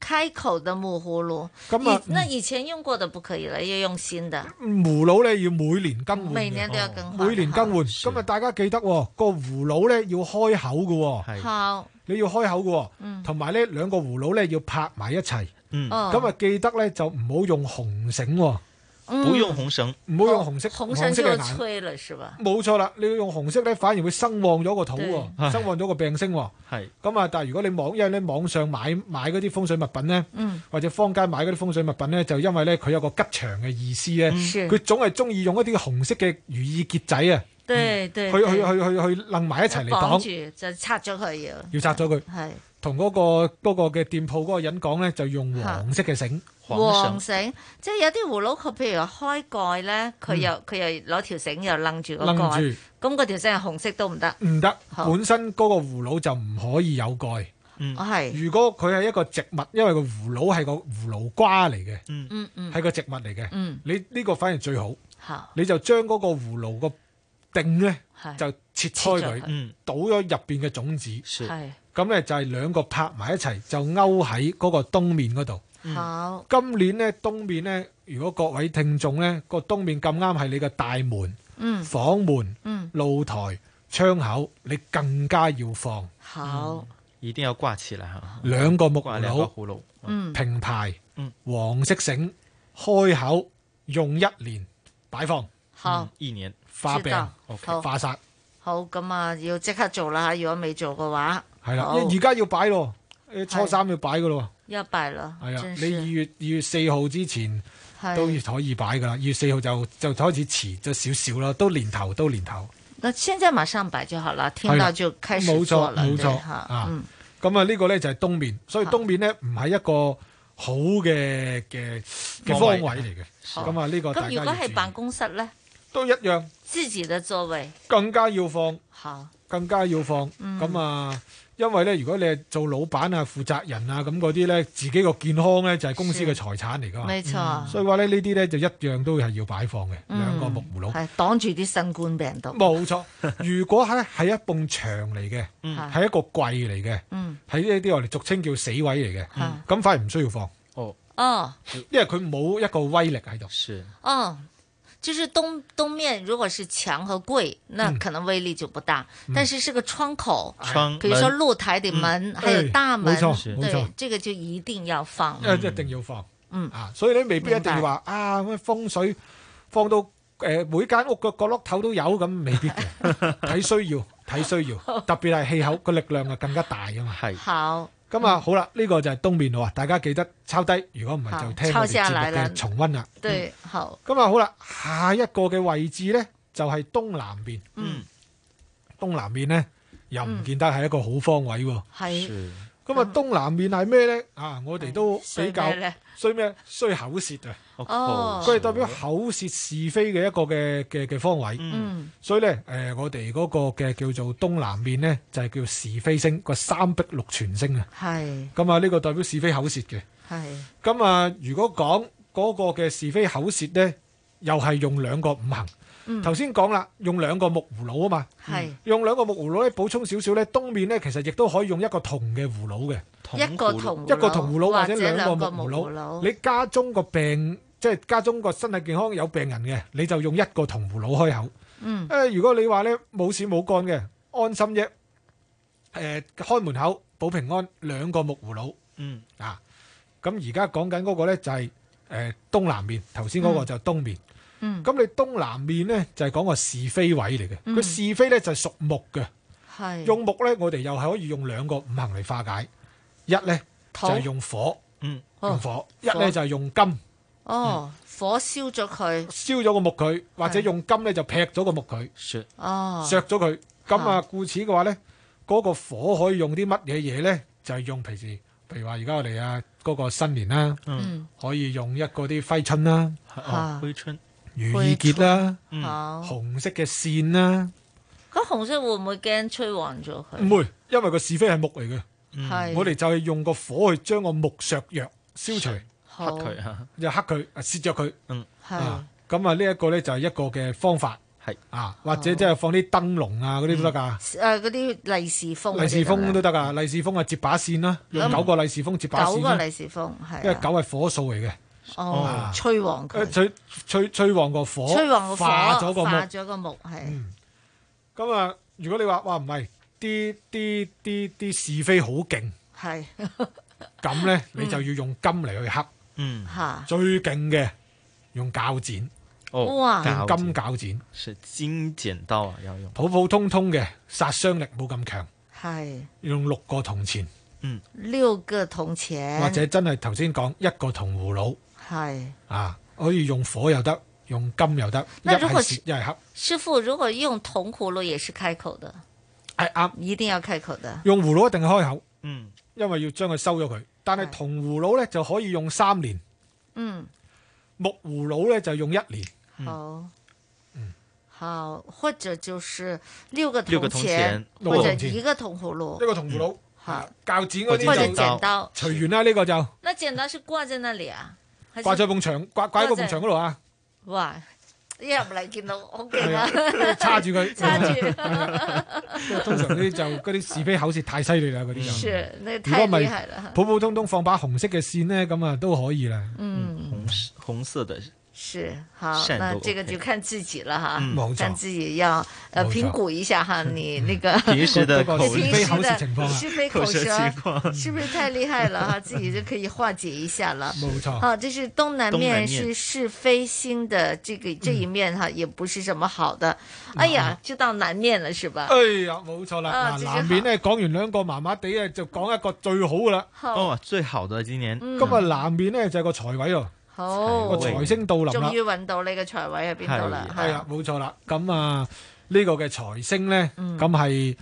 [SPEAKER 7] 開口的木葫蘆。
[SPEAKER 9] 咁啊
[SPEAKER 7] 以那以前用過的不可以了，要用新的。
[SPEAKER 9] 嗯葫蘆咧要每年更換嘅，
[SPEAKER 7] 每年都要更換
[SPEAKER 9] 嗯哦每年更換。咁啊，大家記得喎個葫蘆咧要開口嘅喎，
[SPEAKER 7] 好，
[SPEAKER 9] 你要開口嘅
[SPEAKER 7] 嗯
[SPEAKER 9] 喎，同埋咧兩個葫蘆咧要拍埋一齊。
[SPEAKER 10] 嗯
[SPEAKER 7] 哦
[SPEAKER 9] 咁啊記得咧就唔好用紅繩喎，
[SPEAKER 10] 不用紅繩，
[SPEAKER 9] 唔好用紅色，
[SPEAKER 7] 紅
[SPEAKER 9] 色
[SPEAKER 7] 繩就
[SPEAKER 9] 嘅顏。
[SPEAKER 7] 吹了是吧？
[SPEAKER 9] 冇錯啦，你要用紅色咧，反而會生旺咗個土
[SPEAKER 10] 對
[SPEAKER 9] 喎，生旺咗個病星喎。
[SPEAKER 10] 係
[SPEAKER 9] 咁啊，但係如果你網因為咧網上買買嗰啲風水物品咧，
[SPEAKER 10] 嗯
[SPEAKER 9] 或者坊間買嗰啲風水物品咧，就因為咧佢有個吉祥嘅意思咧，
[SPEAKER 7] 是
[SPEAKER 9] 佢總係中意用一啲紅色嘅如意結仔啊，
[SPEAKER 7] 對對
[SPEAKER 9] 去去
[SPEAKER 7] 對
[SPEAKER 9] 去去去楞埋一齊嚟擋，
[SPEAKER 7] 綁住就拆咗佢要。
[SPEAKER 9] 要拆咗佢。
[SPEAKER 7] 係
[SPEAKER 9] 同嗰個嗰個嘅店鋪嗰個人講咧，就用黃色嘅繩，
[SPEAKER 7] 黃繩，即係有啲葫蘆佢譬如話開蓋咧，佢又佢又攞條繩又楞住個
[SPEAKER 9] 嗯楞
[SPEAKER 7] 蓋，
[SPEAKER 9] 住
[SPEAKER 7] 咁嗰條繩係紅色都唔得。
[SPEAKER 9] 唔得，
[SPEAKER 7] 好哦
[SPEAKER 9] 本身嗰個葫蘆就唔可以有蓋。
[SPEAKER 10] 嗯
[SPEAKER 7] 係
[SPEAKER 9] 如果佢係一個植物，因為個葫蘆係個葫蘆瓜嚟嘅，
[SPEAKER 7] 嗯嗯
[SPEAKER 9] 係個植物嚟嘅。
[SPEAKER 7] 嗯
[SPEAKER 9] 你呢個反而最好，
[SPEAKER 7] 好
[SPEAKER 9] 你就將嗰個葫蘆個頂咧
[SPEAKER 7] 係
[SPEAKER 9] 就切開
[SPEAKER 7] 切咗佢
[SPEAKER 9] 佢
[SPEAKER 7] 嗯，
[SPEAKER 9] 倒咗入邊嘅種子。
[SPEAKER 7] 係
[SPEAKER 9] 咁咧就係兩個拍埋一齊，就勾喺嗰個東面嗰度。
[SPEAKER 7] 好
[SPEAKER 9] 今年咧東面咧，如果各位聽眾咧個東面咁啱係你嘅大門、
[SPEAKER 7] 嗯
[SPEAKER 9] 房門、
[SPEAKER 7] 嗯
[SPEAKER 9] 露台、窗口，你更加要放
[SPEAKER 7] 好
[SPEAKER 10] 一定要掛起來哈，
[SPEAKER 9] 兩個木
[SPEAKER 10] 掛兩個葫
[SPEAKER 9] 葫
[SPEAKER 10] 蘆，
[SPEAKER 7] 嗯
[SPEAKER 9] 蘆平排
[SPEAKER 10] 嗯、
[SPEAKER 9] 黃色繩開口，用一年擺放
[SPEAKER 7] 好
[SPEAKER 10] 嗯一年
[SPEAKER 9] 化
[SPEAKER 7] 知
[SPEAKER 9] 病
[SPEAKER 7] 道、好
[SPEAKER 9] 化煞，
[SPEAKER 7] 好咁啊，要即刻做啦！如果未做嘅話，
[SPEAKER 9] 係啦，
[SPEAKER 7] 好
[SPEAKER 9] 因為而家要擺咯，誒初三要擺噶咯
[SPEAKER 7] 要拜啦，
[SPEAKER 9] 喎，係啊，
[SPEAKER 7] 真
[SPEAKER 9] 你二
[SPEAKER 7] 是
[SPEAKER 9] 月二月四號之前。
[SPEAKER 7] 係
[SPEAKER 9] 都可以擺噶啦，二月四號就就開始遲咗少少啦，都年頭都年頭。
[SPEAKER 7] 那現在馬上擺就好了，聽
[SPEAKER 9] 係
[SPEAKER 7] 到
[SPEAKER 9] 啦
[SPEAKER 7] 就開
[SPEAKER 9] 冇
[SPEAKER 7] 始
[SPEAKER 9] 錯
[SPEAKER 7] 做了，
[SPEAKER 9] 冇
[SPEAKER 7] 對
[SPEAKER 9] 錯
[SPEAKER 7] 哈
[SPEAKER 9] 啊
[SPEAKER 7] 嗯，
[SPEAKER 9] 咁啊，呢個咧就係東面，所以東面咧唔係一個好嘅嘅嘅方位嚟嘅。
[SPEAKER 7] 好
[SPEAKER 9] 咁啊，呢個大
[SPEAKER 7] 咁
[SPEAKER 9] 家
[SPEAKER 7] 如果
[SPEAKER 9] 要注
[SPEAKER 7] 係
[SPEAKER 9] 意
[SPEAKER 7] 辦公室咧，
[SPEAKER 9] 都一樣，
[SPEAKER 7] 自己的座位
[SPEAKER 9] 更加要放，
[SPEAKER 7] 好，
[SPEAKER 9] 更加要放。
[SPEAKER 7] 嗯
[SPEAKER 9] 咁啊，因為咧，如果你係做老闆啊、負責人啊咁嗰啲咧，自己個健康咧就係公司嘅財產嚟噶嘛。
[SPEAKER 7] 沒錯
[SPEAKER 9] 嗯所以話咧，呢啲咧就一樣都係要擺放嘅
[SPEAKER 7] 嗯
[SPEAKER 9] 兩個木葫蘆。
[SPEAKER 7] 係擋住啲新冠病毒，
[SPEAKER 9] 冇錯，如果喺係一埲牆嚟嘅，
[SPEAKER 7] 嗯
[SPEAKER 9] 係一個櫃嚟嘅，
[SPEAKER 7] 嗯
[SPEAKER 9] 喺呢啲我哋俗稱叫死位嚟嘅，咁反而唔需要放，
[SPEAKER 10] 嗯哦，
[SPEAKER 7] 哦
[SPEAKER 9] 因為佢冇一個威力喺度。
[SPEAKER 10] 是，
[SPEAKER 7] 哦，就是東東面如果是牆和櫃，那
[SPEAKER 9] 嗯
[SPEAKER 7] 可能威力就不大，但是是个窗口，
[SPEAKER 9] 窗
[SPEAKER 7] 比如说
[SPEAKER 9] 门
[SPEAKER 7] 露台的门，还有
[SPEAKER 9] 哎
[SPEAKER 7] 大门，
[SPEAKER 9] 没错是没
[SPEAKER 7] 对
[SPEAKER 9] 错，哎
[SPEAKER 7] 这个就一定要放，
[SPEAKER 9] 一一定要放，
[SPEAKER 7] 嗯
[SPEAKER 9] 啊，所以你未必一定要話啊咩風水放到誒每間屋嘅角落頭都有咁，未必
[SPEAKER 7] <laughs>
[SPEAKER 9] 嘅，睇需要，睇需要，特別係氣口個力量啊更加大啊嘛。
[SPEAKER 10] 係。
[SPEAKER 7] 好，
[SPEAKER 9] 咁啊，好啦，呢個就係東面路啊，大家記得抄低，如果唔係
[SPEAKER 7] 好
[SPEAKER 9] 就聽
[SPEAKER 7] 抄
[SPEAKER 9] 我哋
[SPEAKER 7] 下
[SPEAKER 9] 節
[SPEAKER 7] 來
[SPEAKER 9] 目
[SPEAKER 7] 啦
[SPEAKER 9] 嘅重温啦。
[SPEAKER 7] 嗯对，好，
[SPEAKER 9] 咁啊，好啦，下一個嘅位置呢，就係、東南面。
[SPEAKER 7] 嗯，
[SPEAKER 9] 東南面呢，又唔見得係一個好方位喎。
[SPEAKER 7] 係
[SPEAKER 9] 咁
[SPEAKER 7] 嗯
[SPEAKER 9] 啊，東南面係咩呢？啊，我哋都比
[SPEAKER 7] 衰
[SPEAKER 9] 較
[SPEAKER 7] 咩嗯呢
[SPEAKER 9] 衰咩？衰口舌啊！
[SPEAKER 7] 哦
[SPEAKER 9] 佢係代表口舌是非嘅一個嘅嘅嘅方位。
[SPEAKER 7] 嗯，
[SPEAKER 9] 所以呢，誒、我哋嗰個嘅叫做東南面呢，就係、叫是非星個三碧六全星啊。
[SPEAKER 7] 係
[SPEAKER 9] 咁啊，呢個代表是非口舌嘅。
[SPEAKER 7] 係
[SPEAKER 9] 咁啊，如果講嗰個嘅是非口舌呢，又係用兩個五行。
[SPEAKER 7] 嗯
[SPEAKER 9] 頭先講啦，用兩個木葫蘆啊嘛，
[SPEAKER 7] 係
[SPEAKER 9] 用兩個木葫蘆咧補充少少咧，東面咧其實亦都可以用一個銅嘅葫蘆嘅，
[SPEAKER 7] 一個銅葫蘆
[SPEAKER 9] 一個銅葫蘆或者兩個
[SPEAKER 7] 或者兩個
[SPEAKER 9] 木
[SPEAKER 7] 木
[SPEAKER 9] 葫
[SPEAKER 7] 葫
[SPEAKER 9] 蘆。
[SPEAKER 7] 蘆
[SPEAKER 9] 你家中個病即係家中個身體健康有病人嘅，你就用一個銅葫蘆開口。
[SPEAKER 7] 嗯
[SPEAKER 9] 誒、如果你話咧冇事冇幹嘅，安心啫。誒、開門呃口保平安，兩個木葫蘆。
[SPEAKER 10] 嗯
[SPEAKER 9] 啊，咁而家講緊嗰個咧就係、誒、東南面，頭先嗰個就東面。
[SPEAKER 7] 嗯
[SPEAKER 9] 咁你東南面咧就係、講個是非位嚟嘅，佢、
[SPEAKER 7] 嗯
[SPEAKER 9] 是非咧就係、屬木嘅。
[SPEAKER 7] 係
[SPEAKER 9] 用木咧，我哋又係可以用兩個五行嚟化解。一咧就
[SPEAKER 7] 土
[SPEAKER 9] 係、用火，
[SPEAKER 10] 嗯，
[SPEAKER 7] 哦
[SPEAKER 9] 用火；一
[SPEAKER 7] 火
[SPEAKER 9] 咧就係、用金，
[SPEAKER 7] 哦，火燒咗佢，
[SPEAKER 9] 燒咗個木佢，或者
[SPEAKER 7] 係
[SPEAKER 9] 用金咧就劈咗個木佢。
[SPEAKER 7] 哦，
[SPEAKER 9] 削咗佢。咁啊
[SPEAKER 7] 嚇，
[SPEAKER 9] 故此嘅話咧，嗰、個火可以用啲乜嘢嘢咧？就係、用平時，譬如話而家我哋啊嗰個新年啦，
[SPEAKER 10] 嗯
[SPEAKER 9] 可以用一個啲揮春啦、
[SPEAKER 10] 啊，挥春，
[SPEAKER 9] 如意結啦、
[SPEAKER 10] 嗯
[SPEAKER 7] 好
[SPEAKER 9] 紅色嘅線啦，
[SPEAKER 7] 咁紅色會唔會驚吹黃咗佢？
[SPEAKER 9] 唔會，因為個是非係木嚟嘅，
[SPEAKER 7] 係
[SPEAKER 9] 我哋就係用個火去將個木削弱、消除，
[SPEAKER 7] 黑佢
[SPEAKER 10] 啊，
[SPEAKER 9] 就黑佢、啊蝕咗佢。
[SPEAKER 10] 嗯，
[SPEAKER 7] 係
[SPEAKER 9] 啊，咁啊呢一個咧就係一個嘅方法，
[SPEAKER 10] 係
[SPEAKER 9] 啊，
[SPEAKER 7] 哦
[SPEAKER 9] 或者即係放啲燈籠啊嗰啲都得㗎。
[SPEAKER 7] 誒呃嗰啲利是封嗰啲咁樣，
[SPEAKER 9] 利是封都得噶，利是封啊接把線啦，用
[SPEAKER 7] 嗯
[SPEAKER 9] 九個利是封接把
[SPEAKER 7] 九
[SPEAKER 9] 線
[SPEAKER 7] 個
[SPEAKER 9] 啦，
[SPEAKER 7] 利是封
[SPEAKER 9] 因
[SPEAKER 7] 係
[SPEAKER 9] 為
[SPEAKER 7] 啊
[SPEAKER 9] 九係火數嚟嘅。
[SPEAKER 7] 哦
[SPEAKER 9] 啊，
[SPEAKER 7] 吹黃佢
[SPEAKER 9] 誒，，吹吹吹旺個火，
[SPEAKER 7] 吹黃個火，
[SPEAKER 9] 化咗個
[SPEAKER 7] 化
[SPEAKER 9] 木。嗯
[SPEAKER 7] 咗個木係，
[SPEAKER 9] 咁啊，如果你話哇唔係啲啲啲啲是非好勁，
[SPEAKER 7] 係 <laughs>
[SPEAKER 9] 咁咧
[SPEAKER 7] 嗯
[SPEAKER 9] 你就要用金嚟去刻。
[SPEAKER 10] 嗯，
[SPEAKER 7] 嚇，
[SPEAKER 9] 最勁嘅用鉸剪，
[SPEAKER 10] 哦
[SPEAKER 7] 哇
[SPEAKER 9] 用
[SPEAKER 10] 鉸
[SPEAKER 9] 金
[SPEAKER 10] 剪
[SPEAKER 9] 鉸剪，
[SPEAKER 10] 是金剪刀啊，要用，
[SPEAKER 9] 普普通通嘅，殺傷力冇咁強，
[SPEAKER 7] 係
[SPEAKER 9] 用六個銅錢，
[SPEAKER 10] 嗯，
[SPEAKER 7] 六個銅錢，
[SPEAKER 9] 或者真係頭先講一個銅葫蘆
[SPEAKER 7] 係。
[SPEAKER 9] 啊，可以用火又得，用金又得，一
[SPEAKER 7] 那如
[SPEAKER 9] 係
[SPEAKER 7] 果
[SPEAKER 9] 蝕
[SPEAKER 7] 是
[SPEAKER 9] 一係黑。
[SPEAKER 7] 師傅，如果用銅葫蘆也是開口的，
[SPEAKER 9] 係啱，
[SPEAKER 7] 一定要開口的。
[SPEAKER 9] 用葫蘆一定係開口，
[SPEAKER 10] 嗯，
[SPEAKER 9] 因為要將佢收咗佢。但係銅葫蘆咧就可以用三年，
[SPEAKER 7] 嗯，
[SPEAKER 9] 木葫蘆咧就用一年。
[SPEAKER 7] 好，好，或者就是六個
[SPEAKER 9] 嗯六個
[SPEAKER 7] 銅
[SPEAKER 9] 銅
[SPEAKER 7] 錢
[SPEAKER 9] 錢，六
[SPEAKER 7] 或
[SPEAKER 9] 個
[SPEAKER 7] 者
[SPEAKER 9] 銅錢
[SPEAKER 7] 一個銅葫蘆，
[SPEAKER 9] 一個銅葫啊蘆
[SPEAKER 7] 好，
[SPEAKER 9] 鉸剪嗰
[SPEAKER 7] 或者
[SPEAKER 9] 啲
[SPEAKER 7] 剪刀
[SPEAKER 9] 就隨緣啦，呢個就
[SPEAKER 7] 那剪刀是掛在那裡啊？還是
[SPEAKER 9] 掛在埲牆，掛掛喺個埲牆嗰度啊，
[SPEAKER 7] 哇！一入哎嚟見到我勁
[SPEAKER 9] 係
[SPEAKER 7] 啊
[SPEAKER 9] 啊，
[SPEAKER 7] <laughs>
[SPEAKER 9] 叉住佢。
[SPEAKER 7] 插
[SPEAKER 9] <laughs>
[SPEAKER 7] 住，
[SPEAKER 9] 通常呢啲就嗰啲是非口舌太犀利啦，嗰啲
[SPEAKER 7] 是
[SPEAKER 9] 就。
[SPEAKER 7] 那
[SPEAKER 9] 如果
[SPEAKER 7] 太
[SPEAKER 9] 唔
[SPEAKER 7] 厲害了
[SPEAKER 9] 係。普普通通放把紅色嘅線咧，咁啊都可以啦。
[SPEAKER 7] 嗯，
[SPEAKER 10] 红色红色的，
[SPEAKER 7] 是好，
[SPEAKER 10] 善
[SPEAKER 7] 那
[SPEAKER 10] 都
[SPEAKER 7] 这個
[SPEAKER 10] OK
[SPEAKER 7] 就看自己了哈
[SPEAKER 10] 嗯冇，錯
[SPEAKER 7] 看自己要呃
[SPEAKER 10] 冇錯
[SPEAKER 7] 評估一下哈，你那個
[SPEAKER 10] 嗯平時的口
[SPEAKER 7] 你平
[SPEAKER 10] 非
[SPEAKER 7] 時
[SPEAKER 10] 口
[SPEAKER 7] 的
[SPEAKER 10] 舌情況啊
[SPEAKER 7] 是非
[SPEAKER 10] 口
[SPEAKER 7] 口
[SPEAKER 10] 舌
[SPEAKER 7] 舌
[SPEAKER 10] 情況
[SPEAKER 7] 是不是太厲害了哈？自己就可以化解一下了。
[SPEAKER 9] 冇錯
[SPEAKER 7] 好，这是東南
[SPEAKER 9] 東南
[SPEAKER 7] 面
[SPEAKER 9] 面
[SPEAKER 7] 是是非心的这個這一面哈，也不是什麼好的。哎呀，就到南面了是吧？
[SPEAKER 9] 哎呀，冇錯啦！
[SPEAKER 7] 啊
[SPEAKER 9] 嗱，
[SPEAKER 7] 至少
[SPEAKER 9] 南面咧講完兩個麻麻地啊，就講一個最好噶啦。
[SPEAKER 10] 哦，最好的今年，
[SPEAKER 9] 咁啊，南面咧就係個財位喎。
[SPEAKER 7] 好，
[SPEAKER 10] 哎
[SPEAKER 9] 個財星到臨啦
[SPEAKER 7] 終於揾到你嘅財位喺邊度啦，
[SPEAKER 9] 係啊，冇錯啦。咁啊，呢個嘅財星咧，
[SPEAKER 7] 嗯
[SPEAKER 9] 咁係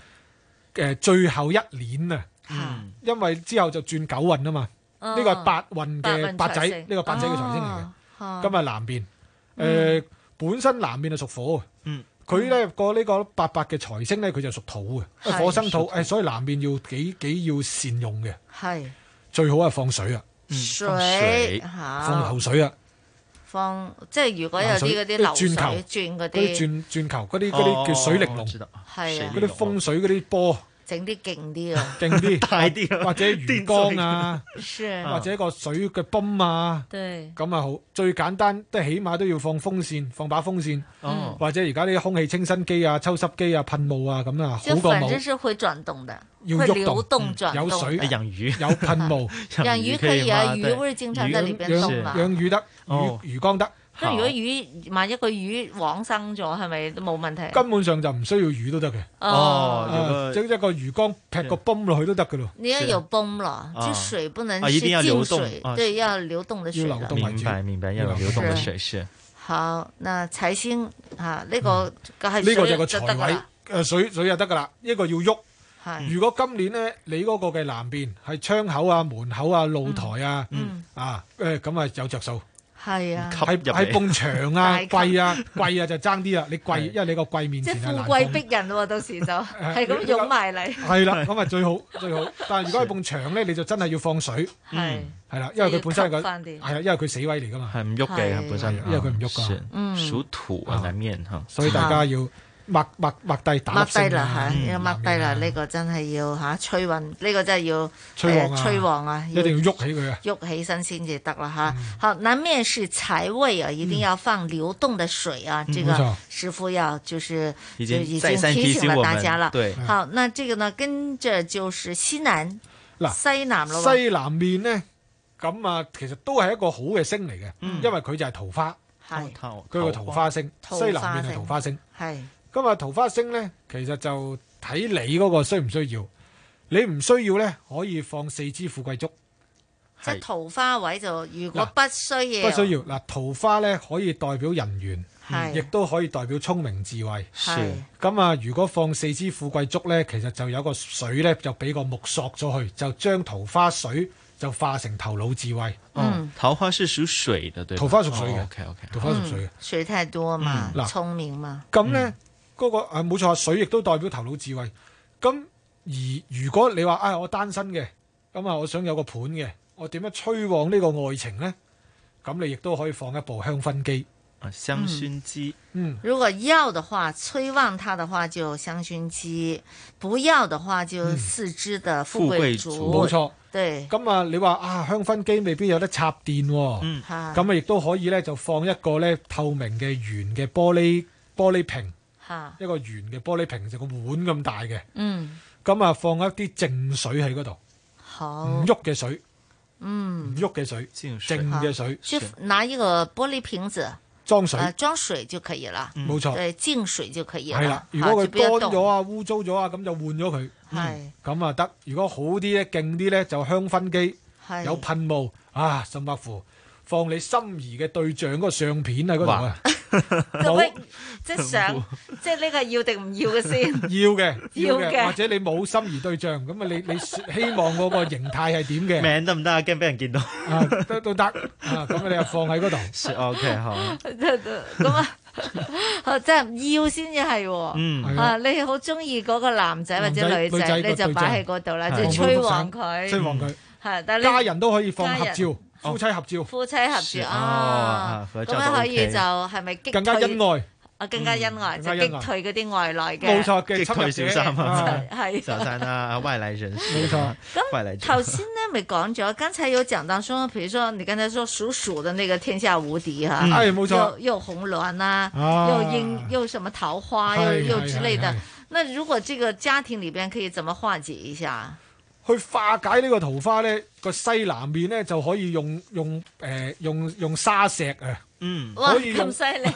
[SPEAKER 9] 誒最後一年啊，
[SPEAKER 10] 嗯，
[SPEAKER 9] 因為之後就轉九運啊嘛。
[SPEAKER 7] 哦
[SPEAKER 9] 呢個係八運
[SPEAKER 7] 八
[SPEAKER 9] 嘅
[SPEAKER 7] 運
[SPEAKER 9] 八仔，
[SPEAKER 7] 財星
[SPEAKER 9] 呢個八仔嘅財星嚟嘅。
[SPEAKER 7] 哦
[SPEAKER 9] 咁啊，南邊
[SPEAKER 7] 嗯
[SPEAKER 9] 誒本身南邊係屬火
[SPEAKER 10] 嗯。
[SPEAKER 9] 佢咧個呢個八八嘅財星咧，佢就屬土嘅，
[SPEAKER 7] 係
[SPEAKER 9] 火生土，誒，所以南邊要幾幾要善用嘅，
[SPEAKER 7] 係
[SPEAKER 9] 最好係放水啊，
[SPEAKER 7] 水好
[SPEAKER 9] 放流水啊，
[SPEAKER 7] 放即係如果
[SPEAKER 9] 啊
[SPEAKER 7] 有啊啲嗰啲
[SPEAKER 9] 流
[SPEAKER 7] 流
[SPEAKER 9] 水
[SPEAKER 7] 水
[SPEAKER 9] 啲轉
[SPEAKER 7] 轉
[SPEAKER 9] 嗰
[SPEAKER 7] 嗰
[SPEAKER 9] 啲
[SPEAKER 7] 啲，
[SPEAKER 9] 轉轉球，嗰啲嗰
[SPEAKER 10] 哦
[SPEAKER 9] 啲叫水玲瓏，
[SPEAKER 7] 係啊
[SPEAKER 9] 嗰啲風水嗰啲波
[SPEAKER 7] 整啲勁啲啊，
[SPEAKER 9] 勁啲，
[SPEAKER 10] 大啲，
[SPEAKER 9] 或者魚缸啊，
[SPEAKER 7] 是
[SPEAKER 9] 或者個水嘅泵啊，
[SPEAKER 7] 對
[SPEAKER 9] 咁啊好，最簡單都起碼都要放風扇，放把風扇，
[SPEAKER 7] 哦
[SPEAKER 9] 或者而家啲空氣清新機啊、抽濕機啊、噴霧啊咁啊，好
[SPEAKER 7] 就
[SPEAKER 9] 過
[SPEAKER 7] 反正
[SPEAKER 9] 冇。
[SPEAKER 7] 是會轉動的，
[SPEAKER 9] 要
[SPEAKER 7] 會
[SPEAKER 9] 喐
[SPEAKER 7] 流
[SPEAKER 9] 動，嗯
[SPEAKER 7] 動轉動
[SPEAKER 9] 有
[SPEAKER 7] 的，
[SPEAKER 9] 水，啊
[SPEAKER 10] 養魚，
[SPEAKER 9] 有噴霧，
[SPEAKER 7] <laughs> 養魚可以啊，魚會經常在裏邊動嘛。
[SPEAKER 9] 養魚得，魚
[SPEAKER 10] 哦
[SPEAKER 9] 魚缸得，
[SPEAKER 7] 咁如果魚萬一個魚往生咗，係咪都冇問題？
[SPEAKER 9] 根本上就唔需要魚都得嘅。
[SPEAKER 7] 哦
[SPEAKER 9] 啊
[SPEAKER 10] 有個嗯
[SPEAKER 9] 即係一個魚缸劈個泵落去都得嘅咯。
[SPEAKER 7] 你要有泵了，
[SPEAKER 10] 是啊
[SPEAKER 7] 就水不能
[SPEAKER 10] 啊
[SPEAKER 7] 是
[SPEAKER 10] 一定要流
[SPEAKER 7] 进
[SPEAKER 10] 动
[SPEAKER 7] 水
[SPEAKER 10] 啊，
[SPEAKER 7] 对，要流动的水
[SPEAKER 10] 要
[SPEAKER 7] 的。
[SPEAKER 9] 啊
[SPEAKER 10] 明白明白，要有流动的水是，
[SPEAKER 9] 嗯
[SPEAKER 7] 好，那財星啊，呢個梗係
[SPEAKER 9] 呢個就
[SPEAKER 7] 水
[SPEAKER 9] 係個
[SPEAKER 7] 就得
[SPEAKER 9] 財
[SPEAKER 7] 㗎啦，
[SPEAKER 9] 位，誒呃水水就得㗎啦，一個要喐。
[SPEAKER 7] 係
[SPEAKER 9] 如果今年咧，你嗰個嘅南邊係窗口啊、門口啊、露台啊，
[SPEAKER 7] 嗯
[SPEAKER 9] 啊誒咁啊有着數。
[SPEAKER 7] 係啊，
[SPEAKER 9] 係係埲牆
[SPEAKER 7] <laughs>
[SPEAKER 9] 啊，貴啊，貴啊就爭啲啊，你貴，因為你個貴面
[SPEAKER 7] 即係
[SPEAKER 9] 前係啊
[SPEAKER 7] 富
[SPEAKER 9] 難啊
[SPEAKER 7] 貴
[SPEAKER 9] 講
[SPEAKER 7] 逼人喎，到
[SPEAKER 9] <laughs>
[SPEAKER 7] 時就係咁湧埋嚟。
[SPEAKER 9] 係啦，咁啊最好最好。但係如果係埲牆咧，你就真係要放水。
[SPEAKER 7] 係
[SPEAKER 9] 係啦，因為佢本身係個
[SPEAKER 7] 即係要吸翻啲
[SPEAKER 9] 係啊，因為佢死位嚟噶嘛，
[SPEAKER 10] 嗯係唔喐嘅係本身
[SPEAKER 9] 哎因為佢唔喐
[SPEAKER 10] 啊是
[SPEAKER 9] 噶，
[SPEAKER 7] 嗯
[SPEAKER 10] 屬土啊南面哈，
[SPEAKER 9] 所以大家要擘擘擘低打
[SPEAKER 7] 抹
[SPEAKER 9] 粒星
[SPEAKER 7] 低啦
[SPEAKER 9] 嗯
[SPEAKER 7] 嚇，要抹低啦，呢個真係要嚇催運，呢個真係要
[SPEAKER 9] 催旺
[SPEAKER 7] 呃
[SPEAKER 9] 啊，
[SPEAKER 7] 催旺
[SPEAKER 10] 嗯
[SPEAKER 7] 啊，
[SPEAKER 9] 一定要喐起佢啊。
[SPEAKER 7] 喐起身先至得啦哈。
[SPEAKER 9] 嗯
[SPEAKER 7] 好，南面是财位啊，一定要放流动的水啊，
[SPEAKER 10] 嗯
[SPEAKER 7] 这
[SPEAKER 10] 没
[SPEAKER 7] 个
[SPEAKER 10] 错
[SPEAKER 7] 师傅要就是
[SPEAKER 10] 已
[SPEAKER 7] 就
[SPEAKER 10] 经
[SPEAKER 7] 已
[SPEAKER 10] 再
[SPEAKER 7] 经
[SPEAKER 10] 三
[SPEAKER 7] 提
[SPEAKER 10] 提
[SPEAKER 7] 醒
[SPEAKER 10] 醒
[SPEAKER 7] 了
[SPEAKER 10] 我
[SPEAKER 7] 大
[SPEAKER 10] 们
[SPEAKER 7] 家了。
[SPEAKER 10] 对
[SPEAKER 7] 好，那这个呢，跟着就是西南
[SPEAKER 9] 嗱
[SPEAKER 7] 西南咯喎，
[SPEAKER 9] 西南面咧，咁啊，其實都係一個好嘅星嚟嘅，因為佢就係桃花，
[SPEAKER 7] 係
[SPEAKER 9] 佢個桃花星，
[SPEAKER 7] 嗯桃花
[SPEAKER 9] 西南面係桃花星。
[SPEAKER 7] 係
[SPEAKER 9] 咁啊，桃花星咧，其實就睇你嗰個需唔需要。你唔需要咧，可以放四支富貴竹。
[SPEAKER 7] 即係桃花位就如果啊不需要，
[SPEAKER 9] 不需要嗱，桃花咧可以代表人緣，
[SPEAKER 7] 係
[SPEAKER 9] 亦都可以代表聰明智慧。
[SPEAKER 7] 係
[SPEAKER 9] 咁啊，如果放四支富貴竹咧，其實就有個水咧，就俾個木索咗去，就將桃花水就化成頭腦智慧。
[SPEAKER 10] 嗯，桃花是屬水的，對吧，哦
[SPEAKER 9] 桃花屬水嘅
[SPEAKER 10] OK OK，
[SPEAKER 9] 桃花屬水嘅。啊
[SPEAKER 7] 嗯水太多嘛，
[SPEAKER 9] 嗯嗱
[SPEAKER 7] 聰明嘛，嗯
[SPEAKER 9] 咁
[SPEAKER 10] 嗯
[SPEAKER 9] 咧嗰個啊冇錯，水亦都代表頭腦智慧。咁而如果你話啊、我單身嘅，咁啊我想有個伴嘅，我點樣催旺呢個愛情咧？咁你亦都可以放一部香薰機。
[SPEAKER 10] 啊，香薰機，
[SPEAKER 9] 嗯，
[SPEAKER 7] 如果要的話，催旺它的話就香薰機；不要的話就四支的富貴竹。
[SPEAKER 9] 嗯冇錯。
[SPEAKER 7] 對，
[SPEAKER 9] 咁啊，你話啊香薰機未必有得插電喎。
[SPEAKER 7] 嚇
[SPEAKER 9] 咁啊，亦都可以咧，就放一個咧透明嘅圓嘅玻璃玻璃瓶，
[SPEAKER 7] 嚇，
[SPEAKER 9] 一個圓嘅玻璃瓶就個碗咁大嘅。
[SPEAKER 7] 嗯，
[SPEAKER 9] 咁啊，放一啲靜水喺嗰度，
[SPEAKER 7] 好
[SPEAKER 9] 唔，喐嘅水，唔
[SPEAKER 7] 哦嗯，
[SPEAKER 9] 喐嘅水，靜嘅水，
[SPEAKER 7] 就拿一個玻璃瓶子，
[SPEAKER 9] 裝水。
[SPEAKER 7] 呃，裝水就可以了。
[SPEAKER 9] 嗯冇錯
[SPEAKER 7] 對，淨水就可以
[SPEAKER 9] 係啦
[SPEAKER 7] 了，。
[SPEAKER 9] 如
[SPEAKER 7] 好
[SPEAKER 9] 果
[SPEAKER 7] 就不要
[SPEAKER 9] 佢
[SPEAKER 7] 動
[SPEAKER 9] 乾咗啊、污糟咗啊，咁就換咗佢。
[SPEAKER 7] 係
[SPEAKER 9] 咁啊得。如果好啲咧、勁啲咧，就香薰機
[SPEAKER 7] 係
[SPEAKER 9] 有噴霧啊，甚或乎放你心儀嘅對象嗰個相片喺嗰度 <laughs> 啊，
[SPEAKER 7] 喂，即係
[SPEAKER 9] <laughs>
[SPEAKER 7] 想，即係呢個要定唔要嘅先。 <laughs>
[SPEAKER 9] 要嘅，
[SPEAKER 7] 要
[SPEAKER 9] 要
[SPEAKER 7] 嘅
[SPEAKER 9] 嘅，或者你冇心儀對象，咁啊你你希望嗰個形態係點嘅？
[SPEAKER 10] 名得唔得啊？驚俾人見到，
[SPEAKER 9] 啊都都得啊，咁你又放喺嗰度。
[SPEAKER 10] <laughs> 是 OK 好，
[SPEAKER 7] 咁啊， <laughs> 啊真係要先至係喎。
[SPEAKER 10] 嗯係
[SPEAKER 7] 啊
[SPEAKER 10] 啊
[SPEAKER 7] 你好中意嗰個男仔或者女
[SPEAKER 9] 男仔女仔
[SPEAKER 7] 仔，
[SPEAKER 9] 個
[SPEAKER 7] 你就
[SPEAKER 9] 對
[SPEAKER 7] 擺喺
[SPEAKER 9] 象嗯
[SPEAKER 7] 嗰度啦，
[SPEAKER 9] 係
[SPEAKER 7] 就
[SPEAKER 9] 放
[SPEAKER 7] 催
[SPEAKER 9] 幅
[SPEAKER 7] 旺
[SPEAKER 9] 相
[SPEAKER 7] 佢。嗯
[SPEAKER 9] 催旺佢
[SPEAKER 7] 係，但係
[SPEAKER 9] 家
[SPEAKER 7] 你
[SPEAKER 9] 人都可以放
[SPEAKER 7] 家
[SPEAKER 9] 合
[SPEAKER 7] 人
[SPEAKER 9] 照，夫妻合照，
[SPEAKER 7] 夫妻合
[SPEAKER 9] 哦是
[SPEAKER 7] 住
[SPEAKER 9] 哦
[SPEAKER 7] 啊
[SPEAKER 9] 啊，合
[SPEAKER 7] 咁
[SPEAKER 9] 照
[SPEAKER 7] 樣
[SPEAKER 9] 就
[SPEAKER 7] 可以
[SPEAKER 9] OK
[SPEAKER 7] 就係咪擊
[SPEAKER 9] 更加
[SPEAKER 7] 退
[SPEAKER 9] 恩愛。
[SPEAKER 7] 啊，更加恩愛，
[SPEAKER 9] 嗯
[SPEAKER 7] 就
[SPEAKER 9] 更加恩
[SPEAKER 7] 擊
[SPEAKER 9] 愛
[SPEAKER 7] 退嗰啲外來嘅。
[SPEAKER 9] 冇錯嘅，
[SPEAKER 10] 擊
[SPEAKER 9] 侵入
[SPEAKER 10] 退
[SPEAKER 9] 者
[SPEAKER 10] 小三啊，
[SPEAKER 7] 係
[SPEAKER 10] 小三啊，外來人
[SPEAKER 9] 冇
[SPEAKER 10] 士，
[SPEAKER 9] 錯，
[SPEAKER 10] 外來者
[SPEAKER 7] 頭先呢咪講咗，剛才有講到說，譬如說你剛才說屬鼠的那個天下無敵哈，
[SPEAKER 9] 嗯哎冇錯
[SPEAKER 7] 又又紅鸾啊，
[SPEAKER 9] 啊
[SPEAKER 7] 又櫻又什麼桃花，又
[SPEAKER 9] 係
[SPEAKER 7] 又
[SPEAKER 9] 係
[SPEAKER 7] 之類的
[SPEAKER 9] 係係。
[SPEAKER 7] 那如果這個家庭裏邊可以怎麼化解一下？
[SPEAKER 9] 去化解呢個桃花呢個西南面呢，就可以用用誒、呃用用沙石啊，
[SPEAKER 10] 嗯
[SPEAKER 7] 哇，
[SPEAKER 9] 可以
[SPEAKER 7] 咁
[SPEAKER 9] 用
[SPEAKER 7] 犀
[SPEAKER 9] <laughs>
[SPEAKER 7] 利，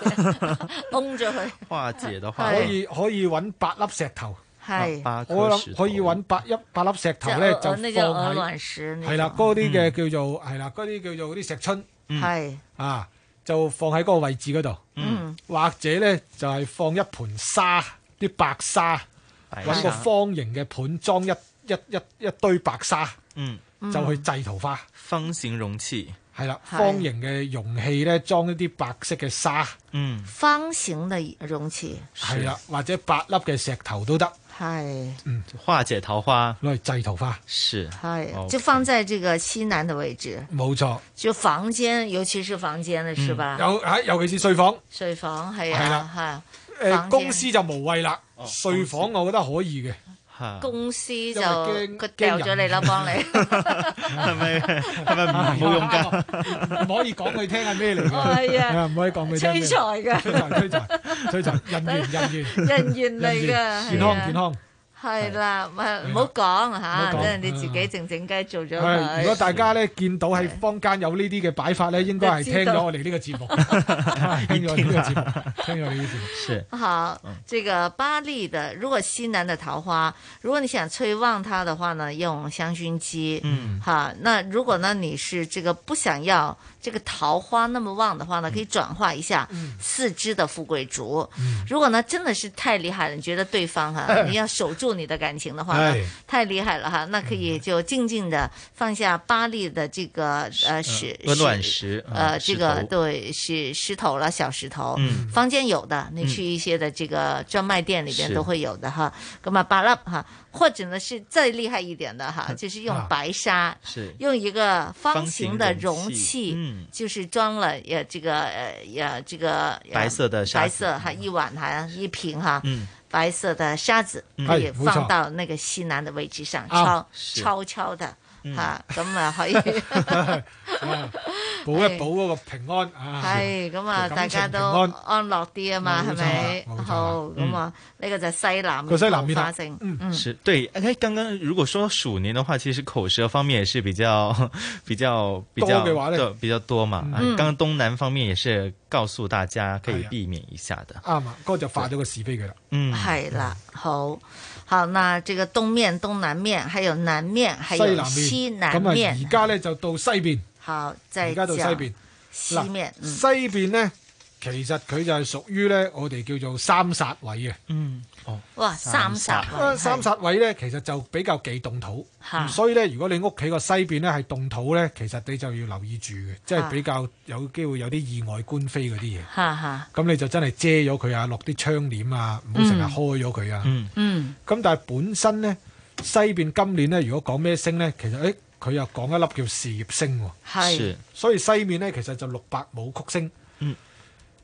[SPEAKER 7] 崩咗佢，
[SPEAKER 10] 化解的話，
[SPEAKER 9] 可以可以揾八粒石頭，
[SPEAKER 7] 係
[SPEAKER 10] 八顆
[SPEAKER 9] 我
[SPEAKER 10] 石
[SPEAKER 9] 諗
[SPEAKER 10] 頭
[SPEAKER 9] 可以揾八一八粒石頭呢，
[SPEAKER 7] 即係
[SPEAKER 9] 就
[SPEAKER 7] 鵝那叫呃鵝
[SPEAKER 9] 放
[SPEAKER 7] 卵
[SPEAKER 9] 喺
[SPEAKER 7] 石嗯那種，
[SPEAKER 9] 係啦，嗰啲
[SPEAKER 10] 嗯
[SPEAKER 9] 嘅叫做係啦，嗰啲叫做啲石春
[SPEAKER 7] 係
[SPEAKER 9] 啊，就放喺嗰個位置嗰度，
[SPEAKER 7] 嗯
[SPEAKER 9] 或者呢，就係、放一盤沙，啲白沙，
[SPEAKER 10] 白
[SPEAKER 9] 揾個
[SPEAKER 10] 沙
[SPEAKER 9] 方形嘅盤裝一一一一堆白沙，
[SPEAKER 10] 嗯，
[SPEAKER 9] 就去製桃花。
[SPEAKER 10] 方形容器，
[SPEAKER 9] 係啦，
[SPEAKER 7] 係
[SPEAKER 9] 方形嘅容器咧，裝一啲白色嘅沙，
[SPEAKER 10] 嗯，
[SPEAKER 7] 方形的容器，
[SPEAKER 9] 係啊啦，或者八粒嘅石頭都得，
[SPEAKER 7] 係
[SPEAKER 9] 嗯，
[SPEAKER 10] 化解桃花，
[SPEAKER 9] 攞嚟製桃花，
[SPEAKER 10] 是哦
[SPEAKER 7] 係，
[SPEAKER 10] OK
[SPEAKER 7] 哎就放在這個西南的位置，
[SPEAKER 9] 冇錯。
[SPEAKER 7] 就房間，尤其是房間的是吧？
[SPEAKER 9] 有啊，尤其是睡房，
[SPEAKER 7] 睡房係
[SPEAKER 9] 係
[SPEAKER 7] 啊
[SPEAKER 9] 啦，呃誒
[SPEAKER 7] 係房間
[SPEAKER 9] 公司就無謂啦，睡房我覺得可以嘅，
[SPEAKER 7] 公司就
[SPEAKER 9] 為驚
[SPEAKER 7] 佢掉咗你啦，
[SPEAKER 9] 驚人
[SPEAKER 7] 幫你。
[SPEAKER 9] <laughs>
[SPEAKER 10] 係咪係咪唔冇用㗎？
[SPEAKER 9] 唔可以講佢聽係咩嚟
[SPEAKER 7] 係
[SPEAKER 9] 嘅，
[SPEAKER 7] 啊
[SPEAKER 9] 啊唔可以講佢聽咩。
[SPEAKER 7] 催財㗎
[SPEAKER 9] 催財，催財，
[SPEAKER 7] <laughs>
[SPEAKER 9] 催財，人緣，人緣，
[SPEAKER 7] 人緣嚟㗎
[SPEAKER 9] 人緣健
[SPEAKER 7] 係啊
[SPEAKER 9] 康，健康。
[SPEAKER 7] 係啦，唔係唔好講啊嚇，
[SPEAKER 9] 唔好
[SPEAKER 7] 等
[SPEAKER 9] 講
[SPEAKER 7] 人哋自己靜靜雞做咗
[SPEAKER 9] 係，
[SPEAKER 7] 佢。
[SPEAKER 9] 如果大家咧見到喺坊間有呢啲嘅擺法咧，應該係聽咗我哋呢個節目，聽咗呢個節目，聽咗呢個節目。
[SPEAKER 10] <laughs> 是
[SPEAKER 7] 好，
[SPEAKER 10] 嗯
[SPEAKER 7] 这个巴黎的，如果西南的桃花，如果你想催旺它的话呢，用香薰机。
[SPEAKER 10] 嗯
[SPEAKER 7] 好，那如果呢你是这个不想要这个桃花那么旺的话呢，
[SPEAKER 10] 嗯
[SPEAKER 7] 可以转化一下
[SPEAKER 10] 嗯 <laughs> 哎
[SPEAKER 7] 四肢的富贵竹。如果呢真的是太厉害了，你觉得对方哈、你要守住住你的感情的话呢
[SPEAKER 17] 哎，
[SPEAKER 7] 太厉害了哈！那可以就静静的放下巴黎的这个呃石
[SPEAKER 10] 鹅卵嗯石
[SPEAKER 7] 呃，
[SPEAKER 10] 嗯
[SPEAKER 7] 这
[SPEAKER 10] 石
[SPEAKER 7] 个
[SPEAKER 10] 头
[SPEAKER 7] 对石石头了，小石头，
[SPEAKER 10] 嗯
[SPEAKER 7] 坊间有的，你
[SPEAKER 10] 嗯
[SPEAKER 7] 去一些的这个专卖店里边
[SPEAKER 10] 是
[SPEAKER 7] 都会有的哈。咁啊，巴粒哈，或者呢是再厉害一点的
[SPEAKER 10] <laughs>
[SPEAKER 7] 哈，就是用
[SPEAKER 10] 啊
[SPEAKER 7] 白沙，
[SPEAKER 10] 是
[SPEAKER 7] 用一个方
[SPEAKER 10] 方
[SPEAKER 7] 形
[SPEAKER 10] 形
[SPEAKER 7] 的
[SPEAKER 10] 容
[SPEAKER 7] 容
[SPEAKER 10] 器
[SPEAKER 7] 器，
[SPEAKER 10] 嗯
[SPEAKER 7] 就是装了呃这个呃呃这个呃
[SPEAKER 10] 白色的沙
[SPEAKER 7] 白
[SPEAKER 10] 子
[SPEAKER 7] 色哈一碗哈一瓶哈，
[SPEAKER 10] 嗯
[SPEAKER 7] 白色的沙子
[SPEAKER 10] 嗯
[SPEAKER 7] 可以
[SPEAKER 10] 哎冇
[SPEAKER 7] 放
[SPEAKER 10] 錯
[SPEAKER 7] 到那个西南的位置上，
[SPEAKER 9] 啊
[SPEAKER 7] 敲
[SPEAKER 9] 是
[SPEAKER 7] 敲敲的
[SPEAKER 9] 嗯
[SPEAKER 7] 吓，咁
[SPEAKER 9] <laughs>
[SPEAKER 10] <laughs>
[SPEAKER 7] 啊可以。哎
[SPEAKER 9] 保一啊保嗰個平安啊！
[SPEAKER 7] 係咁啊，
[SPEAKER 9] 感
[SPEAKER 7] 大家
[SPEAKER 9] 情
[SPEAKER 7] 都
[SPEAKER 9] 平安
[SPEAKER 7] 安樂啲啊嘛，係咪？好
[SPEAKER 9] 嗯
[SPEAKER 7] 咁啊，呢個就係西南
[SPEAKER 10] 個西南
[SPEAKER 7] 面
[SPEAKER 10] 面
[SPEAKER 7] 花
[SPEAKER 10] 啦
[SPEAKER 7] 性，嗯，
[SPEAKER 10] 是对。哎，刚刚如果说鼠年的话，其实口舌方面也是比较 <laughs> 比较比较
[SPEAKER 9] 多嘅話呢
[SPEAKER 10] 对比较多嘛。
[SPEAKER 9] 嗯
[SPEAKER 10] 哎刚刚东南方面也是告诉大家可以避免一下的。
[SPEAKER 9] 啱啊，嗰個就化咗個是非佢啦。
[SPEAKER 10] 嗯，
[SPEAKER 7] 係啦，好。好，那這個東面、東南面，還有南面，還
[SPEAKER 9] 西
[SPEAKER 7] 有
[SPEAKER 9] 南
[SPEAKER 7] 西
[SPEAKER 9] 面，
[SPEAKER 7] 南
[SPEAKER 9] 咁啊
[SPEAKER 7] 面
[SPEAKER 9] 而。家咧就到西邊，
[SPEAKER 7] 好，再
[SPEAKER 9] 而家到西
[SPEAKER 7] 講
[SPEAKER 9] 邊。
[SPEAKER 7] 西面，嗯
[SPEAKER 9] 嗱西邊咧，其實佢就係屬於咧我哋叫做三煞位嘅。
[SPEAKER 10] 嗯，
[SPEAKER 9] 哦，
[SPEAKER 7] 哇三煞位
[SPEAKER 9] 啊
[SPEAKER 7] 係
[SPEAKER 9] 三煞位咧，其實就比較忌動土，
[SPEAKER 7] 嚇
[SPEAKER 9] 咁所以咧，如果你屋企個西邊咧係動土咧，其實你就要留意住嘅，即
[SPEAKER 7] 嚇
[SPEAKER 9] 係比較有機會有啲意外官非嗰啲嘢。
[SPEAKER 7] 哈啊哈，
[SPEAKER 9] 咁你就真係遮咗佢啊，落啲窗簾啊，唔好成日開咗佢啊。
[SPEAKER 10] 嗯
[SPEAKER 7] 嗯，
[SPEAKER 9] 咁但係本身呢，西邊今年呢，如果講咩星呢，其實誒佢又講一粒叫事業星喎。
[SPEAKER 7] 係是
[SPEAKER 9] 所以西面呢，其實就六白武曲星。
[SPEAKER 10] 嗯，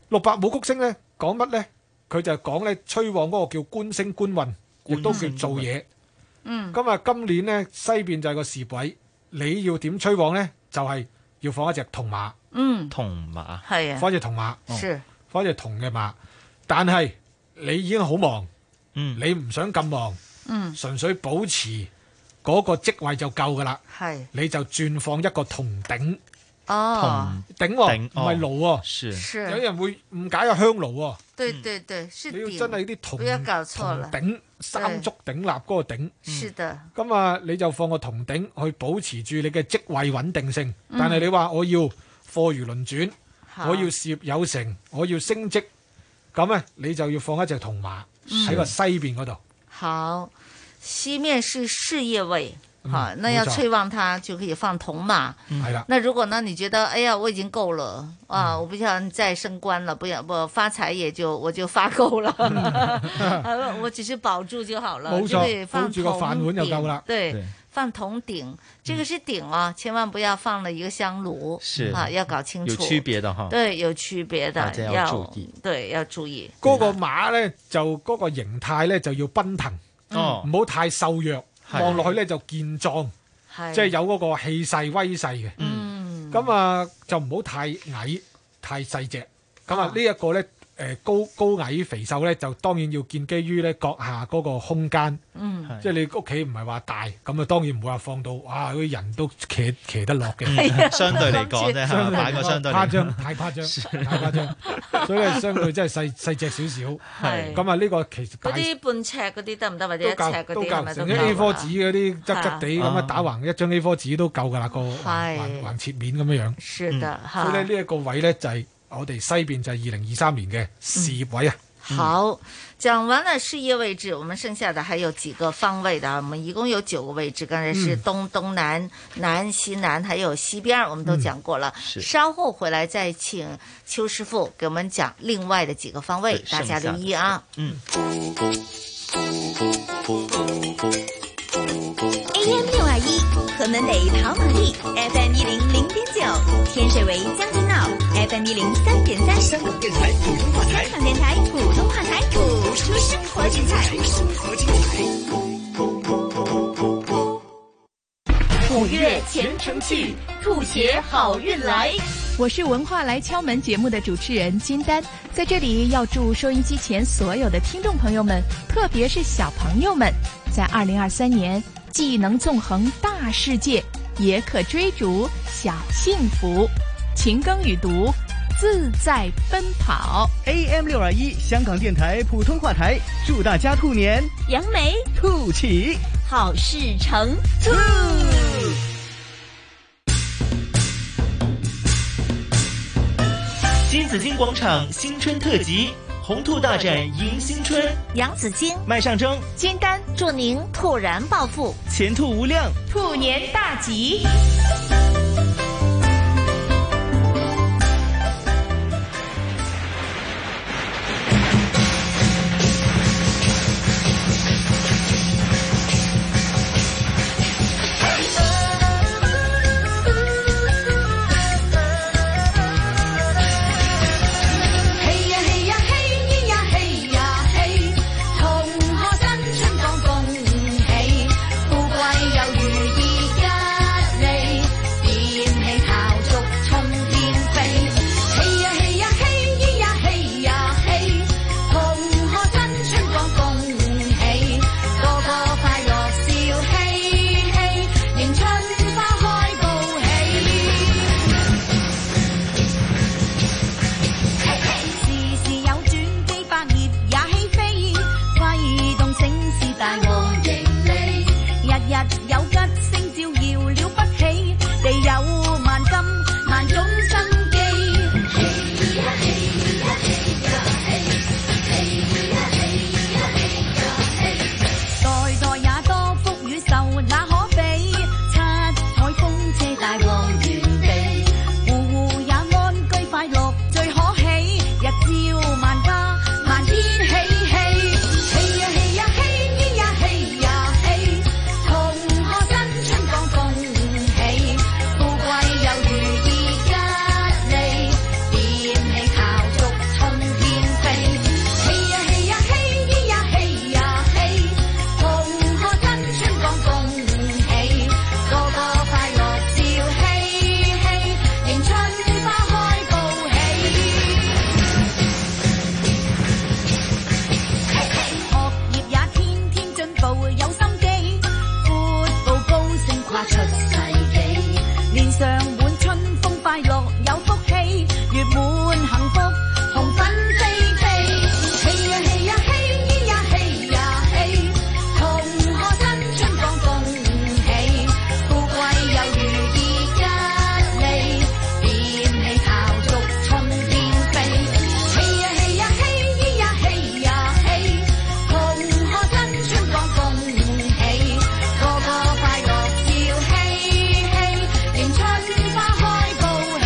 [SPEAKER 9] 六白武曲星呢，講乜呢？佢就係講呢，吹旺嗰個叫官星官運，亦都叫做嘢。
[SPEAKER 7] 嗯，
[SPEAKER 9] 咁啊，今年呢，西邊就係個事業位，你要點吹旺呢？就係、要放一隻銅馬。
[SPEAKER 7] 嗯，
[SPEAKER 10] 銅馬
[SPEAKER 7] 係啊
[SPEAKER 9] 放一隻銅馬，
[SPEAKER 10] 哦
[SPEAKER 7] 是
[SPEAKER 9] 放一隻銅嘅馬，但係你已經好忙，
[SPEAKER 10] 嗯，
[SPEAKER 9] 你唔想咁忙，
[SPEAKER 7] 嗯，
[SPEAKER 9] 純粹保持嗰個職位就夠噶啦，
[SPEAKER 7] 係
[SPEAKER 9] 你就轉放一個銅鼎，
[SPEAKER 7] 哦，
[SPEAKER 9] 鼎
[SPEAKER 10] 頂
[SPEAKER 9] 喎，唔
[SPEAKER 10] 哦
[SPEAKER 9] 係爐
[SPEAKER 10] 是
[SPEAKER 9] 喎，
[SPEAKER 7] 是
[SPEAKER 9] 有人會誤解啊香爐喎，
[SPEAKER 7] 對對對，是
[SPEAKER 9] 你
[SPEAKER 7] 頂
[SPEAKER 9] 要真係啲
[SPEAKER 7] 不要
[SPEAKER 9] 銅
[SPEAKER 7] 搞錯了
[SPEAKER 9] 銅，鼎三足鼎立嗰個鼎，
[SPEAKER 7] 是的，
[SPEAKER 9] 咁啊你就放個銅鼎去保持住你嘅職位穩定性，
[SPEAKER 7] 嗯
[SPEAKER 9] 但係你話我要貨如輪轉。
[SPEAKER 7] 好
[SPEAKER 9] 我要事業有成，我要升職，咁咧你就要放一隻銅馬
[SPEAKER 7] 嗯
[SPEAKER 9] 喺個西邊嗰度。
[SPEAKER 7] 好，西面是事業位，
[SPEAKER 9] 嗯
[SPEAKER 7] 好，那要
[SPEAKER 9] 冇錯
[SPEAKER 7] 催旺它就可以放铜马。
[SPEAKER 9] 係
[SPEAKER 8] 啊
[SPEAKER 9] 啦
[SPEAKER 7] 那如果呢，你觉得哎呀我已经够了啊，我不想再升官了，不想我发财也就我就发够了，
[SPEAKER 16] <laughs>
[SPEAKER 7] 啊我只是保住就好了，
[SPEAKER 9] 冇
[SPEAKER 7] 就
[SPEAKER 9] 錯
[SPEAKER 7] 可以放
[SPEAKER 9] 保住個
[SPEAKER 7] 铜
[SPEAKER 9] 飯碗就
[SPEAKER 7] 鼎
[SPEAKER 9] 夠啦
[SPEAKER 7] 对
[SPEAKER 9] 對。
[SPEAKER 7] 放铜鼎，这个是鼎啊，千万不要放了一个香炉，
[SPEAKER 10] 是
[SPEAKER 7] 啊，要搞清
[SPEAKER 10] 有
[SPEAKER 7] 楚，
[SPEAKER 10] 区别的哈
[SPEAKER 7] 对，有区别
[SPEAKER 10] 大
[SPEAKER 7] 的，
[SPEAKER 10] 家要注意，
[SPEAKER 7] 对，要注意，
[SPEAKER 9] 嗰個馬咧就嗰個形態咧就要奔騰，
[SPEAKER 7] 哦
[SPEAKER 9] 唔好太瘦弱，
[SPEAKER 7] 係
[SPEAKER 9] 望落去咧就健壯，
[SPEAKER 7] 係
[SPEAKER 9] 即係有嗰個氣勢威勢
[SPEAKER 7] 嗯嘅。
[SPEAKER 9] 咁啊就唔好太矮太細只。咁啊呢一個咧誒高高矮肥瘦咧就當然要建基於咧閣下嗰個空間。
[SPEAKER 7] 嗯，
[SPEAKER 9] 即係你屋企唔係話大，咁啊當然唔會話放到哇嗰啲人都騎騎得落
[SPEAKER 7] 嗯
[SPEAKER 10] 係啊
[SPEAKER 9] 嘅。
[SPEAKER 10] 相對嚟講呢
[SPEAKER 9] 相對嚟講
[SPEAKER 10] 擺個相對嚟講
[SPEAKER 9] 誇張，太誇張，太誇張。所以咧相對真係細細隻少少。
[SPEAKER 7] 係
[SPEAKER 9] 咁啊，呢個其實大
[SPEAKER 7] 嗰啲半尺嗰啲得唔得，或者一尺
[SPEAKER 9] 都
[SPEAKER 7] 嗰
[SPEAKER 9] 夠都
[SPEAKER 7] 啲係咪
[SPEAKER 9] 夠，
[SPEAKER 7] 都
[SPEAKER 9] 成
[SPEAKER 7] 夠
[SPEAKER 9] 張
[SPEAKER 7] 啊
[SPEAKER 9] A4 紙嗰啲側側地咁
[SPEAKER 7] 係啊
[SPEAKER 9] 樣打橫一張 A4 紙都夠㗎啦，個橫
[SPEAKER 7] 係
[SPEAKER 9] 橫橫切面咁樣樣。
[SPEAKER 7] 是的
[SPEAKER 9] 嗯
[SPEAKER 7] 嚇
[SPEAKER 9] 所以咧呢一個位咧就係我哋西邊就係二零二三年嘅事業位啊。
[SPEAKER 7] 嗯
[SPEAKER 18] 嗯
[SPEAKER 7] 好，讲完了事业位置，我们剩下的还有几个方位的啊，我们一共有九个位置，刚才是
[SPEAKER 18] 嗯
[SPEAKER 7] 东、东南、南、西南，还有西边儿，我们都讲过了。
[SPEAKER 18] 嗯是
[SPEAKER 7] 稍后回来再请邱师傅给我们讲另外的几个方位，大家留意啊。
[SPEAKER 10] 嗯。
[SPEAKER 2] AM 六二一，河门北跑马地；FM 一零零点九，天水围将军澳；FM 一零三点三，香港电台普通话台。香港电台普通话台，谱出生活精彩。生活精彩。
[SPEAKER 18] 五月前程去，吐血好运来。
[SPEAKER 19] 我是文化来敲门节目的主持人金丹，在这里要祝收音机前所有的听众朋友们，特别是小朋友们，在二零二三年既能纵横大世界，也可追逐小幸福。勤耕与读，自在奔跑。
[SPEAKER 3] AM 六二一香港电台普通话台，祝大家兔年
[SPEAKER 18] 扬眉
[SPEAKER 3] 吐起，
[SPEAKER 18] 好事成吐。
[SPEAKER 12] 新紫金广场新春特辑，红兔大展迎新春，
[SPEAKER 7] 杨紫金、
[SPEAKER 12] 麦上蒸、
[SPEAKER 7] 金丹，祝您突然暴富，
[SPEAKER 12] 前途无量。
[SPEAKER 18] 兔年大吉！嘿呀嘿呀嘿咿呀嘿呀嘿，同學新春講恭喜，富貴又如意一利，點起炮竹衝天飛。嘿呀嘿呀嘿咿呀嘿呀嘿，同學新春講恭喜，個個快樂笑嘻嘻，迎春花開報喜。時時有轉機，百業也起飛，揮動醒獅大我盈利，日日有吉星照耀了不起，地有萬金萬種生機。嘿呀嘿呀嘿呀嘿，嘿呀嘿呀嘿呀嘿，代代也多福與壽那可比，七彩風車大旺園地。户户也安居快樂最可喜，日照萬花萬天喜氣。嘿呀嘿呀嘿咿呀嘿呀嘿，同學新春講恭喜，富貴又如意吉利，點起炮竹衝天飛。嘿呀嘿呀嘿咿呀嘿呀嘿，同學新春講恭喜，個個快樂笑嘻嘻，迎春花開報喜。學業也天天進步，有心機，闊步高升跨出世紀，年上滿春風快樂有福氣，月滿幸福紅粉飛飛。嘿呀嘿呀嘿咿呀嘿呀嘿，同學新春講恭喜，富貴又如意吉利，點起炮竹衝天飛。嘿呀嘿呀嘿咿呀嘿呀嘿，同學新春講恭喜，個個快樂笑嘻嘻，迎春花開報喜。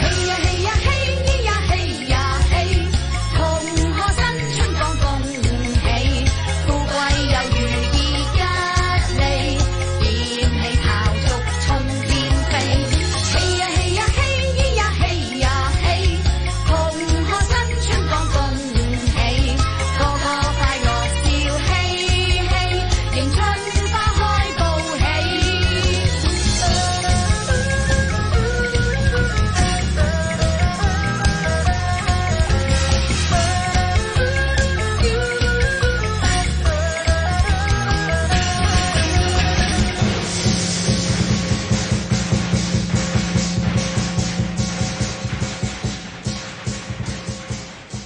[SPEAKER 18] 嘿呀嘿呀嘿咿呀嘿呀嘿。同學新春講恭喜，富貴又如意吉利，點起炮竹衝天飛。嘿呀嘿呀嘿咿呀嘿呀嘿，同學新春講恭喜，個個快樂笑嘻嘻，迎春花開報喜。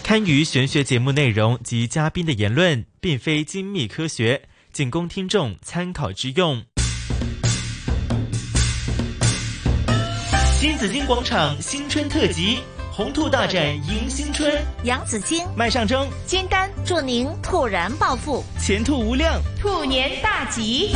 [SPEAKER 10] 堪舆玄学节目内容及嘉宾的言论，并非精密科学，仅供听众参考之用。
[SPEAKER 12] 新紫金广场新春特辑，红兔大展迎新春，
[SPEAKER 7] 杨紫金、
[SPEAKER 10] 麦上蒸、
[SPEAKER 7] 金丹，祝您突然暴富，
[SPEAKER 10] 前途无量。
[SPEAKER 18] 兔年大吉！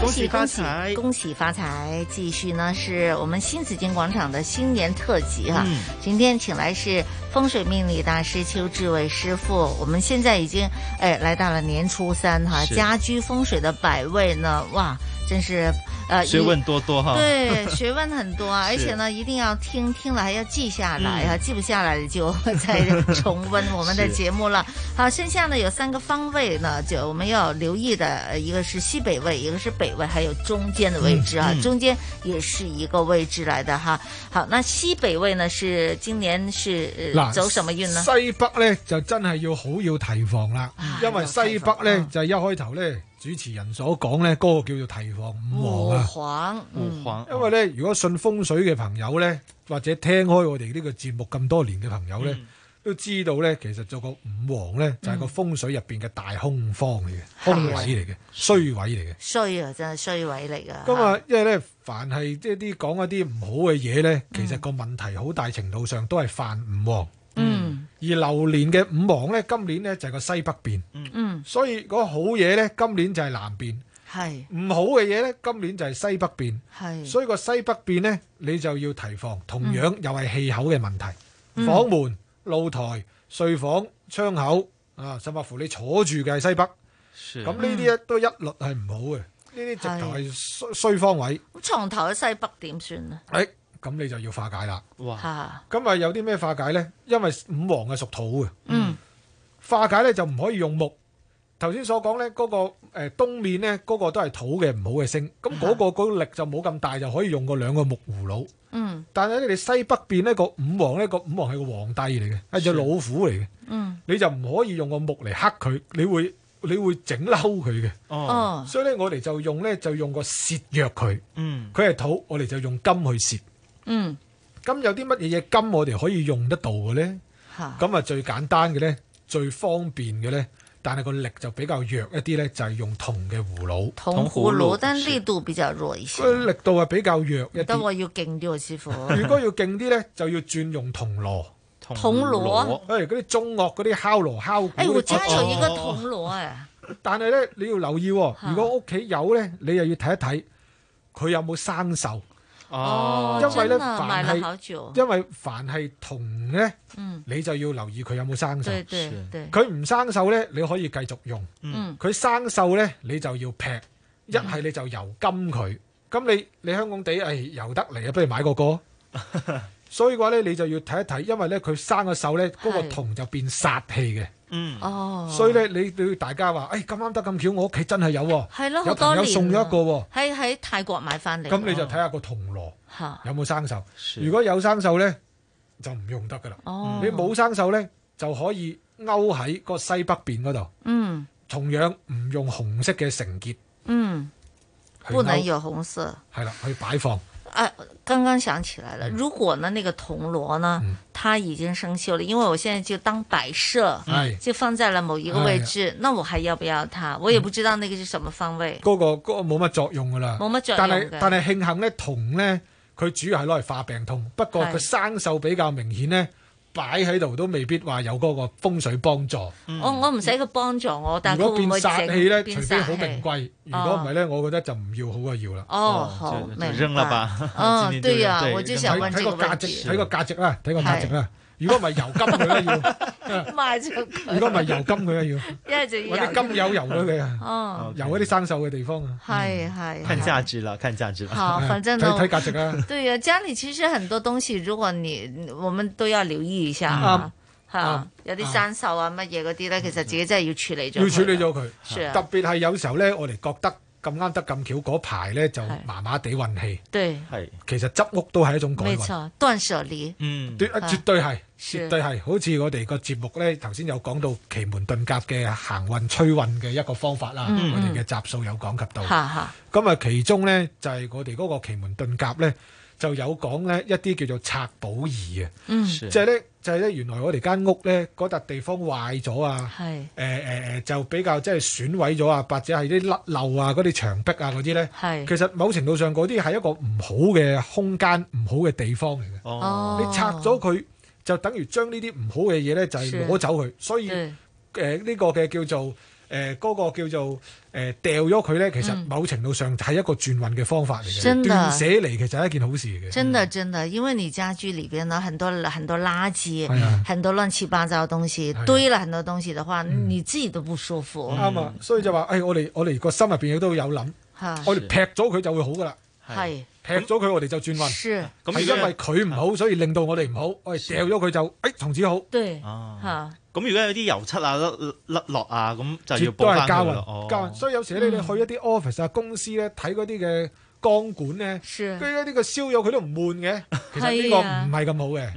[SPEAKER 7] 恭喜恭喜恭喜发财！继续呢，是我们新紫金广场的新年特辑哈、
[SPEAKER 20] 嗯
[SPEAKER 7] 今天请来是风水命理大师邱志伟师傅。我们现在已经哎来到了年初三哈，
[SPEAKER 10] 是
[SPEAKER 7] 家居风水的百味呢，哇，真是呃
[SPEAKER 10] 学
[SPEAKER 7] 一
[SPEAKER 10] 问多多哈。
[SPEAKER 7] 对，学问很
[SPEAKER 10] <laughs>
[SPEAKER 7] 多啊，而
[SPEAKER 10] 是
[SPEAKER 7] 且呢，一定要听，听了还要记下来啊，
[SPEAKER 10] 嗯
[SPEAKER 7] 记不下来就 <laughs> 再重温我们的
[SPEAKER 20] 是
[SPEAKER 7] 节目了。好，剩下呢有三个方位呢，就我们要留意的，呃一个是西北位，一个是北位，还有中间的位置啊，
[SPEAKER 20] 嗯嗯
[SPEAKER 7] 中间也是一个位置来的哈。好，那西北位呢是今年是、呃、
[SPEAKER 9] 嗯嗱，
[SPEAKER 7] 走什么运呢？
[SPEAKER 9] 西北咧就真係要好要提防啦，
[SPEAKER 7] 啊
[SPEAKER 9] 因為西北咧就係一開頭咧主持人所講咧嗰個叫做提防五
[SPEAKER 7] 五
[SPEAKER 9] 黃啊。
[SPEAKER 7] 黄，嗯，
[SPEAKER 9] 因為
[SPEAKER 7] 嗯
[SPEAKER 9] 咧，如果信風水嘅朋友咧，或者聽開我哋呢個節目咁多年嘅朋友咧，都知道咧，其實做個五黃咧就係個風水入邊嘅大空方嚟嘅，
[SPEAKER 7] 係
[SPEAKER 9] 空位嚟嘅，衰位嚟嘅。
[SPEAKER 7] 衰啊，真係衰位嚟噶。
[SPEAKER 9] 咁啊，因為咧，凡係即係啲講一啲唔好嘅嘢咧，其實個問題好大程度上都係犯五黃。
[SPEAKER 7] 嗯，
[SPEAKER 9] 而流年嘅五黃咧，今年咧就係個西北邊。
[SPEAKER 7] 嗯，
[SPEAKER 9] 所以嗰好嘢咧，今年就係南邊；
[SPEAKER 7] 係
[SPEAKER 9] 唔好嘅嘢咧，今年就係西北邊。
[SPEAKER 7] 係，
[SPEAKER 9] 所以個西北邊呢，你就要提防，同樣又係氣口嘅問題，
[SPEAKER 7] 嗯
[SPEAKER 9] 房門、露台、睡房、窗口啊，甚至乎你坐住嘅係西北，咁呢啲一都一律係唔好嘅，呢啲直頭
[SPEAKER 7] 嗯
[SPEAKER 9] 係衰衰方位。
[SPEAKER 7] 哎咁床頭喺西北點算啊？
[SPEAKER 9] 誒，哎咁你就要化解啦。
[SPEAKER 7] 哇！
[SPEAKER 9] 咁啊，有啲咩化解呢？因為五黃係屬土嘅，
[SPEAKER 7] 嗯，
[SPEAKER 9] 化解呢就唔可以用木。頭先所講呢，嗰、個、呃、東面呢，嗰、個都係土嘅唔好嘅星，咁嗰、個嗰、力就冇咁大，就可以用個兩個木葫蘆。
[SPEAKER 7] 嗯
[SPEAKER 9] 但係咧，你西北邊呢個五黃呢個五黃係個皇帝嚟嘅，係隻老虎嚟嘅，
[SPEAKER 7] 嗯
[SPEAKER 9] 你就唔可以用個木嚟克佢，你會你會整嬲佢嘅。
[SPEAKER 7] 哦
[SPEAKER 9] 所以咧，我哋就用咧就用個蝕弱佢，
[SPEAKER 10] 嗯，
[SPEAKER 9] 佢係土，我哋就用金去蝕。
[SPEAKER 7] 嗯
[SPEAKER 9] 咁有啲乜嘢嘢金我哋可以用得到嘅咧？
[SPEAKER 7] 嚇
[SPEAKER 9] 咁啊最簡單嘅咧，最方便嘅咧，但係個力就比較弱一啲咧，就係用銅嘅葫蘆。
[SPEAKER 7] 銅葫蘆，但力度比較弱一些。
[SPEAKER 9] 佢力度係比較弱一
[SPEAKER 7] 得
[SPEAKER 9] 啲。
[SPEAKER 7] 我要勁啲喎，師傅。
[SPEAKER 9] 如果要勁啲咧，就要轉用銅鑼。銅
[SPEAKER 7] 銅鑼
[SPEAKER 9] 誒嗰啲中樂嗰啲敲鑼敲鼓。
[SPEAKER 7] 哎，我家有一個
[SPEAKER 9] 哦
[SPEAKER 7] 銅鑼哎，
[SPEAKER 9] 但係咧，你要留意、喎，如果屋企有咧，你又要睇一睇佢有冇生鏽。
[SPEAKER 7] 哦
[SPEAKER 9] 因為咧，
[SPEAKER 7] 真的買
[SPEAKER 9] 凡
[SPEAKER 7] 了好久
[SPEAKER 9] 係因為凡係銅咧，
[SPEAKER 7] 嗯
[SPEAKER 9] 你就要留意佢有冇生
[SPEAKER 7] 對
[SPEAKER 9] 鏽。
[SPEAKER 7] 對是對
[SPEAKER 9] 佢唔生鏽咧，你可以繼續用。
[SPEAKER 7] 嗯
[SPEAKER 9] 佢生鏽咧，你就要劈。一係你就油金佢。咁你你香港地誒、哎、油得嚟啊，不如買個
[SPEAKER 7] <laughs>
[SPEAKER 9] 個。所以嘅話咧，你就要睇一睇，因為咧佢生咗鏽咧，嗰、個
[SPEAKER 7] 係
[SPEAKER 9] 銅就變煞氣嘅。
[SPEAKER 10] 嗯，
[SPEAKER 7] 哦，
[SPEAKER 9] 所以咧，你對大家話，誒咁啱得咁巧，我屋企真係有喎，
[SPEAKER 7] 係咯，好
[SPEAKER 9] 有
[SPEAKER 7] 多
[SPEAKER 9] 朋友
[SPEAKER 7] 年
[SPEAKER 9] 送咗一個喎，
[SPEAKER 7] 喺喺泰國買翻嚟。
[SPEAKER 9] 咁你就睇下個銅鑼
[SPEAKER 7] 嚇
[SPEAKER 9] 有冇生鏽。如果有生鏽咧，就唔用得噶啦。
[SPEAKER 7] 哦
[SPEAKER 9] 你冇生鏽咧，就可以勾喺個西北邊嗰度，
[SPEAKER 7] 嗯
[SPEAKER 9] 同樣唔用紅色嘅繩結，
[SPEAKER 7] 嗯，
[SPEAKER 9] 去
[SPEAKER 7] 不能
[SPEAKER 9] 勾
[SPEAKER 7] 有紅色。
[SPEAKER 9] 係啦，去擺放。
[SPEAKER 7] 啊，刚刚想起来了，
[SPEAKER 9] 嗯
[SPEAKER 7] 如果呢那个铜锣呢，它已经生锈了，因为我现在就当摆设，
[SPEAKER 9] 哎
[SPEAKER 7] 就放在了某一个位置，那我还要不要它？我也不知道那个是什么方位。
[SPEAKER 9] 嗰、個嗰、個冇乜作用噶啦，
[SPEAKER 7] 冇乜作用
[SPEAKER 9] 但係
[SPEAKER 7] 嘅
[SPEAKER 9] 但係慶幸咧，銅咧佢主要係攞嚟化病痛，不過
[SPEAKER 7] 係
[SPEAKER 9] 佢生鏽比較明顯咧，擺喺度都未必話有嗰個風水幫助。
[SPEAKER 10] 哦
[SPEAKER 7] 我我唔使佢幫助我，嗯但係
[SPEAKER 9] 嗯如
[SPEAKER 7] 佢
[SPEAKER 9] 果
[SPEAKER 7] 會
[SPEAKER 9] 變
[SPEAKER 7] 唔會整
[SPEAKER 9] 煞氣咧，
[SPEAKER 7] 變
[SPEAKER 9] 除非好
[SPEAKER 7] 煞氣
[SPEAKER 9] 名貴，如果唔係咧，我覺得就唔要好過要啦。
[SPEAKER 7] 哦，好，明白。
[SPEAKER 10] 扔了吧 <laughs> 今
[SPEAKER 7] 嗯，
[SPEAKER 10] 年就扔
[SPEAKER 7] 对呀
[SPEAKER 10] 对，
[SPEAKER 7] 我就
[SPEAKER 10] 扔
[SPEAKER 7] 想
[SPEAKER 10] 吧
[SPEAKER 7] 問
[SPEAKER 10] 睇
[SPEAKER 7] 這
[SPEAKER 10] 個
[SPEAKER 7] 個
[SPEAKER 9] 價
[SPEAKER 7] 問
[SPEAKER 9] 值
[SPEAKER 7] 題。
[SPEAKER 9] 睇個價值啦，睇個價值啦。如果唔係油金佢咧要，
[SPEAKER 7] <laughs> 賣咗佢。
[SPEAKER 9] 如果唔係油金佢咧要，
[SPEAKER 7] <laughs> 一係就要
[SPEAKER 9] 或者金
[SPEAKER 7] <laughs>
[SPEAKER 9] 油油咗佢啊
[SPEAKER 7] 哦，
[SPEAKER 9] 油嗰啲生鏽嘅地方啊。
[SPEAKER 7] 係係。
[SPEAKER 10] 看價值了，看價值
[SPEAKER 9] <laughs>
[SPEAKER 10] 了。
[SPEAKER 7] 好，反正呢
[SPEAKER 9] 哎睇睇價值
[SPEAKER 7] <laughs>
[SPEAKER 9] 啊。
[SPEAKER 7] 对呀、家里其实很多东西，如果你我们都要留意一下
[SPEAKER 9] 嗯
[SPEAKER 7] 啊。吓，有啲生鏽啊，乜嘢嗰啲咧，其實自己真係要處理咗佢。
[SPEAKER 9] 要處理咗
[SPEAKER 7] 是
[SPEAKER 9] 佢，
[SPEAKER 7] 啊
[SPEAKER 9] 特別係有時候咧，我哋覺得咁啱得咁巧嗰排咧就麻麻地運氣，
[SPEAKER 7] 對，
[SPEAKER 10] 係
[SPEAKER 9] 其實執屋都係一種改
[SPEAKER 7] 沒
[SPEAKER 9] 運，
[SPEAKER 7] 錯，斷捨離。
[SPEAKER 10] 嗯，
[SPEAKER 9] 絕
[SPEAKER 7] 啊
[SPEAKER 9] 絕對係，
[SPEAKER 7] 是
[SPEAKER 9] 絕對係，好似我哋個節目咧頭先有講到奇門遁甲嘅行運催運嘅一個方法啦，
[SPEAKER 7] 嗯
[SPEAKER 9] 我哋嘅集數有講及到，
[SPEAKER 7] 哈哈，
[SPEAKER 9] 咁啊其中咧就係我哋嗰個奇門遁甲咧就有講咧一啲叫做拆寶儀啊，
[SPEAKER 7] 嗯，
[SPEAKER 9] 即係咧就係咧原來我哋間屋咧嗰笪地方壞咗
[SPEAKER 7] <laughs>
[SPEAKER 9] 啊。
[SPEAKER 11] 哎
[SPEAKER 7] 係
[SPEAKER 9] 誒誒誒就比較即係損毀咗啊，或者係啲甩漏啊、嗰啲牆壁啊嗰啲咧，
[SPEAKER 7] 係
[SPEAKER 9] 其實某程度上嗰啲係一個唔好嘅空間、唔好嘅地方嚟嘅。
[SPEAKER 7] 哦
[SPEAKER 9] 你拆咗佢，就等於將呢啲唔好嘅嘢咧，就係
[SPEAKER 10] 是
[SPEAKER 9] 攞走佢。所以誒
[SPEAKER 10] 對
[SPEAKER 9] 呢、個嘅叫做誒嗰、個叫做誒掉咗佢咧，其實某程度上係一個轉運嘅方法嚟
[SPEAKER 7] 嗯真啊
[SPEAKER 9] 嘅，斷
[SPEAKER 7] 的
[SPEAKER 9] 捨離其實係一件好事嚟嘅。
[SPEAKER 7] 真的真的，因為你家居裏邊呢，很多很多垃圾
[SPEAKER 9] 哎呀，哎
[SPEAKER 7] 很多亂七八糟的東西，堆了很多東西的話，你自己都不舒服。
[SPEAKER 9] 嗯啱啊，所以就話誒、哎我哋我哋個心入邊亦都有諗
[SPEAKER 7] 嚇，
[SPEAKER 9] 我哋劈咗佢就會好噶啦。
[SPEAKER 7] 係
[SPEAKER 9] 劈咗佢，我哋就轉運。
[SPEAKER 7] 是
[SPEAKER 9] 係因為佢唔好，所以令到我哋唔好。我哋掉咗佢就，誒，從此好。
[SPEAKER 7] 對，
[SPEAKER 10] 嚇咁如果有啲油漆啊、甩甩落啊，咁就要
[SPEAKER 9] 絕
[SPEAKER 10] 補
[SPEAKER 9] 對
[SPEAKER 10] 翻
[SPEAKER 9] 係
[SPEAKER 10] 佢
[SPEAKER 9] 交
[SPEAKER 10] 啦。
[SPEAKER 9] 運，
[SPEAKER 10] 哦
[SPEAKER 9] 交運。所以有時咧，
[SPEAKER 7] 嗯
[SPEAKER 9] 你去一啲 office 啊、公司咧，睇嗰啲嘅鋼管咧，
[SPEAKER 7] 跟
[SPEAKER 9] 住呢個燒咗佢都唔悶嘅。其實呢
[SPEAKER 7] 係啊
[SPEAKER 9] 個唔係咁好嘅，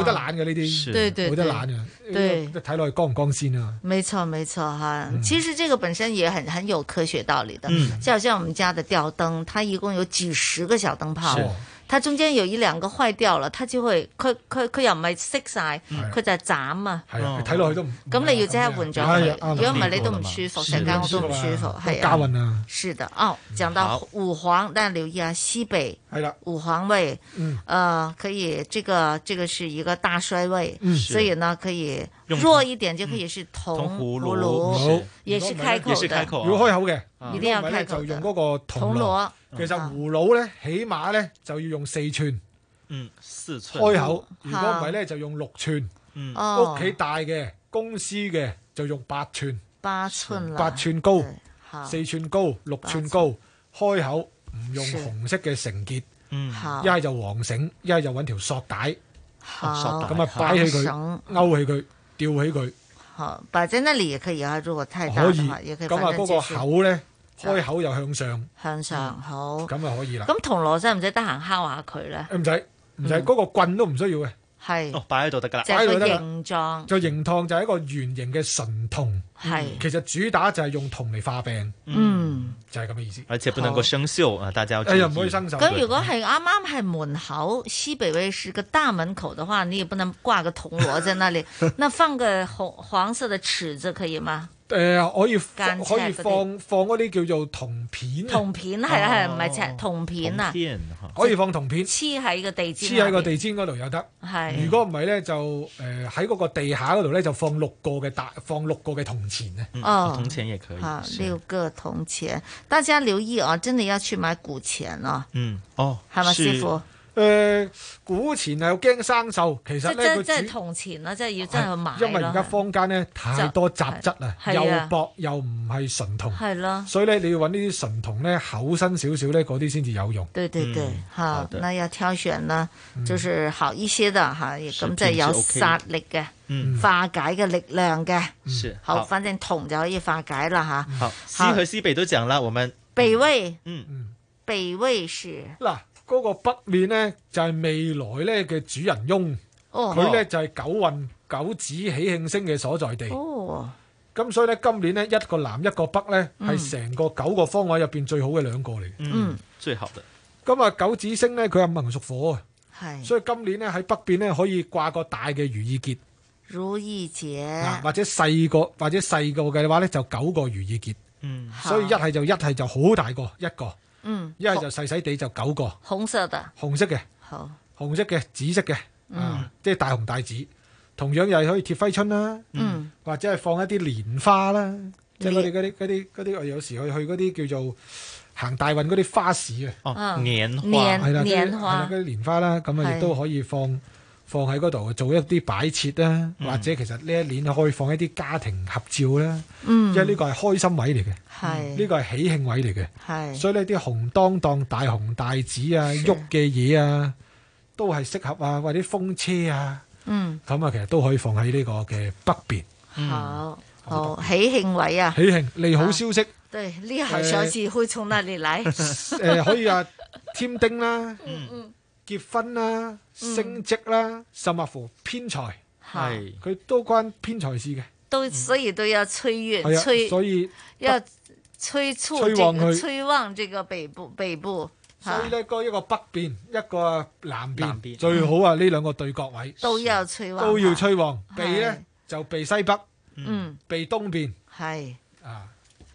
[SPEAKER 9] 冇得懶嘅呢
[SPEAKER 7] 是對
[SPEAKER 9] 啲，
[SPEAKER 7] 對
[SPEAKER 9] 冇得
[SPEAKER 7] 對
[SPEAKER 9] 懶
[SPEAKER 7] 對
[SPEAKER 9] 嘅。睇落去光唔光鮮啊？
[SPEAKER 7] 沒錯，沒錯哈。其實這個本身也很很有科學道理的，
[SPEAKER 9] 嗯
[SPEAKER 7] 就好像我們家的吊燈，它一共有幾十個小燈泡
[SPEAKER 9] 是，
[SPEAKER 7] 它中間有一兩個壞掉啦，它就會佢佢佢又唔係熄晒，
[SPEAKER 9] 係
[SPEAKER 7] 佢就係斬啊。
[SPEAKER 9] 係嗯啊，睇落去都唔
[SPEAKER 7] 咁你要即刻換咗
[SPEAKER 9] 哎呀啱啦
[SPEAKER 7] 佢，如果唔係你都唔舒服，
[SPEAKER 9] 是
[SPEAKER 7] 成間屋都唔舒
[SPEAKER 9] 是
[SPEAKER 7] 服
[SPEAKER 9] 啦，
[SPEAKER 7] 係
[SPEAKER 9] 家運
[SPEAKER 7] 啊
[SPEAKER 9] 啊。
[SPEAKER 7] 是的，哦，講到五黃，大家留意啊，西北
[SPEAKER 9] 係啦，
[SPEAKER 7] 五黃位，
[SPEAKER 9] 嗯
[SPEAKER 7] 呃，可以，這個这个是一個大衰位，
[SPEAKER 9] 嗯
[SPEAKER 7] 所以呢可以
[SPEAKER 9] 用嗯
[SPEAKER 7] 弱一點就可以是
[SPEAKER 9] 銅
[SPEAKER 7] 銅
[SPEAKER 9] 葫
[SPEAKER 7] 葫
[SPEAKER 9] 蘆
[SPEAKER 7] 蘆
[SPEAKER 9] 好，
[SPEAKER 7] 也是開口的，
[SPEAKER 10] 啊
[SPEAKER 7] 啊
[SPEAKER 9] 要開口嘅，
[SPEAKER 7] 一定要
[SPEAKER 9] 如果唔係
[SPEAKER 7] 開
[SPEAKER 9] 咧
[SPEAKER 7] 口
[SPEAKER 9] 就
[SPEAKER 7] 的
[SPEAKER 9] 用。嗰個
[SPEAKER 7] 銅
[SPEAKER 9] 銅
[SPEAKER 7] 鑼
[SPEAKER 9] 鑼。其實葫蘆咧，起碼咧就要用四寸
[SPEAKER 10] 嗯，四寸
[SPEAKER 9] 開口，如果唔係咧就用六寸。
[SPEAKER 10] 嗯
[SPEAKER 7] 嗯哦
[SPEAKER 9] 屋企大嘅、公司嘅就用八寸，
[SPEAKER 7] 八寸啦，
[SPEAKER 9] 八寸高
[SPEAKER 7] 好，
[SPEAKER 9] 四寸高，六寸高，開口唔用紅色嘅繩結，
[SPEAKER 10] 嗯
[SPEAKER 7] 好
[SPEAKER 9] 一係就黃繩，一係就揾條索帶，
[SPEAKER 7] 好
[SPEAKER 9] 咁啊擺起佢
[SPEAKER 7] 繩，
[SPEAKER 9] 勾起佢，吊起佢。
[SPEAKER 7] 好，擺在那裡也可以啊，如果太大
[SPEAKER 9] 可
[SPEAKER 7] 的
[SPEAKER 9] 以，
[SPEAKER 7] 話，也可以
[SPEAKER 9] 咁
[SPEAKER 7] 反
[SPEAKER 9] 啊
[SPEAKER 7] 正
[SPEAKER 9] 嗰
[SPEAKER 7] 就
[SPEAKER 9] 個
[SPEAKER 7] 是
[SPEAKER 9] 口咧，開口又向上，
[SPEAKER 7] 向上好。
[SPEAKER 9] 咁啊可以啦。
[SPEAKER 7] 咁銅鑼使唔使得閒敲下佢咧？
[SPEAKER 9] 唔使唔使，嗰個棍都唔需要嘅，
[SPEAKER 7] 係，
[SPEAKER 10] 哦擺喺度得㗎啦
[SPEAKER 7] 就係個形狀。
[SPEAKER 9] 就形狀就係一個圓形嘅純銅，
[SPEAKER 7] 係
[SPEAKER 9] 其實主打就係用銅嚟化病，
[SPEAKER 7] 嗯，
[SPEAKER 9] 就係咁嘅意思。
[SPEAKER 10] 而且不能够生锈啊，大家要注
[SPEAKER 9] 哎
[SPEAKER 10] 意。
[SPEAKER 9] 呀唔可以生
[SPEAKER 7] 咁如果係啱啱係門口西北位是個大門口的話，你也不能掛個銅鑼
[SPEAKER 9] <laughs>
[SPEAKER 7] 在那裡，那放個紅黃色的尺子可以嗎？
[SPEAKER 9] 誒、可以放
[SPEAKER 7] 間尺
[SPEAKER 9] 可以
[SPEAKER 7] 嗰啲
[SPEAKER 9] 放放嗰啲叫做銅片啊，
[SPEAKER 7] 銅片係啦係唔係尺銅片啊？
[SPEAKER 10] 片
[SPEAKER 9] 可以放銅片，
[SPEAKER 7] 黐喺個地氈
[SPEAKER 9] 黐喺個地
[SPEAKER 7] 下
[SPEAKER 9] 氈嗰度又得。
[SPEAKER 7] 邊。係。
[SPEAKER 9] 如果唔係咧，就誒喺嗰個地下嗰度咧，就放六個嘅大，放六個嘅銅錢
[SPEAKER 10] 嗯
[SPEAKER 9] 啊。
[SPEAKER 7] 哦，好
[SPEAKER 9] 啊，，
[SPEAKER 7] 六个铜钱，大家留意啊，真的要去买古钱啊。
[SPEAKER 10] 嗯，哦，
[SPEAKER 7] 係咪師傅？
[SPEAKER 9] 誒、古錢係驚生鏽，其實
[SPEAKER 7] 即
[SPEAKER 9] 咧
[SPEAKER 7] 真
[SPEAKER 9] 佢
[SPEAKER 7] 真
[SPEAKER 9] 主
[SPEAKER 7] 係
[SPEAKER 9] 啊
[SPEAKER 7] 銅錢啦，真係要真係去買
[SPEAKER 9] 因為而家坊間咧太多雜質啦，
[SPEAKER 7] 係啊
[SPEAKER 9] 又薄又唔係純銅，
[SPEAKER 7] 係啊啦，
[SPEAKER 9] 所以咧你要揾呢啲純銅咧厚身少少咧，嗰啲先至有用。
[SPEAKER 7] 對對對，
[SPEAKER 10] 嗯
[SPEAKER 7] 好，
[SPEAKER 9] 嗯的
[SPEAKER 7] 那要挑選呢，就是好一些的哈，咁即
[SPEAKER 9] 品
[SPEAKER 7] 係
[SPEAKER 9] 是
[SPEAKER 7] 有
[SPEAKER 9] OK
[SPEAKER 7] 殺力嘅
[SPEAKER 10] 嗯，
[SPEAKER 7] 化解嘅力量嘅。
[SPEAKER 9] 嗯
[SPEAKER 10] 是
[SPEAKER 7] 好，
[SPEAKER 10] 好
[SPEAKER 7] 反正銅就可以化解啦哈。
[SPEAKER 10] 好，西和西北都讲了，我们
[SPEAKER 7] 北魏，
[SPEAKER 10] 嗯，
[SPEAKER 7] 北魏是
[SPEAKER 9] 嗱，嗰個北面咧就係未來咧嘅主人翁，
[SPEAKER 7] 哦
[SPEAKER 9] 佢咧就係九運九子喜慶星嘅所在地。
[SPEAKER 7] 哦，
[SPEAKER 9] 咁所以咧今年咧一個南一個北咧
[SPEAKER 10] 嗯
[SPEAKER 9] 係成個九個方位入邊最好嘅兩個嚟嘅。
[SPEAKER 10] 嗯，最好的，
[SPEAKER 9] 咁啊九子星咧佢係文屬火啊，
[SPEAKER 7] 係
[SPEAKER 9] 所以今年咧喺北邊咧可以掛個大嘅如意結，
[SPEAKER 7] 如意結
[SPEAKER 9] 嗱，或者細個或者細個嘅話咧就九個如意結。
[SPEAKER 10] 嗯
[SPEAKER 9] 所以一係就一係就好大個一個，
[SPEAKER 7] 嗯，
[SPEAKER 9] 一係就細細地就九個，
[SPEAKER 7] 紅色的，
[SPEAKER 9] 紅色嘅。
[SPEAKER 7] 好，
[SPEAKER 9] 紅色嘅、紫色嘅，
[SPEAKER 7] 嗯
[SPEAKER 9] 啊，即係大紅大紫。同樣又係可以貼揮春啦，
[SPEAKER 7] 嗯，
[SPEAKER 9] 或者係放一啲蓮花啦，即係我哋嗰啲嗰啲嗰啲，我有時去去嗰啲叫做行大運嗰啲花市啊，
[SPEAKER 10] 哦年花年
[SPEAKER 9] 係啦，嗰啲
[SPEAKER 10] 年
[SPEAKER 9] 係
[SPEAKER 10] 花
[SPEAKER 9] 啦，嗰啲蓮花啦，咁啊
[SPEAKER 10] 係
[SPEAKER 9] 亦都可以放放喺嗰度做一啲擺設啦，
[SPEAKER 10] 嗯
[SPEAKER 9] 或者其實呢一年可以放一啲家庭合照啦，
[SPEAKER 7] 嗯
[SPEAKER 9] 因為呢個係開心位嚟嘅，
[SPEAKER 7] 係
[SPEAKER 9] 呢個係喜慶位嚟嘅。
[SPEAKER 7] 係
[SPEAKER 9] 所以呢啲紅當當、大紅大紫啊、喐嘅嘢啊，都係適合啊，或者風車啊，
[SPEAKER 7] 嗯，
[SPEAKER 9] 咁啊，其實都可以放喺呢個嘅北邊。
[SPEAKER 7] 好，好，喜慶位啊
[SPEAKER 9] 嗯喜，慶利好消息，誒、
[SPEAKER 7] 對，呢行小事會從哪裡來？
[SPEAKER 9] 可以啊，添丁啦、
[SPEAKER 7] 嗯嗯，
[SPEAKER 9] 結婚啦、升職啦，甚至乎偏財，
[SPEAKER 7] 係
[SPEAKER 9] 佢都關偏財事嘅，
[SPEAKER 7] 都所以都要催運，
[SPEAKER 9] 嗯係啊，
[SPEAKER 7] 催
[SPEAKER 9] 所以
[SPEAKER 7] 要催促
[SPEAKER 9] 催
[SPEAKER 7] 这
[SPEAKER 9] 旺
[SPEAKER 7] 个
[SPEAKER 9] 佢
[SPEAKER 7] 催旺这个北部北部，
[SPEAKER 9] 所以
[SPEAKER 7] 啊
[SPEAKER 9] 呢，嗰一個北邊，一個啊南
[SPEAKER 10] 南
[SPEAKER 9] 邊，
[SPEAKER 10] 邊
[SPEAKER 9] 最好啊呢兩個對角位
[SPEAKER 7] 都要催旺，
[SPEAKER 9] 都要催旺，
[SPEAKER 7] 係
[SPEAKER 9] 避呢就避西北，
[SPEAKER 7] 嗯，
[SPEAKER 9] 避東邊。
[SPEAKER 7] 係
[SPEAKER 9] 啊，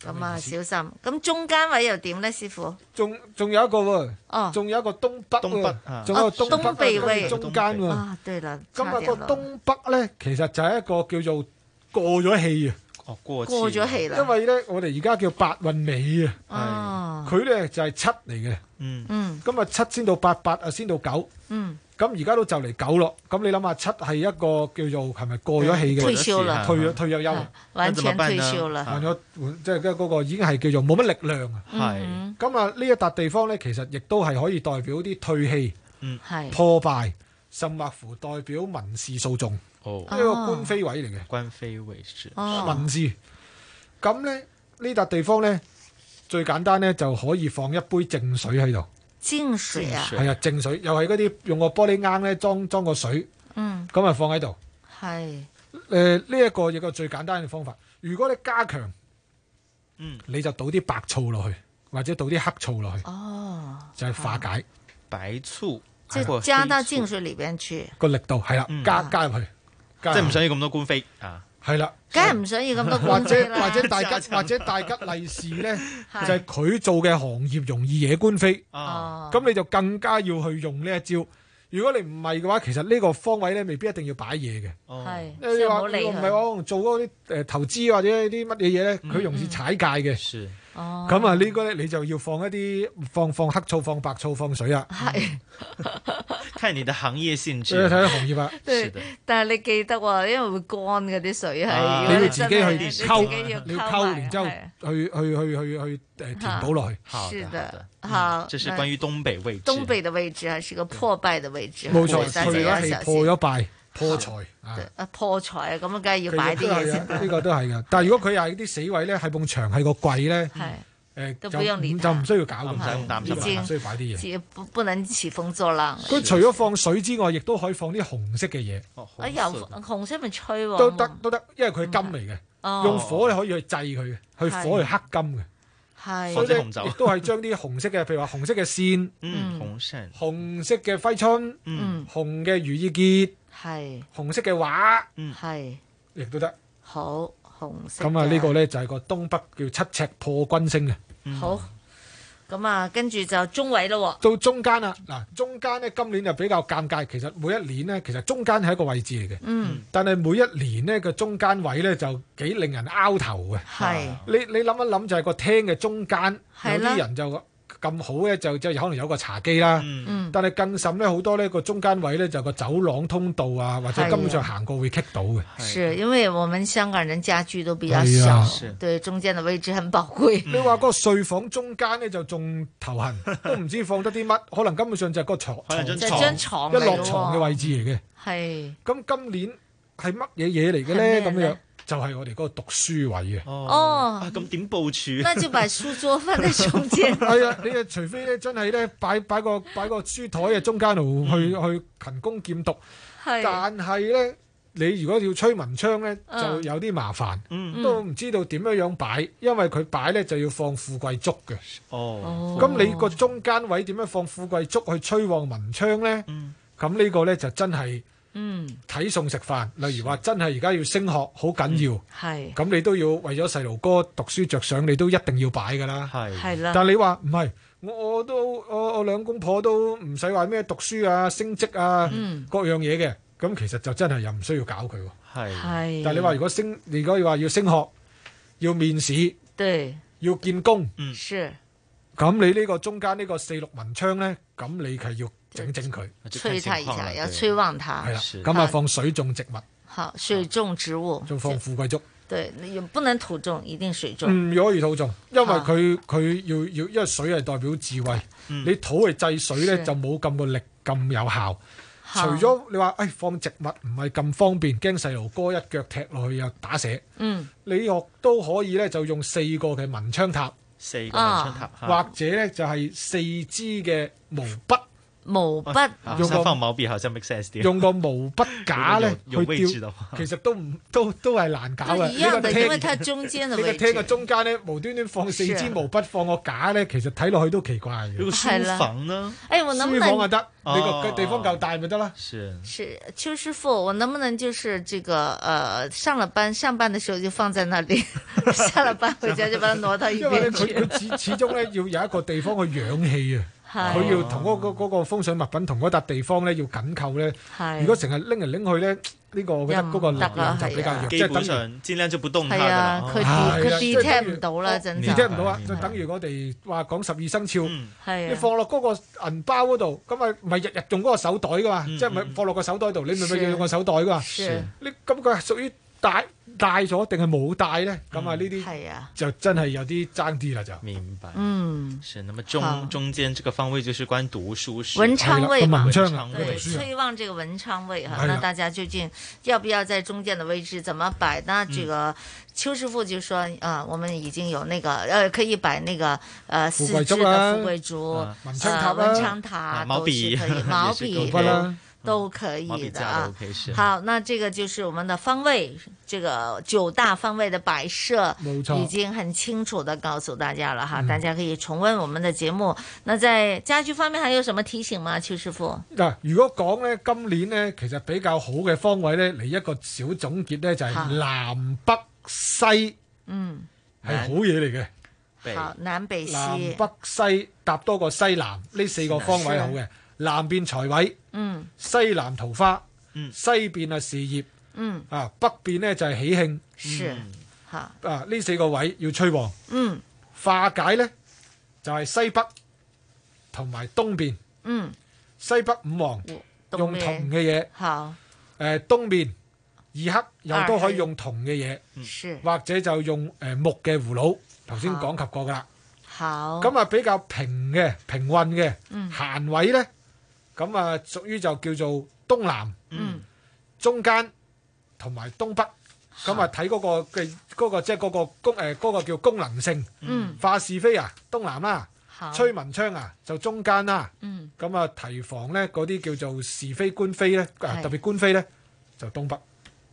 [SPEAKER 7] 咁啊小心，咁中間位又點咧，師傅？
[SPEAKER 9] 仲仲有一個喎，
[SPEAKER 7] 哦，
[SPEAKER 9] 仲有一個東北
[SPEAKER 7] 東
[SPEAKER 9] 喎
[SPEAKER 7] 北啊，
[SPEAKER 9] 仲有一個
[SPEAKER 7] 哦東
[SPEAKER 9] 東
[SPEAKER 7] 北
[SPEAKER 9] 北
[SPEAKER 7] 位
[SPEAKER 9] 跟住中間喎
[SPEAKER 7] 啊，，對啦，
[SPEAKER 9] 咁
[SPEAKER 7] 差
[SPEAKER 9] 啊
[SPEAKER 7] 點
[SPEAKER 9] 個
[SPEAKER 7] 啦
[SPEAKER 9] 東北咧，其實就係一個叫做過咗氣啊，
[SPEAKER 10] 哦過
[SPEAKER 7] 過咗氣啦
[SPEAKER 9] 因為咧我哋而家叫八運尾
[SPEAKER 7] 啊，
[SPEAKER 9] 佢咧就係七嚟嘅，
[SPEAKER 10] 嗯
[SPEAKER 7] 嗯
[SPEAKER 9] 咁啊七先到八，八啊先到九。
[SPEAKER 7] 嗯，
[SPEAKER 9] 咁而家都就嚟九咯，咁你諗下七係一個叫做係咪過咗氣嘅
[SPEAKER 7] 嗯退休啦
[SPEAKER 9] 啊
[SPEAKER 7] 啊
[SPEAKER 9] 退咗退咗休，
[SPEAKER 7] 完全退休啦
[SPEAKER 9] 換咗換即係嗰個已經係叫做冇乜力量啊。
[SPEAKER 7] 嗯
[SPEAKER 9] 咁啊呢一笪地方咧，其實亦都係可以代表啲退氣。
[SPEAKER 10] 嗯
[SPEAKER 7] 係
[SPEAKER 9] 破敗，甚或乎代表民事訴訟，
[SPEAKER 10] 哦
[SPEAKER 9] 一個官非啊位嚟嘅，
[SPEAKER 10] 官非位是
[SPEAKER 7] 哦
[SPEAKER 9] 民事。咁呢，呢笪地方呢，最簡單呢，就可以放一杯淨水喺度，
[SPEAKER 7] 淨水啊，
[SPEAKER 9] 係啊，淨水又係嗰啲用個玻璃罌呢裝裝個水，
[SPEAKER 7] 嗯，
[SPEAKER 9] 咁啊放喺度。
[SPEAKER 7] 係
[SPEAKER 9] 誒呢一個亦個最簡單嘅方法。如果你加強，
[SPEAKER 10] 嗯，
[SPEAKER 9] 你就倒啲白醋落去，或者倒啲黑醋落去，
[SPEAKER 7] 哦，
[SPEAKER 9] 就係化解。
[SPEAKER 17] 白醋，啊
[SPEAKER 7] 即嗯係加到淨水裏邊去，
[SPEAKER 9] 個力度係啦，加加入去，
[SPEAKER 17] 嗯即
[SPEAKER 9] 加
[SPEAKER 17] 係唔想要咁多官非啊。
[SPEAKER 9] 係啦。
[SPEAKER 7] 梗係唔想要咁多
[SPEAKER 9] 或
[SPEAKER 7] 光追
[SPEAKER 9] 者
[SPEAKER 7] 啦。
[SPEAKER 9] 或者
[SPEAKER 7] <laughs>
[SPEAKER 9] 大吉或者大吉利是咧，就係佢做嘅行業容易惹官非，
[SPEAKER 17] 哦
[SPEAKER 9] 咁你就更加要去用呢一招。如果你唔係嘅話，其實呢個方位咧未必一定要擺嘢嘅。
[SPEAKER 17] 哦
[SPEAKER 7] 係，即
[SPEAKER 9] 你
[SPEAKER 7] 係唔
[SPEAKER 9] 話
[SPEAKER 7] 好理
[SPEAKER 9] 我唔係
[SPEAKER 7] 佢。
[SPEAKER 9] 我可能做嗰啲誒投資或者啲乜嘢
[SPEAKER 17] 嗯
[SPEAKER 9] 嘢咧，佢容易踩界嘅。
[SPEAKER 7] 哦
[SPEAKER 9] 咁啊，呢個咧你就要放一啲放放黑醋、放白醋、放水啊，
[SPEAKER 17] <laughs> 看你的行業性
[SPEAKER 9] 所以睇下
[SPEAKER 17] 質。
[SPEAKER 9] 行業啊。
[SPEAKER 7] 嗯對，但係你記得喎，因為會乾嗰啲水
[SPEAKER 17] 啊
[SPEAKER 7] 係，
[SPEAKER 9] 你
[SPEAKER 7] 如果
[SPEAKER 9] 要自
[SPEAKER 7] 真
[SPEAKER 9] 己
[SPEAKER 7] 係
[SPEAKER 9] 去
[SPEAKER 7] 你自己要
[SPEAKER 9] 溝，你要
[SPEAKER 7] 溝
[SPEAKER 9] 溝，
[SPEAKER 7] 埋
[SPEAKER 9] 然之後
[SPEAKER 7] 係啊
[SPEAKER 9] 去去去去去誒填補落去。嗯
[SPEAKER 17] 好
[SPEAKER 7] 是的，
[SPEAKER 17] 好
[SPEAKER 7] 好，
[SPEAKER 17] 這是
[SPEAKER 7] 那
[SPEAKER 17] 關於東北位置。
[SPEAKER 7] 東北的位置啊，是個破敗的位置，
[SPEAKER 9] 冇
[SPEAKER 7] 所
[SPEAKER 9] 錯，
[SPEAKER 7] 以
[SPEAKER 9] 佢而家
[SPEAKER 7] 大家要啊小
[SPEAKER 9] 係
[SPEAKER 7] 心。
[SPEAKER 9] 破咗敗、破財啊！
[SPEAKER 7] 啊破財啊，咁啊，梗係要
[SPEAKER 9] 佢
[SPEAKER 7] 擺啲嘢
[SPEAKER 9] 都
[SPEAKER 7] 先
[SPEAKER 9] 係啊
[SPEAKER 7] 得
[SPEAKER 9] 呢。個都係噶。但係如果佢又係啲死位咧，係埲牆係個櫃咧，誒
[SPEAKER 7] 都
[SPEAKER 9] 就
[SPEAKER 7] 不用理
[SPEAKER 9] 唔
[SPEAKER 7] 它
[SPEAKER 9] 就唔需要搞咁
[SPEAKER 17] 唔使咁擔心啊
[SPEAKER 9] 多，呢個
[SPEAKER 7] 已
[SPEAKER 9] 唔需要擺啲嘢。
[SPEAKER 7] 經不不能起風作浪。
[SPEAKER 9] 佢除咗放水之外，亦都可以放啲哦紅色嘅嘢，
[SPEAKER 7] 啊油紅色咪吹喎，
[SPEAKER 9] 都得都得，因為佢係金嚟
[SPEAKER 7] 哦
[SPEAKER 9] 嘅，用火你可以去制佢嘅，去火去
[SPEAKER 7] 係
[SPEAKER 9] 黑金嘅。
[SPEAKER 7] 係
[SPEAKER 9] 所以咧亦都係將啲紅色 <laughs> 嘅，譬如話紅色嘅線，
[SPEAKER 17] 嗯，紅線，
[SPEAKER 9] 紅色嘅揮春，
[SPEAKER 7] 嗯
[SPEAKER 9] 紅嘅如意結，
[SPEAKER 7] 係
[SPEAKER 9] 紅色嘅畫，
[SPEAKER 7] 係
[SPEAKER 9] 亦都得。
[SPEAKER 7] 好紅色嘅。
[SPEAKER 9] 咁啊，呢個咧就係個東北叫七尺破軍星啊嘅。
[SPEAKER 7] 好。咁啊，跟住就中位咯
[SPEAKER 9] 到中間啦，嗱，中間咧今年就比較尷尬。其實每一年咧，其實中間係一個位置嚟嘅。
[SPEAKER 7] 嗯。
[SPEAKER 9] 但係每一年咧個中間位咧就幾令人拗頭嘅。啊
[SPEAKER 7] 係
[SPEAKER 9] 你你諗一諗就係個廳嘅中間，有
[SPEAKER 7] 係啦
[SPEAKER 9] 啲人就咁好咧，就就可能有個茶幾啦。
[SPEAKER 7] 嗯
[SPEAKER 9] 但係更甚咧，好多咧個中間位咧就個走廊通道啊，或者
[SPEAKER 7] 係啊
[SPEAKER 9] 根本上行過會棘到嘅。
[SPEAKER 7] 喎，是因為我們香港人家具都比較
[SPEAKER 9] 係
[SPEAKER 7] 小
[SPEAKER 9] 啊是，
[SPEAKER 7] 對中間的位置很寶貴。
[SPEAKER 9] <laughs> 你話個睡房中間咧就仲頭
[SPEAKER 7] <laughs>
[SPEAKER 9] 痕，都唔知放得啲乜，可能根本上就係個床，
[SPEAKER 17] 可能張
[SPEAKER 7] 就係張床
[SPEAKER 9] 一
[SPEAKER 7] 嚟
[SPEAKER 9] 落
[SPEAKER 7] 嘅喎
[SPEAKER 9] 床嘅位置嚟嘅。
[SPEAKER 7] 係
[SPEAKER 9] 咁今年係乜嘢嘢嚟嘅
[SPEAKER 7] 係咩
[SPEAKER 9] 咧？咁
[SPEAKER 7] 咧
[SPEAKER 9] 樣就係我哋嗰個讀書位嘅。
[SPEAKER 7] 哦，
[SPEAKER 17] 咁點部署？
[SPEAKER 7] 那就把書桌放在中 <laughs>
[SPEAKER 9] <laughs>
[SPEAKER 7] 間。
[SPEAKER 9] 係啊，你啊，除非咧真係咧擺擺個擺個書台嘅中間度去去勤工儉讀，
[SPEAKER 7] 係
[SPEAKER 9] 但係咧。你如果要吹文昌咧，就
[SPEAKER 7] 嗯
[SPEAKER 9] 有啲麻煩，
[SPEAKER 17] 嗯
[SPEAKER 9] 都唔知道點樣樣擺，因為佢擺咧就要放富貴竹嘅。
[SPEAKER 17] 哦
[SPEAKER 9] 咁你個中間位點樣放富貴竹去吹旺文昌咧？
[SPEAKER 17] 嗯
[SPEAKER 9] 咁呢個咧就真係
[SPEAKER 7] 嗯
[SPEAKER 9] 睇餸食飯。例如話真係而家要升學好緊要。
[SPEAKER 7] 係
[SPEAKER 9] 咁你都要為咗細路哥讀書着想，你都一定要擺㗎啦。
[SPEAKER 17] 係
[SPEAKER 7] 係啦
[SPEAKER 9] 但你話唔係，我我都我我兩公婆都唔使話咩讀書啊、升職啊、
[SPEAKER 17] 嗯
[SPEAKER 9] 各樣嘢嘅。咁其實就真係又唔需要搞佢喎。
[SPEAKER 17] 係
[SPEAKER 7] 係
[SPEAKER 9] 但你話如果升，如果話要升學、要面試、
[SPEAKER 7] 對，
[SPEAKER 9] 要見工，
[SPEAKER 7] 是
[SPEAKER 9] 咁你呢個中間呢個四六文昌呢，咁你係要整整佢。
[SPEAKER 7] 催他一下，要
[SPEAKER 9] 係
[SPEAKER 7] 催旺他。
[SPEAKER 9] 啦，咁啊放水種植物，
[SPEAKER 7] 好水種植物，
[SPEAKER 9] 仲放富貴竹。嗯
[SPEAKER 7] 對，也不能土種，一定水種。
[SPEAKER 9] 唔可以土種，因為佢佢要要，因為水係代表智慧，
[SPEAKER 17] 嗯
[SPEAKER 9] 你土去制水咧
[SPEAKER 7] 是
[SPEAKER 9] 就冇咁個力咁有效。除
[SPEAKER 7] 好
[SPEAKER 9] 咗你話，誒、放植物唔係咁方便，驚細路哥一腳踢落去又打死。
[SPEAKER 7] 嗯，
[SPEAKER 9] 你亦都可以咧，就用四個嘅文昌塔，
[SPEAKER 17] 四個文昌塔，
[SPEAKER 9] 或者咧就係、四支嘅毛筆，
[SPEAKER 7] 毛
[SPEAKER 17] 筆
[SPEAKER 9] 用個
[SPEAKER 17] 放毛筆好像 make sense 啲。
[SPEAKER 10] <laughs>
[SPEAKER 9] 用個毛筆
[SPEAKER 17] <laughs>
[SPEAKER 9] 架咧
[SPEAKER 17] 有
[SPEAKER 9] 去
[SPEAKER 17] 有位置
[SPEAKER 9] 雕
[SPEAKER 17] 的話，
[SPEAKER 9] 其實都唔都都係難搞
[SPEAKER 7] 都
[SPEAKER 9] 嘅。
[SPEAKER 7] 一
[SPEAKER 9] 呢
[SPEAKER 7] 樣
[SPEAKER 9] 個
[SPEAKER 7] 的，
[SPEAKER 9] 聽
[SPEAKER 7] 因為它中間的
[SPEAKER 9] 你個廳
[SPEAKER 7] 位置啊
[SPEAKER 9] 嘅。中間咧，無端端放四
[SPEAKER 7] 是
[SPEAKER 9] 支毛筆，放個架咧，其實睇落去都奇怪嘅。
[SPEAKER 7] 個書係啦房
[SPEAKER 17] 呢？
[SPEAKER 7] 哎，我能不
[SPEAKER 9] 書房就
[SPEAKER 7] 能
[SPEAKER 9] 得，你
[SPEAKER 17] 啊哦
[SPEAKER 9] 個地方夠大咪得啦。
[SPEAKER 17] 是
[SPEAKER 7] 是邱師傅，我能不能就是这个呃，上了班上班的时候就放在那里， <laughs> 下了班回家就把它挪到一
[SPEAKER 9] 因為咧，
[SPEAKER 7] 边
[SPEAKER 9] 佢
[SPEAKER 7] 去。
[SPEAKER 9] 佢始始終咧要有一個地方去養氣啊，
[SPEAKER 7] 係
[SPEAKER 9] 佢要同嗰個嗰個風水物品同嗰笪地方咧要緊扣咧。
[SPEAKER 7] 係
[SPEAKER 9] 如果成日拎嚟拎去咧，呢個我覺得嗰個力量就比較弱，即
[SPEAKER 17] 基本
[SPEAKER 9] 係等於
[SPEAKER 17] 上盡量就不動它
[SPEAKER 7] 係
[SPEAKER 17] 㗎
[SPEAKER 7] 啊，
[SPEAKER 17] 啦。
[SPEAKER 9] 係
[SPEAKER 7] 佢佢
[SPEAKER 9] 啦哎即係
[SPEAKER 7] detect 唔到啦，真就
[SPEAKER 9] 哦你聽唔到
[SPEAKER 17] 嗯
[SPEAKER 9] 啊，就等於我哋話講十二生肖。
[SPEAKER 7] 係啊
[SPEAKER 9] 你放落嗰個銀包嗰度，咁咪咪日日用嗰個手袋噶嘛，
[SPEAKER 17] 嗯
[SPEAKER 9] 即係咪放落個手袋度，你咪咪
[SPEAKER 7] 是
[SPEAKER 9] 要用個手袋噶嘛
[SPEAKER 7] 是？
[SPEAKER 9] 你咁佢係屬於帶帶咗定係冇帶咧？咁啊呢
[SPEAKER 7] 係啊
[SPEAKER 9] 啲就真係有啲爭啲啦就。
[SPEAKER 17] 明白。
[SPEAKER 7] 嗯，
[SPEAKER 17] 是。那么
[SPEAKER 7] 好
[SPEAKER 17] 中中間這個方位就是哎哦關讀書
[SPEAKER 10] 啊
[SPEAKER 17] 室
[SPEAKER 7] 文昌位嘛，
[SPEAKER 17] 文
[SPEAKER 9] 啊
[SPEAKER 17] 昌
[SPEAKER 7] 对，
[SPEAKER 17] 位
[SPEAKER 7] 催旺这个文昌位哈。
[SPEAKER 17] 哎呀
[SPEAKER 7] 那大家究竟要不要在中间的位置怎么摆呢？这个邱师傅就说啊，我们已经有那个呃，可以摆那个呃
[SPEAKER 9] 富
[SPEAKER 7] 四
[SPEAKER 9] 贵
[SPEAKER 7] 支
[SPEAKER 9] 竹啦
[SPEAKER 7] 的富贵竹
[SPEAKER 9] 啊、文昌塔
[SPEAKER 7] 呃
[SPEAKER 9] 啦
[SPEAKER 7] 文昌塔
[SPEAKER 17] 啊毛
[SPEAKER 7] 都是
[SPEAKER 17] 笔 <laughs>
[SPEAKER 7] 可以，毛笔
[SPEAKER 17] 也是可以啦
[SPEAKER 7] 都可以
[SPEAKER 17] 毛笔
[SPEAKER 7] 的
[SPEAKER 17] 架
[SPEAKER 7] 啊
[SPEAKER 17] 都 OK，是。
[SPEAKER 7] 好，那这个就是我们的方位，这个九大方位的摆设
[SPEAKER 17] 没，错
[SPEAKER 7] 已经很清楚的告诉大家了哈，
[SPEAKER 9] 嗯
[SPEAKER 7] 大家可以重温我们的节目。那在家居方面还有什么提醒吗，邱师傅？
[SPEAKER 9] 嗱，如果講咧今年咧，其實比較好嘅方位咧，嚟一個小總結咧，就係、
[SPEAKER 7] 好
[SPEAKER 9] 南北西係
[SPEAKER 7] 嗯，
[SPEAKER 9] 好嘢嚟嘅。
[SPEAKER 7] 好，南北西，
[SPEAKER 9] 南北西搭多個西南呢四個方位好嘅，南邊財位，
[SPEAKER 7] 嗯
[SPEAKER 9] 西南桃花，西邊啊事業，
[SPEAKER 7] 嗯
[SPEAKER 9] 啊北邊呢就係喜慶，
[SPEAKER 7] 是，好，
[SPEAKER 9] 啊呢四個位要吹旺，
[SPEAKER 7] 嗯
[SPEAKER 9] 化解呢就係西北同埋東邊，
[SPEAKER 7] 嗯，
[SPEAKER 9] 西北五黃
[SPEAKER 7] 東
[SPEAKER 9] 用
[SPEAKER 7] 邊
[SPEAKER 9] 銅嘅嘢，
[SPEAKER 7] 好，
[SPEAKER 9] 誒東面二黑又都可以用銅嘅
[SPEAKER 7] 是
[SPEAKER 9] 嘢，或者就用誒木嘅葫蘆，頭先講及過㗎啦。
[SPEAKER 7] 好，
[SPEAKER 9] 咁啊比較平嘅平運嘅
[SPEAKER 7] 哦嗯
[SPEAKER 9] 閒位呢，咁啊屬於就叫做東南、
[SPEAKER 7] 嗯
[SPEAKER 9] 中間同埋東北，咁啊睇嗰個嘅嗰個即係嗰個功誒嗰個叫功能性，
[SPEAKER 7] 嗯
[SPEAKER 9] 化是非啊東南啦
[SPEAKER 7] 好，
[SPEAKER 9] 崔文昌啊就中間啦，
[SPEAKER 7] 嗯
[SPEAKER 9] 咁啊提防呢嗰啲叫做是非官非呢，啊
[SPEAKER 7] 係
[SPEAKER 9] 特別官非呢，就東北。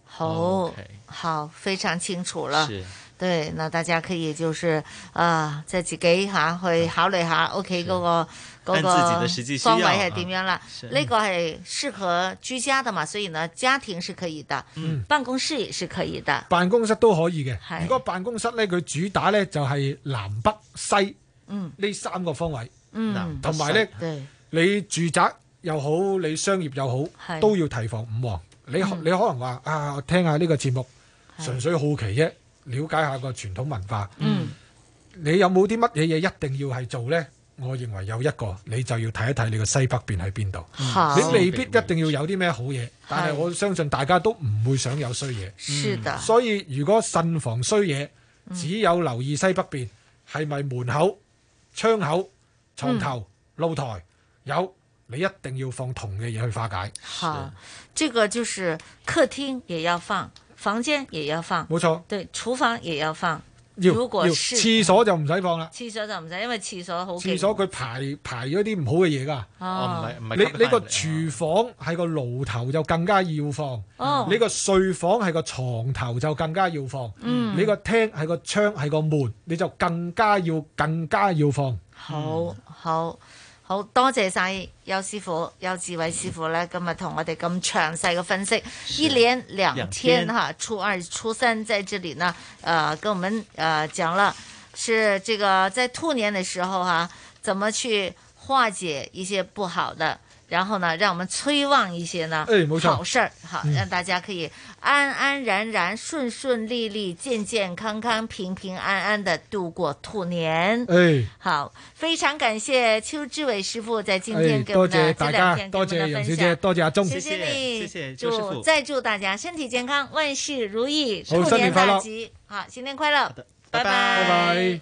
[SPEAKER 7] 好，好，非常清楚了
[SPEAKER 9] 是。
[SPEAKER 7] 對，那大家可以就是啊，即係自己吓去考慮下屋企嗰個嗰
[SPEAKER 17] 按嗯自己的實際需
[SPEAKER 7] 個方位
[SPEAKER 17] 要
[SPEAKER 7] 係
[SPEAKER 17] 啊
[SPEAKER 7] 點樣啦。
[SPEAKER 17] 是
[SPEAKER 7] 呢個係適合居家的嘛，所以呢，家庭是可以的，
[SPEAKER 9] 嗯
[SPEAKER 7] 辦公室也是可以的。
[SPEAKER 9] 辦公室都可以
[SPEAKER 7] 係
[SPEAKER 9] 嘅。如果辦公室呢，佢主打呢就係南北西，
[SPEAKER 7] 嗯，
[SPEAKER 9] 呢三個方位，
[SPEAKER 7] 嗯
[SPEAKER 9] 同埋呢，
[SPEAKER 7] 對
[SPEAKER 9] 你住宅又好，你商業又
[SPEAKER 7] 係
[SPEAKER 9] 好，都要提防五黃。你可
[SPEAKER 7] 嗯
[SPEAKER 9] 你可能話啊，我聽下呢個節目，
[SPEAKER 7] 係
[SPEAKER 9] 純粹好奇啫，了解下個傳統文化。
[SPEAKER 7] 嗯，
[SPEAKER 9] 你有冇啲乜嘢嘢一定要係做呢？我認為有一個，你就要睇一睇你個西北邊喺邊度。
[SPEAKER 7] 好
[SPEAKER 9] 你未必一定要有啲咩好嘢，但係我相信大家都唔會想有衰嘢。
[SPEAKER 7] 是的嗯
[SPEAKER 9] 所以如果慎防衰嘢，只有留意西北邊係咪門口、窗口、床
[SPEAKER 7] 嗯
[SPEAKER 9] 頭、露台有，你一定要放銅嘅嘢去化解。
[SPEAKER 7] 好，這個就是客廳也要放，房間也要放，
[SPEAKER 9] 冇錯。
[SPEAKER 7] 對，廚房也要放。
[SPEAKER 9] 要
[SPEAKER 7] 如果
[SPEAKER 9] 要
[SPEAKER 7] 是
[SPEAKER 9] 廁所就唔使放啦。
[SPEAKER 7] 廁所就唔使，因為廁所好勁
[SPEAKER 9] 廁所佢排排咗啲唔好嘅嘢㗎。
[SPEAKER 7] 哦唔係唔係
[SPEAKER 9] 你
[SPEAKER 7] 吸得
[SPEAKER 9] 你個廚房係個爐頭就更加要放。
[SPEAKER 7] 哦
[SPEAKER 9] 你個睡房係個床頭就更加要放。
[SPEAKER 7] 嗯
[SPEAKER 9] 你個廳係個窗係個門，你就更加要更加要放。
[SPEAKER 2] 嗯
[SPEAKER 9] 嗯
[SPEAKER 7] 好好好多謝晒邱師傅、邱志偉師傅咧，今日同我哋咁詳細嘅分析，一連兩
[SPEAKER 2] 兩天
[SPEAKER 7] 天哈，初二、初三在這裡呢，呃，跟我們呃講了，是這個在兔年的時候哈、怎麼去化解一些不好的。然後呢，讓我們催旺一些呢，
[SPEAKER 2] 哎冇錯
[SPEAKER 7] 好事儿，好
[SPEAKER 2] 嗯
[SPEAKER 7] 讓大家可以安安然然、順順利利、健健康康、平平安安的度过兔年。
[SPEAKER 9] 哎
[SPEAKER 7] 好，非常感谢邱志伟师傅在今天
[SPEAKER 9] 哎，
[SPEAKER 7] 给我
[SPEAKER 9] 多
[SPEAKER 7] 们的
[SPEAKER 9] 謝
[SPEAKER 7] 这
[SPEAKER 9] 大
[SPEAKER 7] 两
[SPEAKER 9] 家，
[SPEAKER 7] 天给我
[SPEAKER 9] 多
[SPEAKER 7] 们的
[SPEAKER 9] 謝楊
[SPEAKER 7] 分
[SPEAKER 9] 小姐，
[SPEAKER 7] 享。
[SPEAKER 9] 多謝阿鐘，
[SPEAKER 7] 谢谢
[SPEAKER 9] 邱
[SPEAKER 7] 你，
[SPEAKER 9] 師
[SPEAKER 7] 祝
[SPEAKER 9] 傅
[SPEAKER 7] 再祝大家身体健康，万事如意，
[SPEAKER 9] 好
[SPEAKER 7] 兔
[SPEAKER 9] 新
[SPEAKER 7] 年
[SPEAKER 9] 年快
[SPEAKER 7] 大
[SPEAKER 9] 乐
[SPEAKER 7] 吉，好，新年快乐，
[SPEAKER 9] 拜
[SPEAKER 7] 拜
[SPEAKER 9] 拜。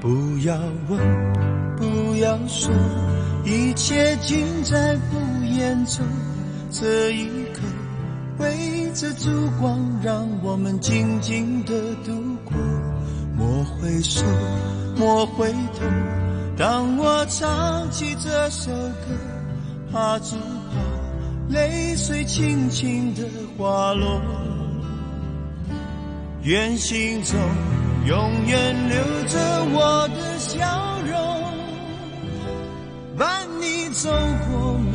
[SPEAKER 21] 不要问，不要说，一切尽在不言中。这一刻，围着烛光，让我们静静的度过。莫回首，莫回头。当我唱起这首歌，怕只怕泪水轻轻的滑落。愿心中永远留着我的笑容，伴你走过每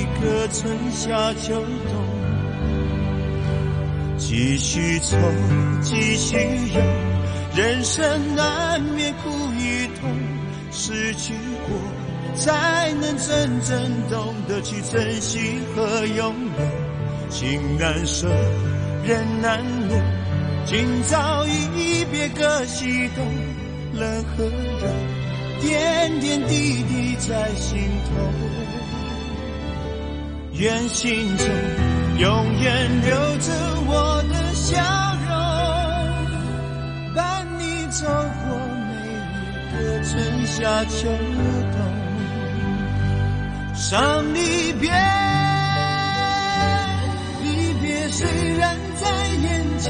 [SPEAKER 21] 一个春夏秋冬。继续走，继续游，人生难免苦与痛，失去过，才能真正懂得去珍惜和拥有。情难舍，人难留。今朝一别各西东，人和人，点点滴滴在心头。愿心中永远留着我的笑容，伴你走过每一个春夏秋冬。想你别离别，虽然在眼前，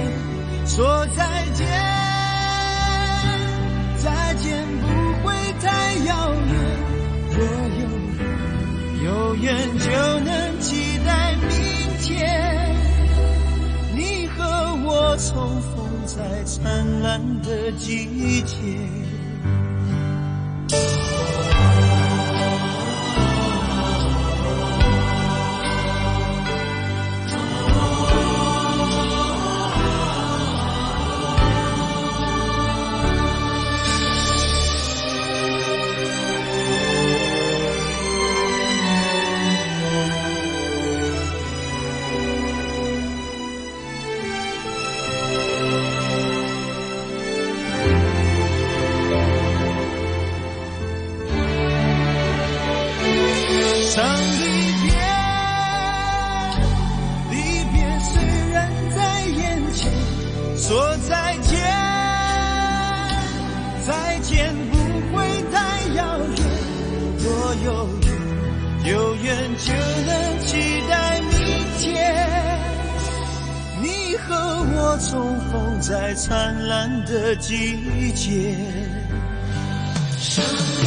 [SPEAKER 21] 说再见，再见不会太遥远。若有有缘就能期待明天，你和我重逢在灿烂的季节。想离别，离别虽然在眼前，说再见，再见不会太遥远。若有缘，有缘就能期待明天，你和我重逢在灿烂的季节。想。